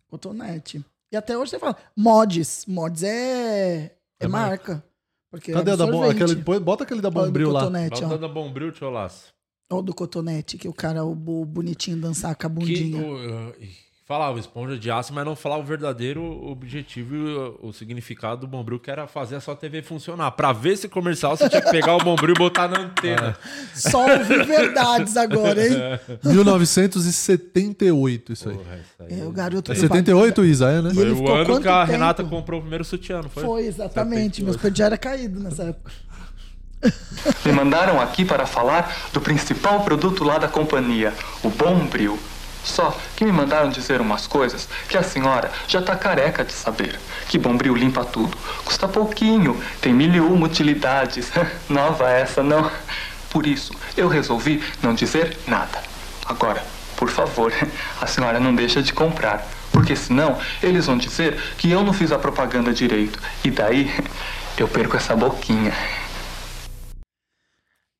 Speaker 3: Cotonete. E até hoje você fala mods. Mods é, é, marca. Porque
Speaker 2: Cadê
Speaker 3: é
Speaker 2: a da Bom-
Speaker 3: absorvente.
Speaker 2: aquele- põe- bota aquele da
Speaker 3: Olha do
Speaker 2: Bombril lá.
Speaker 3: Cotonete, ó.
Speaker 1: Falta da Bombril, Tcholaço.
Speaker 3: Ou do cotonete, que o cara, o bo- bonitinho, dançar com a
Speaker 1: Que
Speaker 3: bundinha.
Speaker 1: o- eh, falava esponja de aço, mas não falava o verdadeiro objetivo e o, o significado do Bombril, que era fazer a sua TV funcionar. Pra ver esse comercial, você tinha que pegar o Bombril e botar na
Speaker 3: É.
Speaker 1: antena.
Speaker 3: Só ouvir verdades agora, hein?
Speaker 2: 1978, isso aí.
Speaker 3: É, o garoto
Speaker 2: É
Speaker 3: do
Speaker 2: 78, Isa, é, né?
Speaker 3: E ele
Speaker 1: Foi o
Speaker 3: ficou
Speaker 1: ano
Speaker 3: quanto
Speaker 1: que a
Speaker 3: tempo?
Speaker 1: Renata comprou o primeiro sutiã, não foi?
Speaker 3: Foi, exatamente. Meus pés já era caído nessa época.
Speaker 16: Me mandaram aqui para falar do principal produto lá da companhia, o Bombril. Só que me mandaram dizer umas coisas que a senhora já tá careca de saber. Que Bombril limpa tudo. Custa Um pouquinho, tem mil e uma utilidades. Nova essa, não? Por isso, eu resolvi não dizer nada. Agora, por favor, a senhora não deixa de comprar. Porque senão, eles vão dizer que eu não fiz a propaganda direito. E daí, eu perco essa boquinha.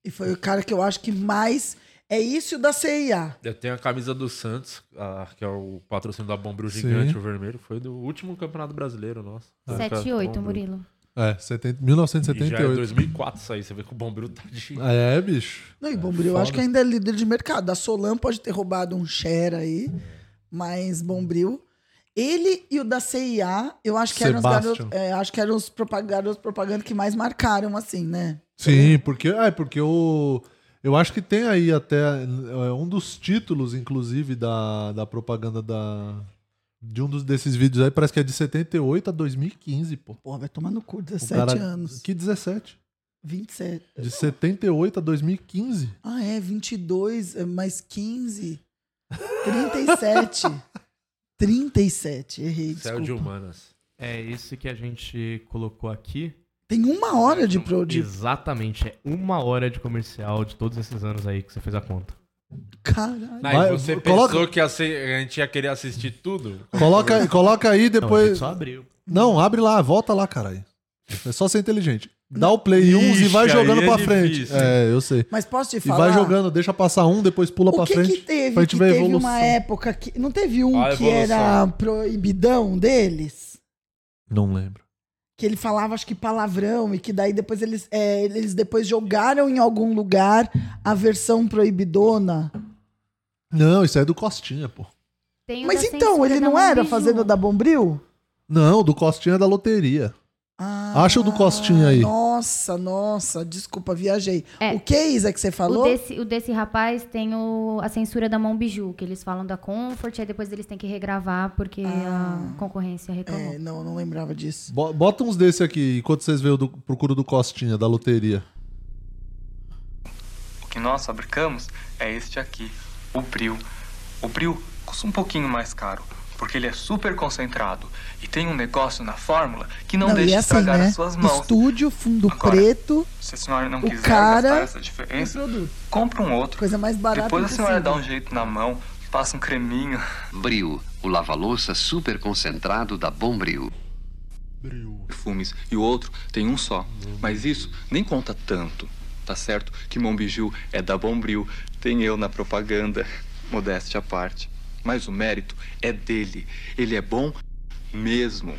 Speaker 3: E foi o cara que eu acho que mais. É isso da CIA.
Speaker 1: Eu tenho a camisa do Santos, a- que é o patrocínio da Bombril Gigante, o vermelho. Foi do último Campeonato Brasileiro nosso.
Speaker 12: Sete e
Speaker 13: Tá,
Speaker 12: oito, Murilo.
Speaker 2: É, 70,
Speaker 1: E já é
Speaker 2: 1978.
Speaker 1: 2004 isso aí, você vê que o Bombril tá de...
Speaker 2: É, bicho.
Speaker 3: Não, e Bombril, eu acho que ainda é líder de mercado. A Solan pode ter roubado um share aí, mas Bombril. Ele e o da CIA, eu acho que eram os
Speaker 2: Sebastian.
Speaker 3: garotos, é, acho que eram os propa- garotos propaganda que mais marcaram, assim, né?
Speaker 2: Sim, porque é porque o eu acho que tem aí até é, um dos títulos inclusive da, da propaganda da de um dos desses vídeos aí, parece que é de 78 a 2015, pô.
Speaker 3: Porra, vai tomar no cu, 17 anos. Tá.
Speaker 2: Que 17?
Speaker 3: 27.
Speaker 2: De 78 a 2015.
Speaker 3: Ah, é, 22 é, mais 15. 37. 37, errei,
Speaker 1: Céu
Speaker 3: desculpa.
Speaker 1: de Humanas.
Speaker 4: É esse que a gente colocou aqui.
Speaker 3: Tem uma hora de pro... de-
Speaker 4: Exatamente, é uma hora de comercial de todos esses anos aí que você fez a conta.
Speaker 3: Caralho.
Speaker 1: Mas
Speaker 2: Vai,
Speaker 1: você
Speaker 2: coloca-
Speaker 1: pensou que a se- a gente ia querer assistir tudo?
Speaker 2: Coloca, coloca aí
Speaker 3: É
Speaker 1: Não, a
Speaker 2: depois.
Speaker 1: gente só abriu.
Speaker 2: Não, abre lá, volta lá, caralho. É só ser inteligente. Dá o play uns e
Speaker 1: Ixi,
Speaker 2: vai jogando
Speaker 1: aí é
Speaker 2: pra frente.
Speaker 1: difícil.
Speaker 2: É, eu sei.
Speaker 3: Mas posso te
Speaker 2: E
Speaker 3: falar?
Speaker 2: vai jogando, deixa passar um, depois pula pra
Speaker 3: O que
Speaker 2: frente.
Speaker 3: que teve?
Speaker 2: pra gente
Speaker 3: que
Speaker 2: ver a
Speaker 3: teve
Speaker 2: evolução.
Speaker 3: uma época que. Não teve um
Speaker 16: Ah,
Speaker 2: A
Speaker 3: que
Speaker 2: evolução.
Speaker 3: era proibidão deles?
Speaker 2: Não lembro.
Speaker 3: Que ele falava, acho que palavrão, e que daí depois eles, é, eles depois jogaram em algum lugar a versão proibidona.
Speaker 2: Não, isso aí é do Costinha, pô.
Speaker 12: Tem o
Speaker 3: Mas
Speaker 12: da
Speaker 3: então,
Speaker 12: censura
Speaker 3: ele
Speaker 12: da
Speaker 3: não
Speaker 12: Mão
Speaker 3: era
Speaker 12: Biju.
Speaker 3: fazendo da Bombril?
Speaker 2: Não, do Costinha é da loteria. Acha o do Costinha aí.
Speaker 3: Ah, Nossa, nossa, desculpa, viajei. O que é isso é que você
Speaker 12: O
Speaker 3: falou?
Speaker 12: desse, o desse rapaz tem o- a censura da mão biju, que eles falam da Comfort, aí depois eles têm que regravar porque
Speaker 5: Ah,
Speaker 12: a concorrência reclamou.
Speaker 3: É, não, não lembrava disso.
Speaker 2: Bo- Bota uns desse aqui, enquanto vocês veem o do, procura do Costinha, da loteria.
Speaker 16: O que nós fabricamos é este aqui, o bril. O bril custa um pouquinho mais caro, porque ele é super concentrado e tem um negócio na fórmula que não,
Speaker 3: e
Speaker 16: deixa
Speaker 3: é
Speaker 16: estragar as suas mãos.
Speaker 3: Estúdio, fundo
Speaker 16: Agora,
Speaker 3: preto.
Speaker 16: Se a senhora não
Speaker 3: o
Speaker 16: quiser
Speaker 3: cara
Speaker 16: gastar essa diferença, compra um outro.
Speaker 3: Coisa mais barata
Speaker 16: Depois a senhora dá
Speaker 3: possível.
Speaker 16: um jeito na mão, passa um creminho.
Speaker 17: Bril, o lava-louça super concentrado da Bombril.
Speaker 16: perfumes e o outro tem um só. Mas isso nem conta tanto, tá certo? Que Monbiju é da Bombril, tem eu na propaganda, modéstia à parte. Mas o mérito é dele. Ele é bom mesmo.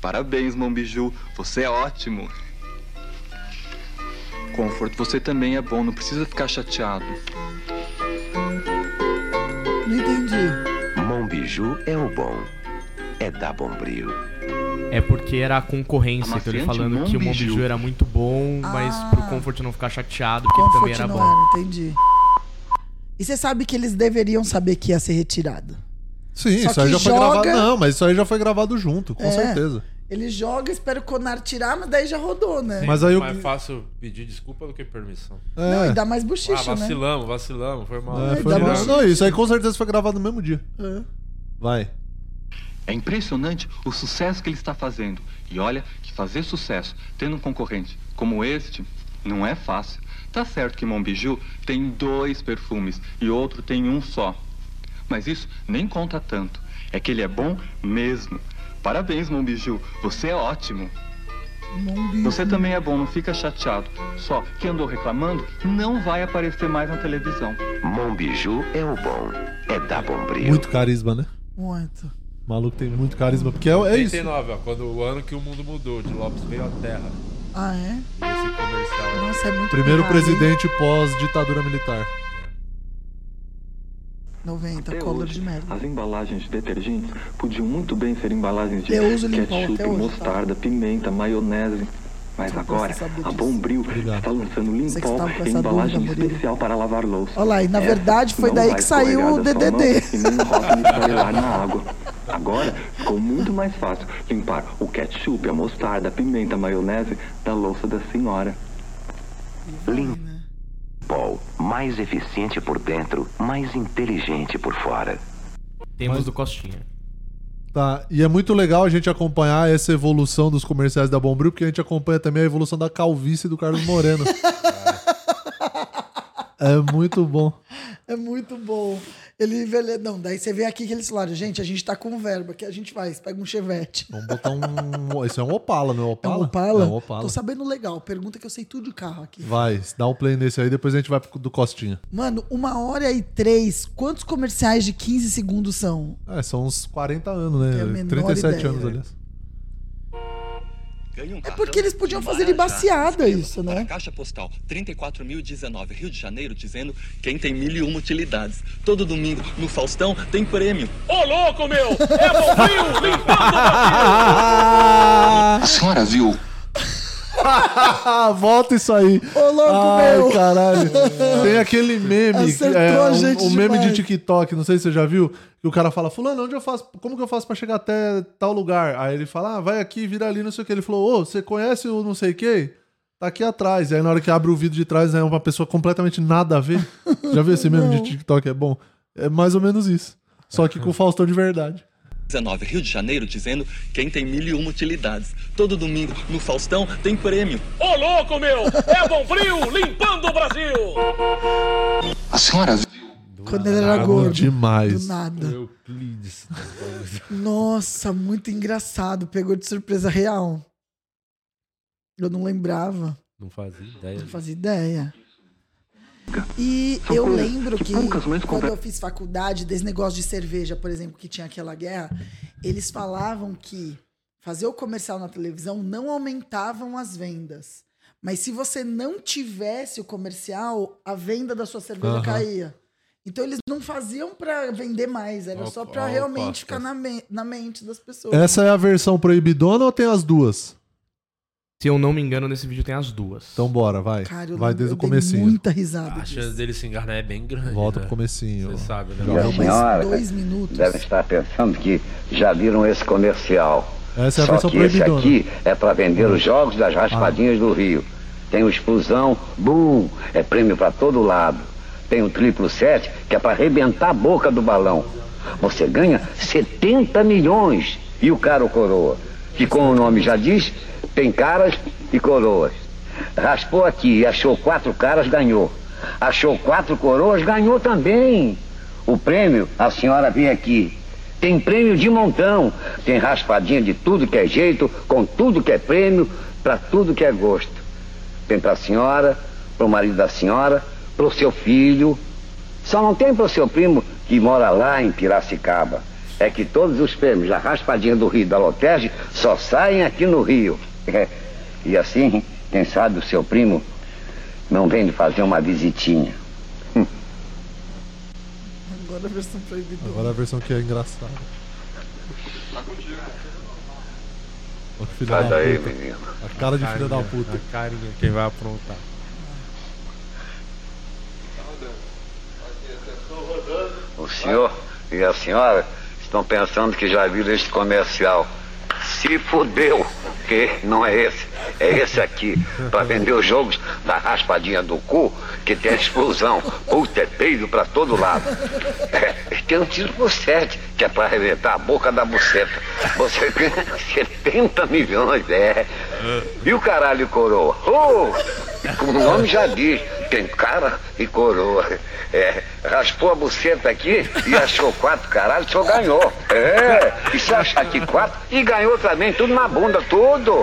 Speaker 16: Parabéns, Monbiju, você é ótimo. Comfort, você também é bom, não precisa ficar chateado.
Speaker 3: Não entendi.
Speaker 9: Monbiju é o bom. É da Bombril.
Speaker 4: É porque era a concorrência, então ele
Speaker 9: Amaciante
Speaker 4: falando que o
Speaker 9: Mão Biju.
Speaker 4: Monbiju era muito bom, mas pro Comfort não ficar chateado, porque ele também
Speaker 3: Ah. Comfort
Speaker 4: era
Speaker 3: não
Speaker 4: bom.
Speaker 3: era, entendi. E você sabe que eles deveriam saber que ia ser retirado.
Speaker 2: Sim,
Speaker 3: Só
Speaker 2: isso aí
Speaker 3: que
Speaker 2: já foi
Speaker 3: joga-
Speaker 2: gravado. Não, mas isso aí já foi gravado junto, com
Speaker 3: É.
Speaker 2: certeza.
Speaker 3: Ele joga, espera o Conar tirar, mas daí já rodou, né?
Speaker 2: É. Mas aí eu-
Speaker 1: mais fácil pedir desculpa do que permissão.
Speaker 2: Não, É. e dá
Speaker 3: mais né? bochicho,
Speaker 1: Ah, vacilamos, vacilamos. Foi mal.
Speaker 2: É, foi
Speaker 1: Tiramos.
Speaker 2: gravado- Não, isso aí com certeza foi gravado no mesmo dia.
Speaker 3: É.
Speaker 2: Vai.
Speaker 16: É impressionante o sucesso que ele está fazendo. E olha que fazer sucesso tendo um concorrente como este não é fácil. Tá certo que Monbiju tem dois perfumes e outro tem um só. Mas isso nem conta tanto. É que ele é bom mesmo. Parabéns, Monbiju. Você é ótimo. Você também é bom, não fica chateado. Só que andou reclamando, não vai aparecer mais na televisão.
Speaker 9: Monbiju é o bom. É da Bombril.
Speaker 2: Muito carisma, né?
Speaker 3: Muito.
Speaker 2: O maluco tem muito carisma, porque é, é isso.
Speaker 1: 89, ó, quando o ano que o mundo mudou, de Lopes veio à Terra.
Speaker 3: Ah, é?
Speaker 1: Esse comercial.
Speaker 3: Nossa, é muito
Speaker 2: Primeiro
Speaker 3: pirado, hein?
Speaker 2: presidente pós-ditadura militar.
Speaker 3: 90,
Speaker 16: Até
Speaker 3: color
Speaker 16: hoje,
Speaker 3: de merda.
Speaker 16: As embalagens de detergentes podiam muito bem ser embalagens de
Speaker 3: Eu uso Limpol
Speaker 16: ketchup,
Speaker 3: até hoje, tá? Então,
Speaker 16: mostarda, pimenta, maionese. Mas agora, a Bombril está lançando
Speaker 3: Sei que você
Speaker 16: Limpol
Speaker 3: tava com
Speaker 16: em
Speaker 3: essa
Speaker 16: embalagem
Speaker 3: dúvida, Murilo.
Speaker 16: especial para lavar louça.
Speaker 3: Olha lá, e na
Speaker 16: Essa
Speaker 3: verdade foi
Speaker 16: não
Speaker 3: daí
Speaker 16: vai
Speaker 3: que saiu o
Speaker 16: escorregar da
Speaker 3: DDD.
Speaker 16: sua mão E nem roda de esfarelar na água. Agora, ficou muito mais fácil limpar o ketchup, a mostarda, a pimenta, a maionese da louça da senhora.
Speaker 9: Bom, mais eficiente por dentro, mais inteligente por fora.
Speaker 4: Temos do Costinha.
Speaker 2: Tá, e é muito legal a gente acompanhar essa evolução dos comerciais da Bombril, porque a gente acompanha também a evolução da calvície do Carlos Moreno. é muito bom.
Speaker 3: É muito bom. Ele envelhece. Não, daí você vê aqui que eles falaram, gente, a gente tá com verba, que a gente faz, pega um chevette.
Speaker 2: Vamos botar um. Isso é um Opala, não é Opala?
Speaker 3: É um Opala?
Speaker 2: É um Opala.
Speaker 3: Tô sabendo legal. Pergunta que eu sei tudo de carro aqui.
Speaker 2: Vai, dá um play nesse aí, depois a gente vai pro do Costinha.
Speaker 3: Mano, uma hora e três, quantos comerciais de 15 segundos são?
Speaker 2: É, são uns 40 anos,
Speaker 3: Tenho a
Speaker 2: né?
Speaker 3: menor
Speaker 2: 37
Speaker 3: ideia.
Speaker 2: anos, aliás.
Speaker 18: um
Speaker 3: É porque eles podiam fazer de baseada isso, né?
Speaker 18: Caixa Postal 34.019, Rio de Janeiro, dizendo quem tem mil e uma utilidades. Todo domingo, no Faustão, tem prêmio.
Speaker 11: Ô, louco, meu! É bombril limpando
Speaker 2: a
Speaker 9: senhora viu?
Speaker 2: Ah, Volta isso aí.
Speaker 3: Ô, louco,
Speaker 2: Ai,
Speaker 3: meu.
Speaker 2: caralho. Tem aquele meme. que
Speaker 3: Acertou
Speaker 2: é,
Speaker 3: a
Speaker 2: um-
Speaker 3: gente
Speaker 2: um, meme de
Speaker 3: demais.
Speaker 2: TikTok, não sei se você já viu, que o cara fala: Fulano, onde eu faço? Como que eu faço pra chegar até tal lugar? Aí ele fala: Ah, vai aqui, vira ali, não sei o que. Ele falou: Ô, você conhece o não sei o que? Tá aqui atrás. E aí na hora que abre o vidro de trás, é uma pessoa completamente nada a ver. já viu esse meme de TikTok? É bom. É mais ou menos isso. Só que com o Faustão de verdade.
Speaker 18: 19, Rio de Janeiro, dizendo quem tem mil e uma utilidades. Todo domingo, no Faustão, tem prêmio.
Speaker 11: Ô louco, meu! É Bombril limpando o Brasil!
Speaker 2: A senhora viu?
Speaker 3: Quando ele era Tá gordo.
Speaker 2: Demais.
Speaker 3: Do nada. Nossa, muito engraçado. Pegou de surpresa real. Eu não lembrava.
Speaker 1: Não fazia ideia.
Speaker 3: Não fazia ideia. E eu lembro que quando eu fiz faculdade, desse negócio de cerveja, por exemplo, que tinha aquela guerra, eles falavam que fazer o comercial na televisão não aumentavam as vendas. Mas se você não tivesse o comercial, a venda da sua cerveja
Speaker 2: Aham.
Speaker 3: caía. Então eles não faziam pra vender mais, era
Speaker 1: Ó,
Speaker 3: só
Speaker 1: ó,
Speaker 3: pra
Speaker 1: o Costa.
Speaker 3: realmente ficar na, me- na mente das pessoas.
Speaker 2: Essa é a versão proibidona ou tem as duas?
Speaker 4: Se eu não me engano, nesse vídeo tem as duas.
Speaker 2: Então bora, vai.
Speaker 3: Cara, eu
Speaker 2: vai
Speaker 3: lembro-
Speaker 2: desde
Speaker 3: eu
Speaker 2: o
Speaker 3: dei
Speaker 2: comecinho.
Speaker 3: muita risada
Speaker 1: A chance dele se enganar é bem grande.
Speaker 2: Volta
Speaker 1: né?
Speaker 2: pro comecinho.
Speaker 1: Você sabe, né?
Speaker 9: E as senhoras
Speaker 3: dois minutos.
Speaker 9: devem estar pensando que já viram esse comercial.
Speaker 2: Essa é a
Speaker 9: Só
Speaker 2: versão
Speaker 9: que esse
Speaker 2: proibidona. Ah.
Speaker 9: aqui é para vender os jogos das raspadinhas do Rio. Tem o Explosão, bum, é prêmio para todo lado. Tem o Triplo 7, que é para arrebentar a boca do balão. Você ganha 70 milhões. E o Caro Coroa, que como o nome já diz, tem caras e coroas. Raspou aqui e achou quatro caras, ganhou. Achou quatro coroas, ganhou também. O prêmio, a senhora vem aqui. Tem prêmio de montão. Tem raspadinha de tudo que é jeito, com tudo que é prêmio, para tudo que é gosto. Tem para a senhora, para o marido da senhora, para o seu filho. Só não tem para o seu primo que mora lá em Piracicaba. É que todos os prêmios da raspadinha do Rio e da Loterge só saem aqui no Rio. E assim, quem sabe o seu primo não vem de fazer uma visitinha.
Speaker 3: Agora a versão proibidora.
Speaker 2: Agora a versão que é engraçada. Ô, filho
Speaker 9: Sai
Speaker 2: da
Speaker 9: daí,
Speaker 2: puta.
Speaker 9: menino.
Speaker 2: A cara de filho da puta.
Speaker 1: A carinha, quem vai aprontar.
Speaker 9: O senhor e a senhora estão pensando que já viram este comercial. Se fudeu, porque não é esse, é esse aqui, para vender os jogos da raspadinha do cu, que tem a explosão. Puta, é peido pra todo lado. É, e tem um tiro por sete, que é pra arrebentar a boca da buceta. Você ganha 70 milhões, é. E o caralho coroa? Oh, como o nome já diz, tem cara e coroa. É, raspou a buceta aqui e achou quatro caralhos, só ganhou. É, e se achar aqui quatro, e ganhou também, tudo na bunda, tudo.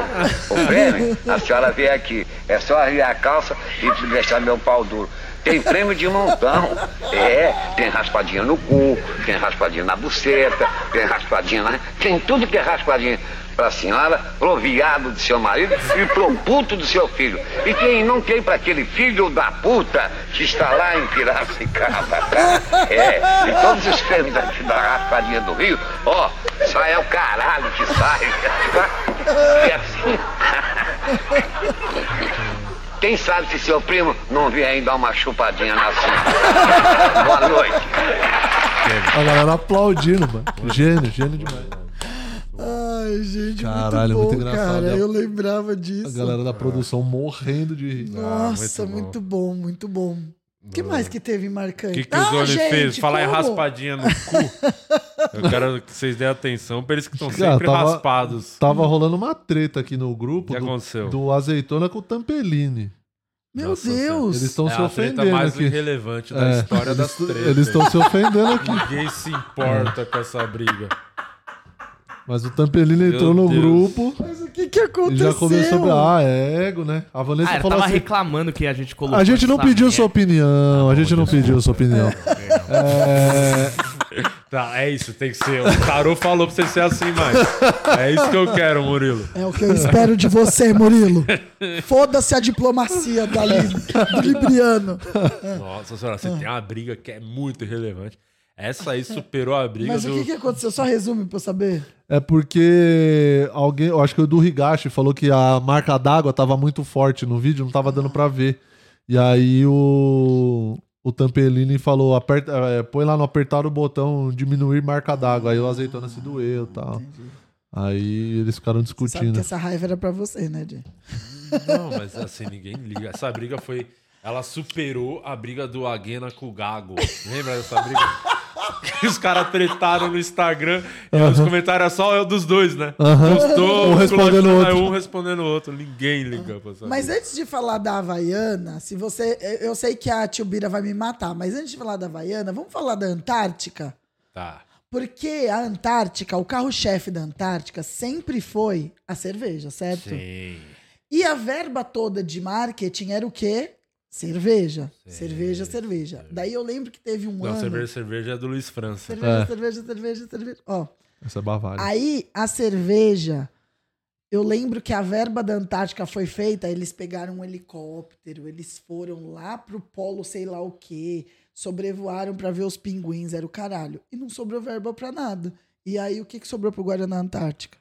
Speaker 9: O prêmio, a senhora vem aqui, é só arriar a calça e deixar meu pau duro. Tem prêmio de montão. É, tem raspadinha no cu, tem raspadinha na buceta, tem raspadinha na. Tem tudo que é raspadinha pra senhora, pro viado do seu marido e pro puto do seu filho. E quem não tem pra aquele filho da puta que está lá em Piracicaba, tá? É, e todos os prêmios daqui da raspadinha do Rio, ó, só é o caralho que sai. E assim. Quem sabe se seu primo não vier aí dar uma chupadinha na sua. Boa noite.
Speaker 2: A galera aplaudindo, mano. Gênio, gênio demais.
Speaker 3: Ai, gente,
Speaker 2: Caralho,
Speaker 3: muito bom,
Speaker 2: muito engraçado.
Speaker 3: cara.
Speaker 2: E a-
Speaker 3: Eu lembrava
Speaker 2: A
Speaker 3: disso.
Speaker 2: galera da produção morrendo de rir.
Speaker 3: Nossa, muito, bom. muito bom, O que mais que teve
Speaker 1: O
Speaker 3: marcante? Ah,
Speaker 1: que, que os homens
Speaker 3: gente,
Speaker 1: fez? Falar em
Speaker 3: como?
Speaker 1: raspadinha no cu. Eu quero que vocês deem atenção pra eles que estão
Speaker 2: Cara,
Speaker 1: sempre raspados.
Speaker 2: Tava rolando uma treta aqui no grupo
Speaker 1: O que
Speaker 2: do,
Speaker 1: aconteceu?
Speaker 2: do Azeitona com o Tampelini.
Speaker 3: Meu
Speaker 1: Nossa
Speaker 3: Deus!
Speaker 1: Senhora.
Speaker 2: Eles estão
Speaker 1: É
Speaker 2: se
Speaker 1: a treta
Speaker 2: ofendendo.
Speaker 1: mais
Speaker 2: aqui. É,
Speaker 1: irrelevante da história
Speaker 2: eles,
Speaker 1: das tretas.
Speaker 2: Eles É. estão se ofendendo aqui.
Speaker 1: Ninguém se importa com essa briga.
Speaker 2: Mas o Tampelini
Speaker 1: Meu
Speaker 2: entrou no
Speaker 1: Deus.
Speaker 2: grupo
Speaker 3: Mas o que, que
Speaker 2: e
Speaker 3: aconteceu?
Speaker 2: já começou a. Ah, é ego, né? A Vanessa
Speaker 4: Ah, ele
Speaker 2: falou
Speaker 4: tava
Speaker 2: assim.
Speaker 4: reclamando né?" que a gente colocou.
Speaker 2: A gente não
Speaker 4: essa
Speaker 2: pediu
Speaker 4: merda.
Speaker 2: sua opinião, a gente não pediu sua opinião. É,
Speaker 1: Tá, é isso, tem que ser. O Tarô falou pra você ser assim mais. É isso que eu quero, Murilo.
Speaker 3: É o que eu espero de você, Murilo. Foda-se a diplomacia da Lib- do Libriano.
Speaker 1: Nossa senhora,
Speaker 3: Ah.
Speaker 1: você tem uma briga que é muito irrelevante. Essa aí superou a briga
Speaker 3: Mas o
Speaker 1: do.
Speaker 3: que, que aconteceu? Só resume pra eu saber.
Speaker 2: É porque alguém, eu acho que o do Higashi falou que a marca d'água tava muito forte no vídeo, não tava dando pra ver. E aí o o Tampelini falou, aperta, eh, põe lá no apertar o botão diminuir marca d'água. Aí o azeitona se doeu, e tal. Aí eles ficaram
Speaker 3: Sabe que
Speaker 2: discutindo.
Speaker 3: essa raiva era pra você, né, Jay?
Speaker 1: Não, mas assim, ninguém liga. Essa briga foi. Ela superou a briga do Aguena com o Gago. Lembra dessa briga? que os caras tretaram no Instagram e os comentários é só eu dos dois, né?
Speaker 2: Aham.
Speaker 1: Postou,
Speaker 2: Um respondendo o
Speaker 1: fulano- aí
Speaker 2: outro.
Speaker 1: Um respondendo o outro. Ninguém liga pra saber.
Speaker 3: Mas antes de falar da Havaiana, se você. Eu eu sei que a tio Bira vai me matar, mas antes de falar da Havaiana, vamos falar da Antártica?
Speaker 1: Tá.
Speaker 3: Porque a Antártica, o carro-chefe da Antártica, sempre foi a cerveja, certo?
Speaker 1: Sim.
Speaker 3: E a verba toda de marketing era o quê? Cerveja. Cerveja, cerveja. Daí eu lembro que teve um
Speaker 1: Não,
Speaker 3: ano.
Speaker 1: cerveja, cerveja é do Luiz França.
Speaker 3: Cerveja, cerveja, cerveja, cerveja. Ó.
Speaker 2: Essa é Bavária.
Speaker 3: Aí a cerveja. Eu lembro que a verba da Antártica foi feita, eles pegaram um helicóptero, eles foram lá pro polo sei lá o quê, sobrevoaram pra ver os pinguins, era o caralho. E não sobrou verba pra nada. E aí o que, que sobrou pro Guaraná Antártica?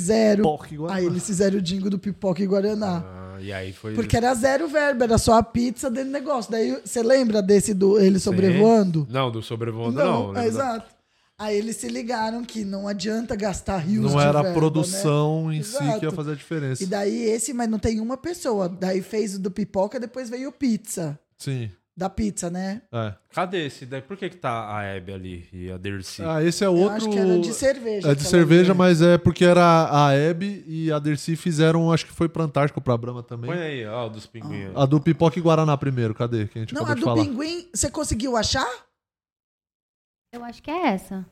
Speaker 3: zero. Aí eles fizeram o dingo do pipoca e Guaraná.
Speaker 1: Ah, e aí foi.
Speaker 3: Porque era zero verba, era só a pizza dentro do negócio. Daí você lembra desse do ele
Speaker 1: Sim.
Speaker 3: é sobrevoando?
Speaker 1: Não, do sobrevoando
Speaker 3: Não,
Speaker 1: não. né?
Speaker 3: é,
Speaker 1: lembro da-
Speaker 3: exato. Aí eles se ligaram que não adianta gastar rios
Speaker 2: Não
Speaker 3: de
Speaker 2: era a
Speaker 3: verba,
Speaker 2: produção
Speaker 3: né?
Speaker 2: em si que ia fazer a diferença.
Speaker 3: E daí esse, mas não tem uma pessoa. Daí fez o do pipoca, depois veio o pizza.
Speaker 2: Sim.
Speaker 3: Da pizza, né?
Speaker 2: É.
Speaker 1: Cadê esse? Daí por que, que tá a Hebe ali e a Dercy?
Speaker 2: Ah, esse é
Speaker 3: Eu
Speaker 2: outro.
Speaker 3: acho que era de cerveja né?
Speaker 2: É
Speaker 3: que
Speaker 2: de
Speaker 3: ela
Speaker 2: cerveja,
Speaker 3: fez.
Speaker 2: mas é porque era a Hebe e a Dercy fizeram, acho que foi pra Antártico, pra Brahma também.
Speaker 1: Põe aí, ó, o dos pinguinhos.
Speaker 2: A do Pipoca e Guaraná primeiro, cadê? Que a gente
Speaker 3: Não,
Speaker 2: acabou
Speaker 3: a
Speaker 2: de
Speaker 3: do
Speaker 2: falar.
Speaker 3: pinguim, você conseguiu achar?
Speaker 12: Eu acho que é essa.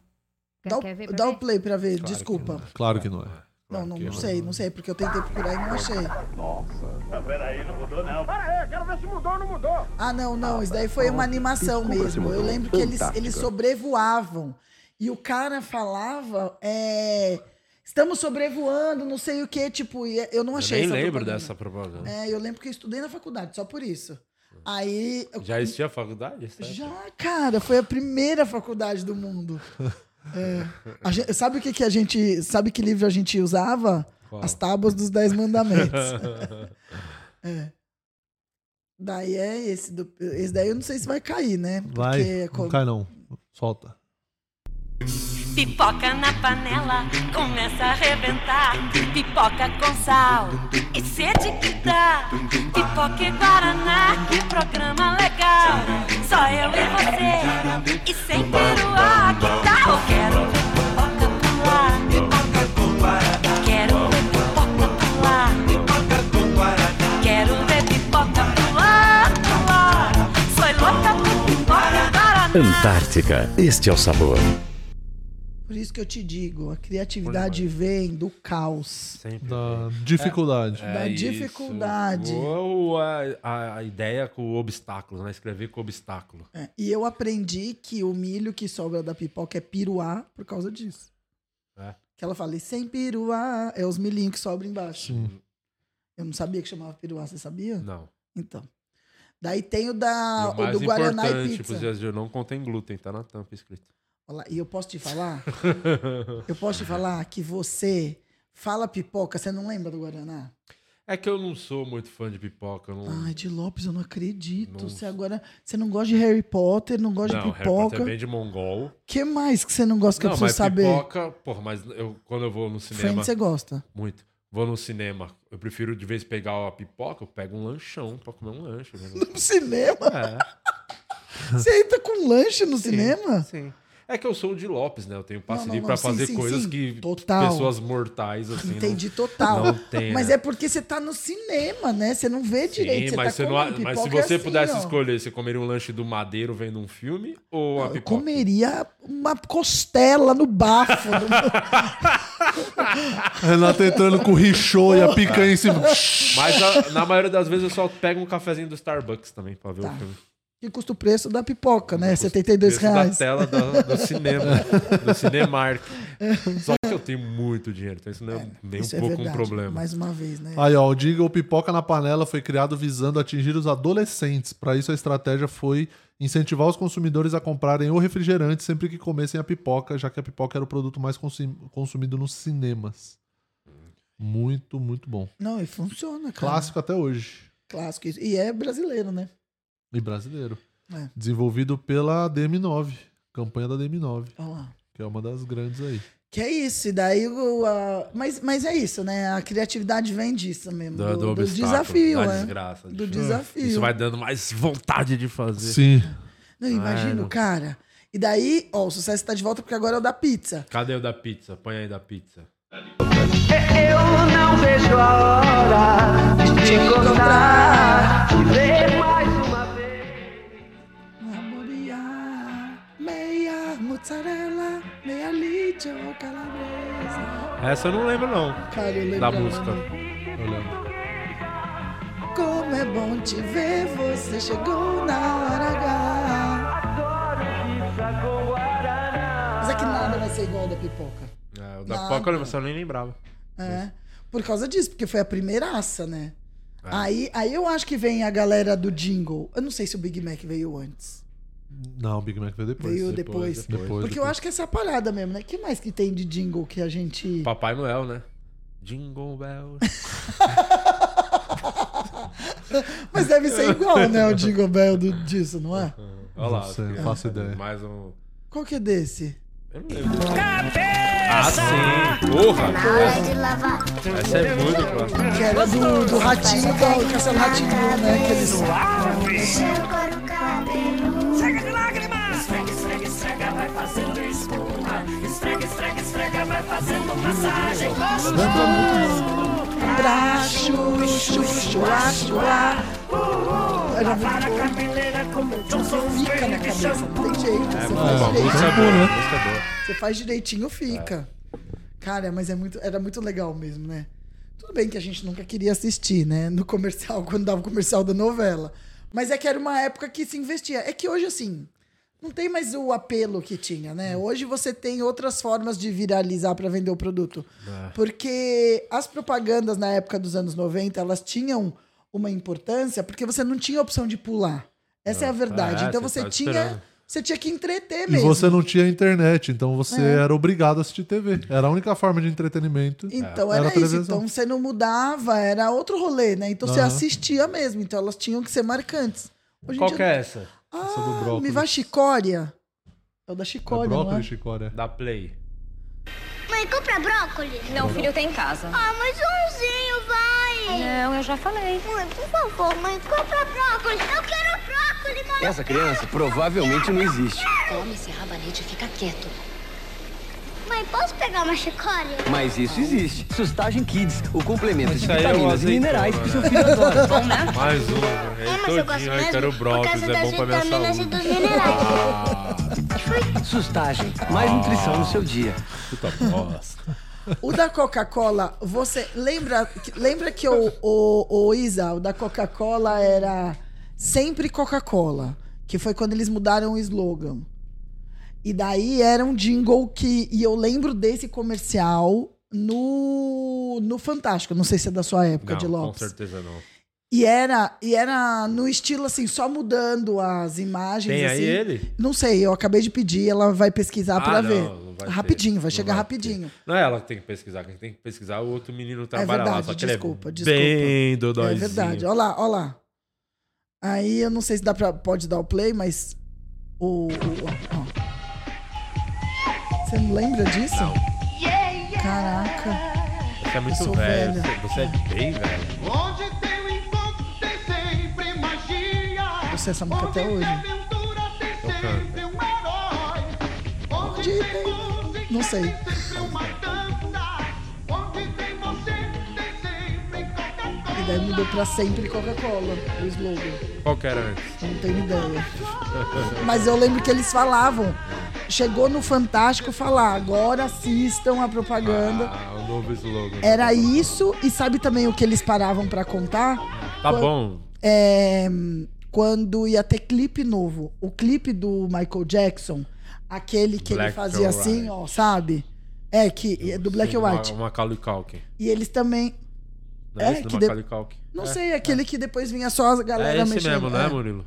Speaker 12: Quer-
Speaker 3: Dá, o-
Speaker 12: quer ver pra
Speaker 3: dá
Speaker 12: ver?
Speaker 3: o play pra ver, desculpa.
Speaker 2: Claro que não é.
Speaker 3: Não, não, não sei, não sei, porque eu tentei procurar e não achei.
Speaker 19: Nossa. Peraí, não mudou não. Pera aí, quero ver se mudou ou não mudou.
Speaker 3: Ah, não, não. Isso daí foi uma animação
Speaker 19: Desculpa se
Speaker 3: mesmo. Eu
Speaker 19: mudou.
Speaker 3: lembro que eles,
Speaker 19: Fantástica.
Speaker 3: eles sobrevoavam. E o cara falava. é, Estamos sobrevoando, não sei o quê. Tipo, e eu não achei
Speaker 1: Eu nem
Speaker 3: essa
Speaker 1: lembro
Speaker 3: propaganda.
Speaker 1: dessa propaganda.
Speaker 3: É, eu lembro que eu estudei na faculdade, só por isso. Aí. eu-
Speaker 1: Já existia a faculdade? essa época?
Speaker 3: Já, cara, foi a primeira faculdade do mundo. É, a gen- sabe o que, que a gente. Sabe que livro a gente usava?
Speaker 1: Qual?
Speaker 3: As tábuas dos Dez Mandamentos. É. Daí é esse do. Esse daí eu não sei se vai cair, né?
Speaker 2: Vai,
Speaker 3: Porque
Speaker 2: não
Speaker 3: co-
Speaker 2: cai não. Solta.
Speaker 20: Pipoca na panela, começa a arrebentar. Pipoca com sal e sede que dá. Pipoca e Guaraná, que programa legal. Só eu e você, e sem peruá. Que tal? Quero ver pipoca com lá. Pipoca com Guaraná. Quero ver pipoca com lá. Pipoca com Guaraná. Quero ver pipoca com lá, com lá. Sou louca por pipoca Guaraná.
Speaker 21: Antártica, este é o sabor.
Speaker 3: Por isso que eu te digo, a criatividade vem do caos.
Speaker 2: Da dificuldade.
Speaker 1: É
Speaker 3: Da
Speaker 1: isso.
Speaker 3: dificuldade.
Speaker 1: Ou a, a, a ideia com obstáculos, né? Escrever com obstáculo.
Speaker 3: É, E eu aprendi que o milho que sobra da pipoca é piruá por causa disso.
Speaker 1: É.
Speaker 3: Que ela fala, "E sem piruá, é os milhinhos que sobram embaixo. Eu não sabia que chamava piruá, você sabia?
Speaker 1: Não.
Speaker 3: Então. Daí tem
Speaker 1: E
Speaker 3: o, da,
Speaker 1: o
Speaker 3: Ah, o
Speaker 1: mais
Speaker 3: do Guaraná e
Speaker 1: importante, tipo,
Speaker 3: Pizza.
Speaker 1: pros dias de hoje, não contém glúten, tá na tampa escrito.
Speaker 3: Olha lá, E eu posso te falar? eu posso te falar que você fala pipoca, você não lembra do Guaraná?
Speaker 1: É que eu não sou muito fã de pipoca. eu não...
Speaker 3: Ai, de Lopes, eu não acredito.
Speaker 1: Não.
Speaker 3: Você agora. Você não gosta de Harry Potter, não gosta
Speaker 1: não,
Speaker 3: de
Speaker 1: Harry Potter
Speaker 3: pipoca.
Speaker 1: é bem de mongol.
Speaker 3: que mais que você não gosta que eu
Speaker 1: não, mas
Speaker 3: preciso saber?
Speaker 1: pipoca, porra, mas eu, quando eu vou no cinema.
Speaker 3: Friends é você gosta.
Speaker 1: Muito. Vou no cinema, eu prefiro de vez pegar a pipoca, eu pego um lanchão pra comer um lanche. No
Speaker 3: cinema?
Speaker 1: É.
Speaker 3: Você entra com lanche no
Speaker 1: Sim,
Speaker 3: cinema?
Speaker 1: Sim. É que eu sou o de Lopes, né? Eu tenho passe
Speaker 3: Não, não,
Speaker 1: livre
Speaker 3: não,
Speaker 1: pra
Speaker 3: sim,
Speaker 1: fazer
Speaker 3: sim,
Speaker 1: coisas
Speaker 3: sim.
Speaker 1: que
Speaker 3: Total.
Speaker 1: pessoas mortais, assim. não-
Speaker 3: Entendi total.
Speaker 1: Não tem. né?
Speaker 3: mas é porque você tá no cinema, né? Você não vê direito.
Speaker 1: Sim,
Speaker 3: você
Speaker 1: mas,
Speaker 3: tá
Speaker 1: você não,
Speaker 3: comendo
Speaker 1: mas se
Speaker 3: pipoca, é
Speaker 1: você
Speaker 3: assim,
Speaker 1: pudesse
Speaker 3: ó.
Speaker 1: escolher, você comeria um lanche do Madeiro vendo um filme ou a
Speaker 3: Eu
Speaker 1: pipoca?
Speaker 3: comeria uma costela no bafo.
Speaker 2: Renato entrando com o richô e a picanha em cima.
Speaker 1: Mas a- na maioria das vezes eu só pego um cafezinho do Starbucks também pra ver o filme.
Speaker 3: que custa o preço da pipoca, Tá. né? R$ 72
Speaker 1: Preço
Speaker 3: reais.
Speaker 1: da tela da- do, cinema, do Cinemark. Só que eu tenho muito dinheiro, então isso não é, nem um
Speaker 3: Isso é
Speaker 1: pouco um
Speaker 3: verdade,
Speaker 1: problema.
Speaker 3: Mais uma vez, né?
Speaker 2: Aí, ó, o Diga ou Pipoca na Panela foi criado visando atingir os adolescentes. Para isso, a estratégia foi incentivar os consumidores a comprarem o refrigerante sempre que comessem a pipoca, já que a pipoca era o produto mais consi- consumido nos cinemas. Muito, muito bom.
Speaker 3: Não, e funciona, cara.
Speaker 2: Clássico até hoje.
Speaker 3: Clássico. E é brasileiro, né?
Speaker 2: E brasileiro.
Speaker 3: É.
Speaker 2: Desenvolvido pela DM9. Campanha da DM9.
Speaker 3: Olha lá.
Speaker 2: Que é uma das grandes aí.
Speaker 3: Que é isso, e daí o. a- mas, mas é isso, né? A criatividade vem disso mesmo. Do, do
Speaker 1: obstáculo,
Speaker 3: desafio,
Speaker 1: da
Speaker 3: né?
Speaker 1: desgraça, de-
Speaker 3: do desafio.
Speaker 1: Isso vai dando mais vontade de fazer.
Speaker 2: Sim.
Speaker 1: Ah, é.
Speaker 3: Não, imagina o cara. E daí, ó, o sucesso tá de volta porque agora é o da pizza.
Speaker 1: Cadê o da pizza? Põe aí da pizza.
Speaker 20: Eu não vejo a hora de te encontrar. Te ver mais uma vez.
Speaker 3: Meia mozzarella, meia lidia ou calabresa.
Speaker 1: Essa eu não lembro, não.
Speaker 3: Cara, eu lembro
Speaker 1: da
Speaker 3: agora.
Speaker 1: música. Eu lembro.
Speaker 3: Como é bom te ver, você chegou na hora H. Mas é que nada vai ser igual ao da pipoca.
Speaker 1: É, o da
Speaker 3: Nada.
Speaker 1: Poca eu lembro, só nem lembrava.
Speaker 3: É. Por causa disso, porque foi a primeiraça, né?
Speaker 1: É.
Speaker 3: Aí, aí eu acho que vem a galera do jingle. Eu não sei se o Big Mac veio antes.
Speaker 2: Não, o Big Mac veio depois.
Speaker 3: veio depois. Porque eu acho que essa é a parada mesmo, né? O que mais que tem de jingle que a gente.
Speaker 1: Papai Noel, né? Jingle Bell.
Speaker 3: Mas deve ser igual, né? O Jingle Bell do, disso, não é?
Speaker 1: Olha lá.
Speaker 2: Não sei,
Speaker 1: fica-
Speaker 2: não faço ideia.
Speaker 1: Mais um.
Speaker 3: Qual que é desse?
Speaker 1: Eu não lembro. Ah, sim. Porra!
Speaker 10: lavar.
Speaker 1: Essa é muito clássica.
Speaker 3: Que era do, do ratinho, do Castelo Ratinho, né? Que eles...
Speaker 20: Chega de lágrimas! Esfrega, esfrega, esfrega, vai fazendo espuma. Esfrega, esfrega, esfrega, vai fazendo massagem.
Speaker 3: Braço, chuchu, chuacho,
Speaker 20: Era muito como um Johnson
Speaker 3: Fica na cabeça, não tem jeito.
Speaker 1: É
Speaker 3: Você
Speaker 1: boa,
Speaker 3: faz
Speaker 1: a música é
Speaker 3: direitinho.
Speaker 1: boa, a música é boa.
Speaker 3: Você faz direitinho, fica. Cara, mas é muito, era muito legal mesmo, né? Tudo bem que a gente nunca queria assistir, né? No comercial, quando dava o comercial da novela. Mas é que era uma época que se investia. É que hoje, assim, não tem mais o apelo que tinha,
Speaker 2: Hum.
Speaker 3: né? Hoje você tem outras formas de viralizar pra vender o produto.
Speaker 2: É.
Speaker 3: Porque as propagandas na época dos anos 90, elas tinham uma importância porque você não tinha opção de pular. Essa é a verdade.
Speaker 2: é,
Speaker 3: então
Speaker 2: você
Speaker 3: você
Speaker 2: tá
Speaker 3: tinha,
Speaker 2: esperando.
Speaker 3: você tinha que entreter
Speaker 2: E
Speaker 3: mesmo.
Speaker 2: você não tinha internet, então você
Speaker 3: É.
Speaker 2: era obrigado a assistir TV. Era a única forma de entretenimento. É.
Speaker 3: Então era, isso. Então você não mudava, era outro rolê, né? Então você
Speaker 2: Aham.
Speaker 3: assistia mesmo. Então elas tinham que ser marcantes. Hoje em
Speaker 1: Qual
Speaker 3: dia-
Speaker 1: que é essa?
Speaker 2: essa do
Speaker 3: Ah, me
Speaker 2: brócolis.
Speaker 3: vai chicória. É o da chicória, não é?
Speaker 2: chicória.
Speaker 1: Da Play.
Speaker 10: Mãe, compra brócolis.
Speaker 6: Não, filho, tem em casa.
Speaker 10: Ah, mas umzinho, vai.
Speaker 6: Não, eu já falei.
Speaker 10: Mãe, por favor, mãe, compra brócolis. Eu quero brócolis, mãe.
Speaker 22: Essa criança provavelmente não existe.
Speaker 10: Come esse rabanete e fica quieto. Mãe, posso pegar uma chicória?
Speaker 22: Mas isso existe. Sustagem Kids, o complemento de
Speaker 1: Isso aí é o
Speaker 22: vitaminas e
Speaker 1: azeitona,
Speaker 22: minerais que seu
Speaker 1: né?
Speaker 22: filho adora.
Speaker 1: Mais um. né?
Speaker 10: Ah,
Speaker 22: mas eu gosto
Speaker 1: Todinho, ai,
Speaker 22: mesmo
Speaker 1: quero
Speaker 22: por
Speaker 1: brócolis,
Speaker 22: causa
Speaker 1: é bom
Speaker 22: das
Speaker 1: pra minha
Speaker 10: né,
Speaker 22: vitaminas e
Speaker 1: saúde.
Speaker 22: dos minerais.
Speaker 1: Ah,
Speaker 22: Sustagem, mais
Speaker 1: Ah.
Speaker 22: nutrição no seu dia.
Speaker 1: puta bosta.
Speaker 3: O da Coca-Cola, você lembra, lembra que o, o, o Isa, o da Coca-Cola era sempre Coca-Cola, que foi quando eles mudaram o slogan. E daí era um jingle que. E eu lembro desse comercial no, no Fantástico. Não sei se é da sua época,
Speaker 1: Não,
Speaker 3: de
Speaker 1: com
Speaker 3: Lopes.
Speaker 1: certeza não.
Speaker 3: E era, e era no estilo assim, só mudando as imagens.
Speaker 1: Tem aí
Speaker 3: assim.
Speaker 1: ele?
Speaker 3: Não sei, eu acabei de pedir, ela vai pesquisar
Speaker 1: Ah,
Speaker 3: pra
Speaker 1: não,
Speaker 3: ver.
Speaker 1: não vai ter.
Speaker 3: rapidinho,
Speaker 1: Não
Speaker 3: vai chegar
Speaker 1: vai
Speaker 3: rapidinho.
Speaker 1: Não é ela que tem que pesquisar, quem tem que pesquisar é o outro menino que trabalha lá.
Speaker 3: verdade,
Speaker 1: Só que ele
Speaker 3: desculpa,
Speaker 1: é
Speaker 3: desculpa.
Speaker 1: bem do
Speaker 3: É verdade. Olha lá, olha lá. Aí eu não sei se dá pra, pode dar o play, mas. O. o- ó, ó. Você não lembra disso? Caraca.
Speaker 1: Você é
Speaker 3: Eu
Speaker 1: muito
Speaker 3: sou
Speaker 1: velho.
Speaker 3: velha.
Speaker 1: Você é bem velho.
Speaker 20: Onde tem o encontro, tem sempre magia.
Speaker 3: Eu sei é essa música até hoje.
Speaker 1: Então
Speaker 20: um
Speaker 1: canta.
Speaker 3: Onde tem? Não sei. E daí mudou pra sempre Coca-Cola, o slogan.
Speaker 1: Qual que era antes?
Speaker 3: Eu não tenho ideia. Mas eu lembro que eles falavam. Chegou no Fantástico falar, agora assistam a propaganda.
Speaker 1: Ah, o novo slogan.
Speaker 3: Era isso, e sabe também o que eles paravam pra contar?
Speaker 1: Tá
Speaker 3: Quan-
Speaker 1: bom.
Speaker 3: É, quando ia ter clipe novo. O clipe do Michael Jackson, aquele que ele
Speaker 1: Black
Speaker 3: fazia
Speaker 1: or
Speaker 3: assim,
Speaker 1: White.
Speaker 3: ó, sabe? É, que é do Black
Speaker 1: Sim,
Speaker 3: and White.
Speaker 1: Uma, uma Macaulay Culkin.
Speaker 3: E eles também.
Speaker 1: Não é,
Speaker 3: É,
Speaker 1: esse do
Speaker 3: que de-
Speaker 1: Macaulay Culkin?
Speaker 3: Não
Speaker 1: É.
Speaker 3: sei, aquele que depois vinha só as galera
Speaker 1: É esse
Speaker 3: mexendo.
Speaker 1: mesmo, né,
Speaker 3: é.
Speaker 1: Murilo?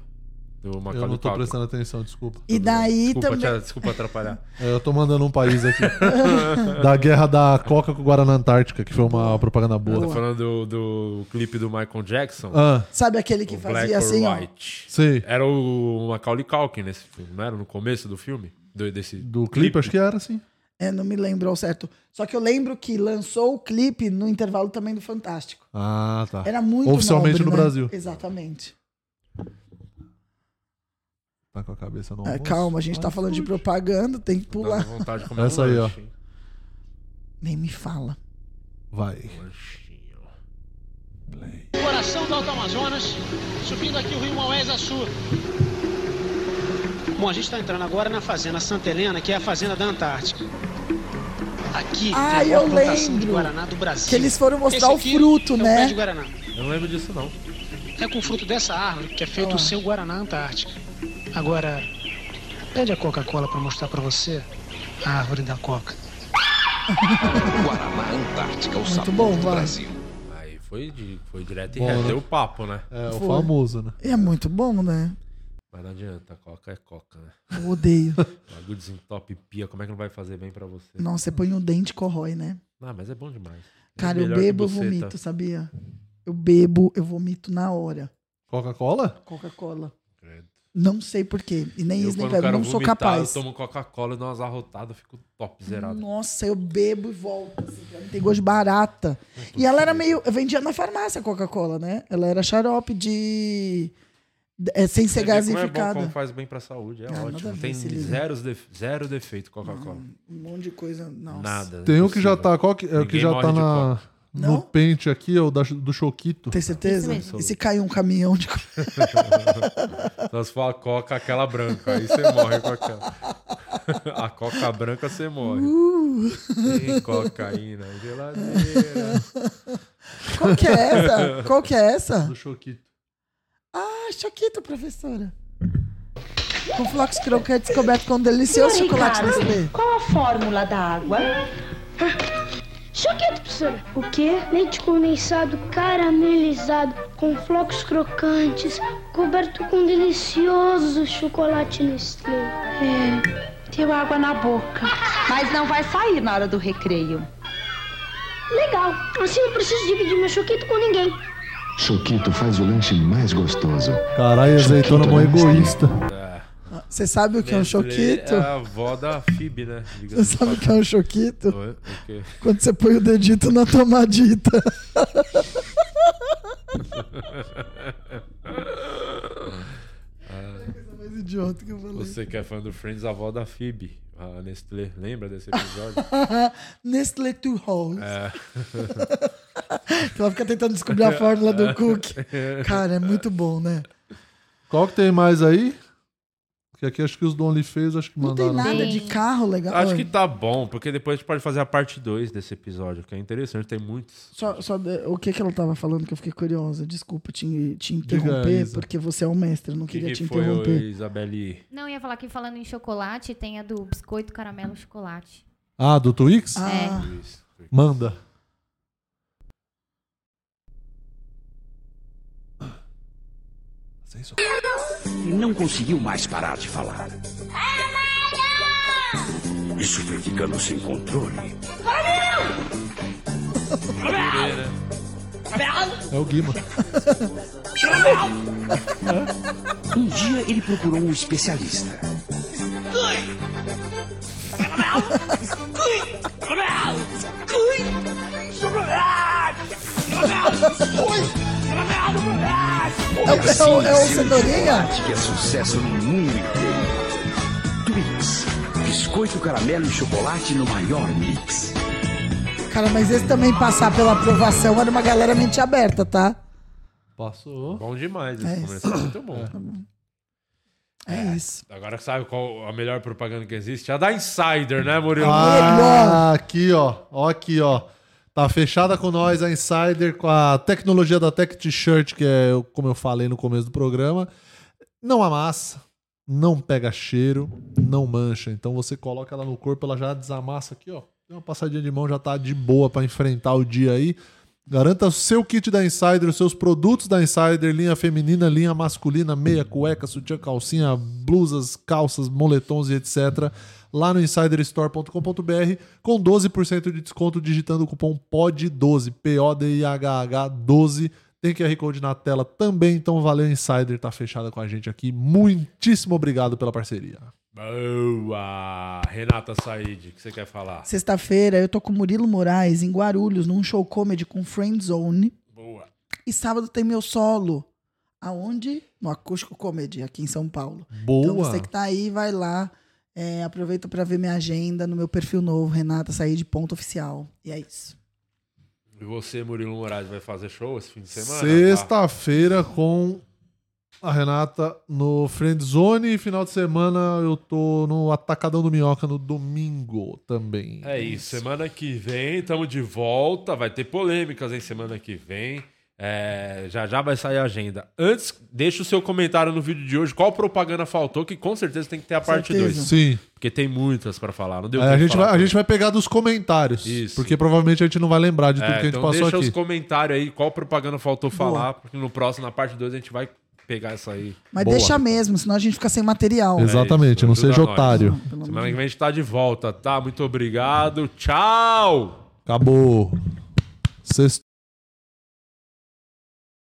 Speaker 1: Do Macaulay
Speaker 2: Eu não tô
Speaker 1: Culkin.
Speaker 2: prestando atenção, desculpa.
Speaker 3: E daí
Speaker 1: Desculpa,
Speaker 3: também.
Speaker 1: te- desculpa atrapalhar.
Speaker 2: É, Eu tô mandando um país aqui. da guerra da Coca com o Guaraná Antártica, que foi uma propaganda
Speaker 1: Eu tô
Speaker 2: boa.
Speaker 1: tá falando do, do clipe do Michael Jackson.
Speaker 2: Ah.
Speaker 3: Sabe aquele que
Speaker 1: O
Speaker 3: fazia
Speaker 1: Black or
Speaker 3: assim, ó?
Speaker 1: White.
Speaker 2: Sim.
Speaker 1: Era o Macaulay Culkin nesse filme, não era? No começo do filme? Do, desse
Speaker 2: Do clipe, acho que era, sim.
Speaker 3: É, não me lembro ao certo. Só que eu lembro que lançou o clipe no intervalo também do Fantástico.
Speaker 2: Ah, tá.
Speaker 3: Era muito né?
Speaker 2: Oficialmente
Speaker 3: nobre,
Speaker 2: no
Speaker 3: né?
Speaker 2: Brasil.
Speaker 3: Exatamente.
Speaker 2: Tá com a cabeça no
Speaker 3: Ah,
Speaker 2: almoço?
Speaker 3: calma, a gente tá falando de propaganda, tem que pular.
Speaker 1: vontade de um
Speaker 2: Essa aí, ó.
Speaker 3: Nem me fala.
Speaker 2: Vai.
Speaker 7: Coração do Alto Amazonas, subindo aqui o rio Maués a sul. Bom, a gente está entrando agora na fazenda Santa Helena, que é a fazenda da Antártica. Aqui tem
Speaker 3: Ah,
Speaker 7: a maior
Speaker 3: eu
Speaker 7: plantação
Speaker 3: lembro.
Speaker 7: de Guaraná é do Brasil.
Speaker 3: Que eles foram mostrar
Speaker 7: Esse
Speaker 3: o
Speaker 7: aqui
Speaker 3: fruto,
Speaker 7: é o
Speaker 3: né?
Speaker 7: pé de Guaraná.
Speaker 1: Eu não lembro disso, não.
Speaker 7: É com o fruto dessa árvore que é feito o seu Guaraná Antártica. Agora, pede a Coca-Cola para mostrar para você a árvore da Coca.
Speaker 14: Guaraná Antártica, o
Speaker 7: Muito
Speaker 14: sabor
Speaker 7: bom,
Speaker 14: do
Speaker 7: vai.
Speaker 14: Brasil.
Speaker 1: Aí foi, di- foi direto e
Speaker 2: Bom,
Speaker 1: reto.
Speaker 2: né?
Speaker 1: Deu papo, né?
Speaker 2: É, o
Speaker 3: Foi.
Speaker 2: famoso, né?
Speaker 3: É muito bom, né?
Speaker 1: Mas não adianta, coca é coca, né?
Speaker 3: Eu odeio.
Speaker 1: Bagulho desentope pia, como é que não vai fazer bem pra você?
Speaker 3: Não, você põe um dente e corrói, né?
Speaker 1: Ah, mas é bom demais.
Speaker 3: Cara, eu
Speaker 1: Melhor que
Speaker 3: bebo, eu
Speaker 1: buceta.
Speaker 3: vomito, sabia? Eu bebo, eu vomito na hora.
Speaker 2: Coca-Cola?
Speaker 3: Coca-Cola. Não sei porquê. E nem
Speaker 1: Eu,
Speaker 3: isso, nem
Speaker 1: quando
Speaker 3: bebo.
Speaker 1: quero
Speaker 3: Não sou
Speaker 1: vomitar,
Speaker 3: capaz.
Speaker 1: Eu tomo Coca-Cola e dou umas arrotadas, eu fico top, zerado.
Speaker 3: Nossa, eu bebo e volto. assim, pra mim tem gosto de barata. E ela era meio. Eu vendia na farmácia a Coca-Cola, né? Ela era xarope de. É, sem ser
Speaker 1: Você vê como É
Speaker 3: gasificada.
Speaker 1: bom, como faz bem pra saúde, é
Speaker 3: Ah, nada a
Speaker 1: ótimo.
Speaker 3: ver
Speaker 1: Tem
Speaker 3: esse livro.
Speaker 1: zero, def- zero defeito Coca-Cola.
Speaker 3: um monte de coisa. Nossa.
Speaker 1: Nada.
Speaker 2: Tem um que já tá, qual que, é o
Speaker 1: Ninguém
Speaker 2: que já
Speaker 1: morre
Speaker 2: tá
Speaker 1: de
Speaker 2: na,
Speaker 3: Não?
Speaker 2: no pente aqui, é o da- do Choquito.
Speaker 3: Tem certeza? E se cair um caminhão de. co-
Speaker 1: Então, se for a Coca, aquela branca, aí você morre com aquela. A Coca branca, você morre.
Speaker 3: Uh.
Speaker 1: Tem cocaína, geladeira.
Speaker 3: Qual que é essa? Qual que é essa?
Speaker 2: Do Choquito.
Speaker 3: Ah, choquito, professora. Com flocos crocantes coberto com um delicioso chocolate Nestlé.
Speaker 8: qual a fórmula da água?
Speaker 10: Choquito, professora. O quê? Ah, Leite condensado caramelizado com flocos crocantes, coberto com delicioso chocolate Nestlé. É, deu água na boca.
Speaker 8: Mas não vai sair na hora do recreio.
Speaker 10: Legal, assim não preciso dividir meu choquito com ninguém.
Speaker 21: Choquito faz o lanche mais gostoso.
Speaker 2: Caralho, azeitona é mó egoísta.
Speaker 3: Você sabe o que é um choquito?
Speaker 1: É a avó da FIB, né?
Speaker 3: Você sabe o que é um choquito?
Speaker 1: Oi? O quê?
Speaker 3: Quando você põe o dedito na tomadita.
Speaker 1: Ah,
Speaker 3: Mais idiota que eu falei.
Speaker 1: você que é fã do Friends, a avó da FIB, a Nestlé. Lembra desse episódio?
Speaker 3: Nestlé Two Halls.
Speaker 1: É.
Speaker 3: que ela fica tentando descobrir a fórmula do cookie. Cara, é muito bom, né?
Speaker 2: Qual que tem mais aí? Porque aqui acho que os do OnlyFans acho que
Speaker 3: Não tem
Speaker 2: mandaram.
Speaker 3: nada de carro legal.
Speaker 1: Acho
Speaker 3: Oi.
Speaker 1: que tá bom, porque depois a gente pode fazer a parte 2 desse episódio, que é interessante, tem muitos.
Speaker 3: Só, só de- o que, que ela tava falando que eu fiquei curiosa. Desculpa te, te
Speaker 1: Diga,
Speaker 3: interromper,
Speaker 1: Isa.
Speaker 3: porque você é um mestre, eu não
Speaker 1: O que,
Speaker 3: queria te
Speaker 1: que foi, ô,
Speaker 3: interromper.
Speaker 1: Isabelle?
Speaker 12: Não, eu ia falar que falando em chocolate, tem a do biscoito caramelo chocolate.
Speaker 2: Ah, do Twix?
Speaker 12: Ah.
Speaker 2: Manda.
Speaker 21: E não conseguiu mais parar de falar. Isso foi ficando sem controle.
Speaker 2: É o Guima.
Speaker 21: Um dia ele procurou um especialista.
Speaker 3: É o- é o- é o Cenourinha?
Speaker 21: Que é sucesso no mundo inteiro. Twix. Biscoito, caramelo e chocolate no maior mix.
Speaker 3: Cara, mas esse também passar pela aprovação era uma galera mente aberta, tá?
Speaker 2: Passou.
Speaker 1: Bom demais
Speaker 3: É
Speaker 1: esse
Speaker 3: isso.
Speaker 1: comercial, muito bom.
Speaker 3: É isso.
Speaker 1: Agora sabe qual a melhor propaganda que existe? A da Insider, né, Murilo?
Speaker 2: Ah, aqui, ó. Ó aqui, ó. Tá fechada com nós a Insider com a tecnologia da Tech T-shirt, que é como eu falei no começo do programa. Não amassa, não pega cheiro, não mancha. Então você coloca ela no corpo, ela já desamassa aqui, ó. Deu uma passadinha de mão, já tá de boa pra enfrentar o dia aí. Garanta o seu kit da Insider, os seus produtos da Insider, linha feminina, linha masculina, meia, cueca, sutiã, calcinha, blusas, calças, moletons e etc. Lá no insiderstore.com.br com 12% de desconto digitando o cupom POD12, P-O-D-I-H-H-12. Tem QR Code na tela também, então valeu Insider, tá fechada com a gente aqui. Muitíssimo obrigado pela parceria.
Speaker 1: Boa! Renata Said, o que você quer falar?
Speaker 3: Sexta-feira eu tô com o Murilo Moraes em Guarulhos, num show comedy com Friend Zone.
Speaker 1: Boa.
Speaker 3: E sábado tem meu solo. Aonde? No Acústico Comedy, aqui em São Paulo.
Speaker 2: Boa.
Speaker 3: Então você que tá aí, vai lá. É, aproveita pra ver minha agenda no meu perfil novo, Renata Sair de Ponto Oficial. E é isso.
Speaker 1: E você, Murilo Moraes, vai fazer show esse fim de semana? tá?
Speaker 2: Sexta-feira com a Renata no Friendzone. E final de semana eu tô no Atacadão do Minhoca no domingo também.
Speaker 1: É isso. Semana que vem estamos de volta. Vai ter polêmicas em semana que vem. É, já já vai sair a agenda. Antes, deixa o seu comentário no vídeo de hoje. Qual propaganda faltou? Que com certeza tem que ter a parte
Speaker 2: Certeza.
Speaker 1: 2.
Speaker 2: Sim.
Speaker 1: Porque tem muitas pra falar. Não deu
Speaker 2: É,
Speaker 1: tempo
Speaker 2: a,
Speaker 1: de
Speaker 2: gente
Speaker 1: falar
Speaker 2: vai, a
Speaker 1: tudo.
Speaker 2: gente vai pegar dos comentários.
Speaker 1: Isso.
Speaker 2: Porque provavelmente a gente não vai lembrar de tudo
Speaker 1: É,
Speaker 2: que a gente
Speaker 1: então
Speaker 2: passou
Speaker 1: deixa
Speaker 2: aqui.
Speaker 1: os comentários aí qual propaganda faltou
Speaker 3: Boa.
Speaker 1: falar, porque no próximo, na parte 2, a gente vai pegar essa aí.
Speaker 3: Mas deixa mesmo, senão a gente fica sem material. né?
Speaker 2: Exatamente, não
Speaker 1: É ajuda
Speaker 2: seja
Speaker 1: nós.
Speaker 2: otário.
Speaker 1: Semana que vem a gente tá de volta, tá? Muito obrigado. Tchau!
Speaker 2: Acabou. Sextou.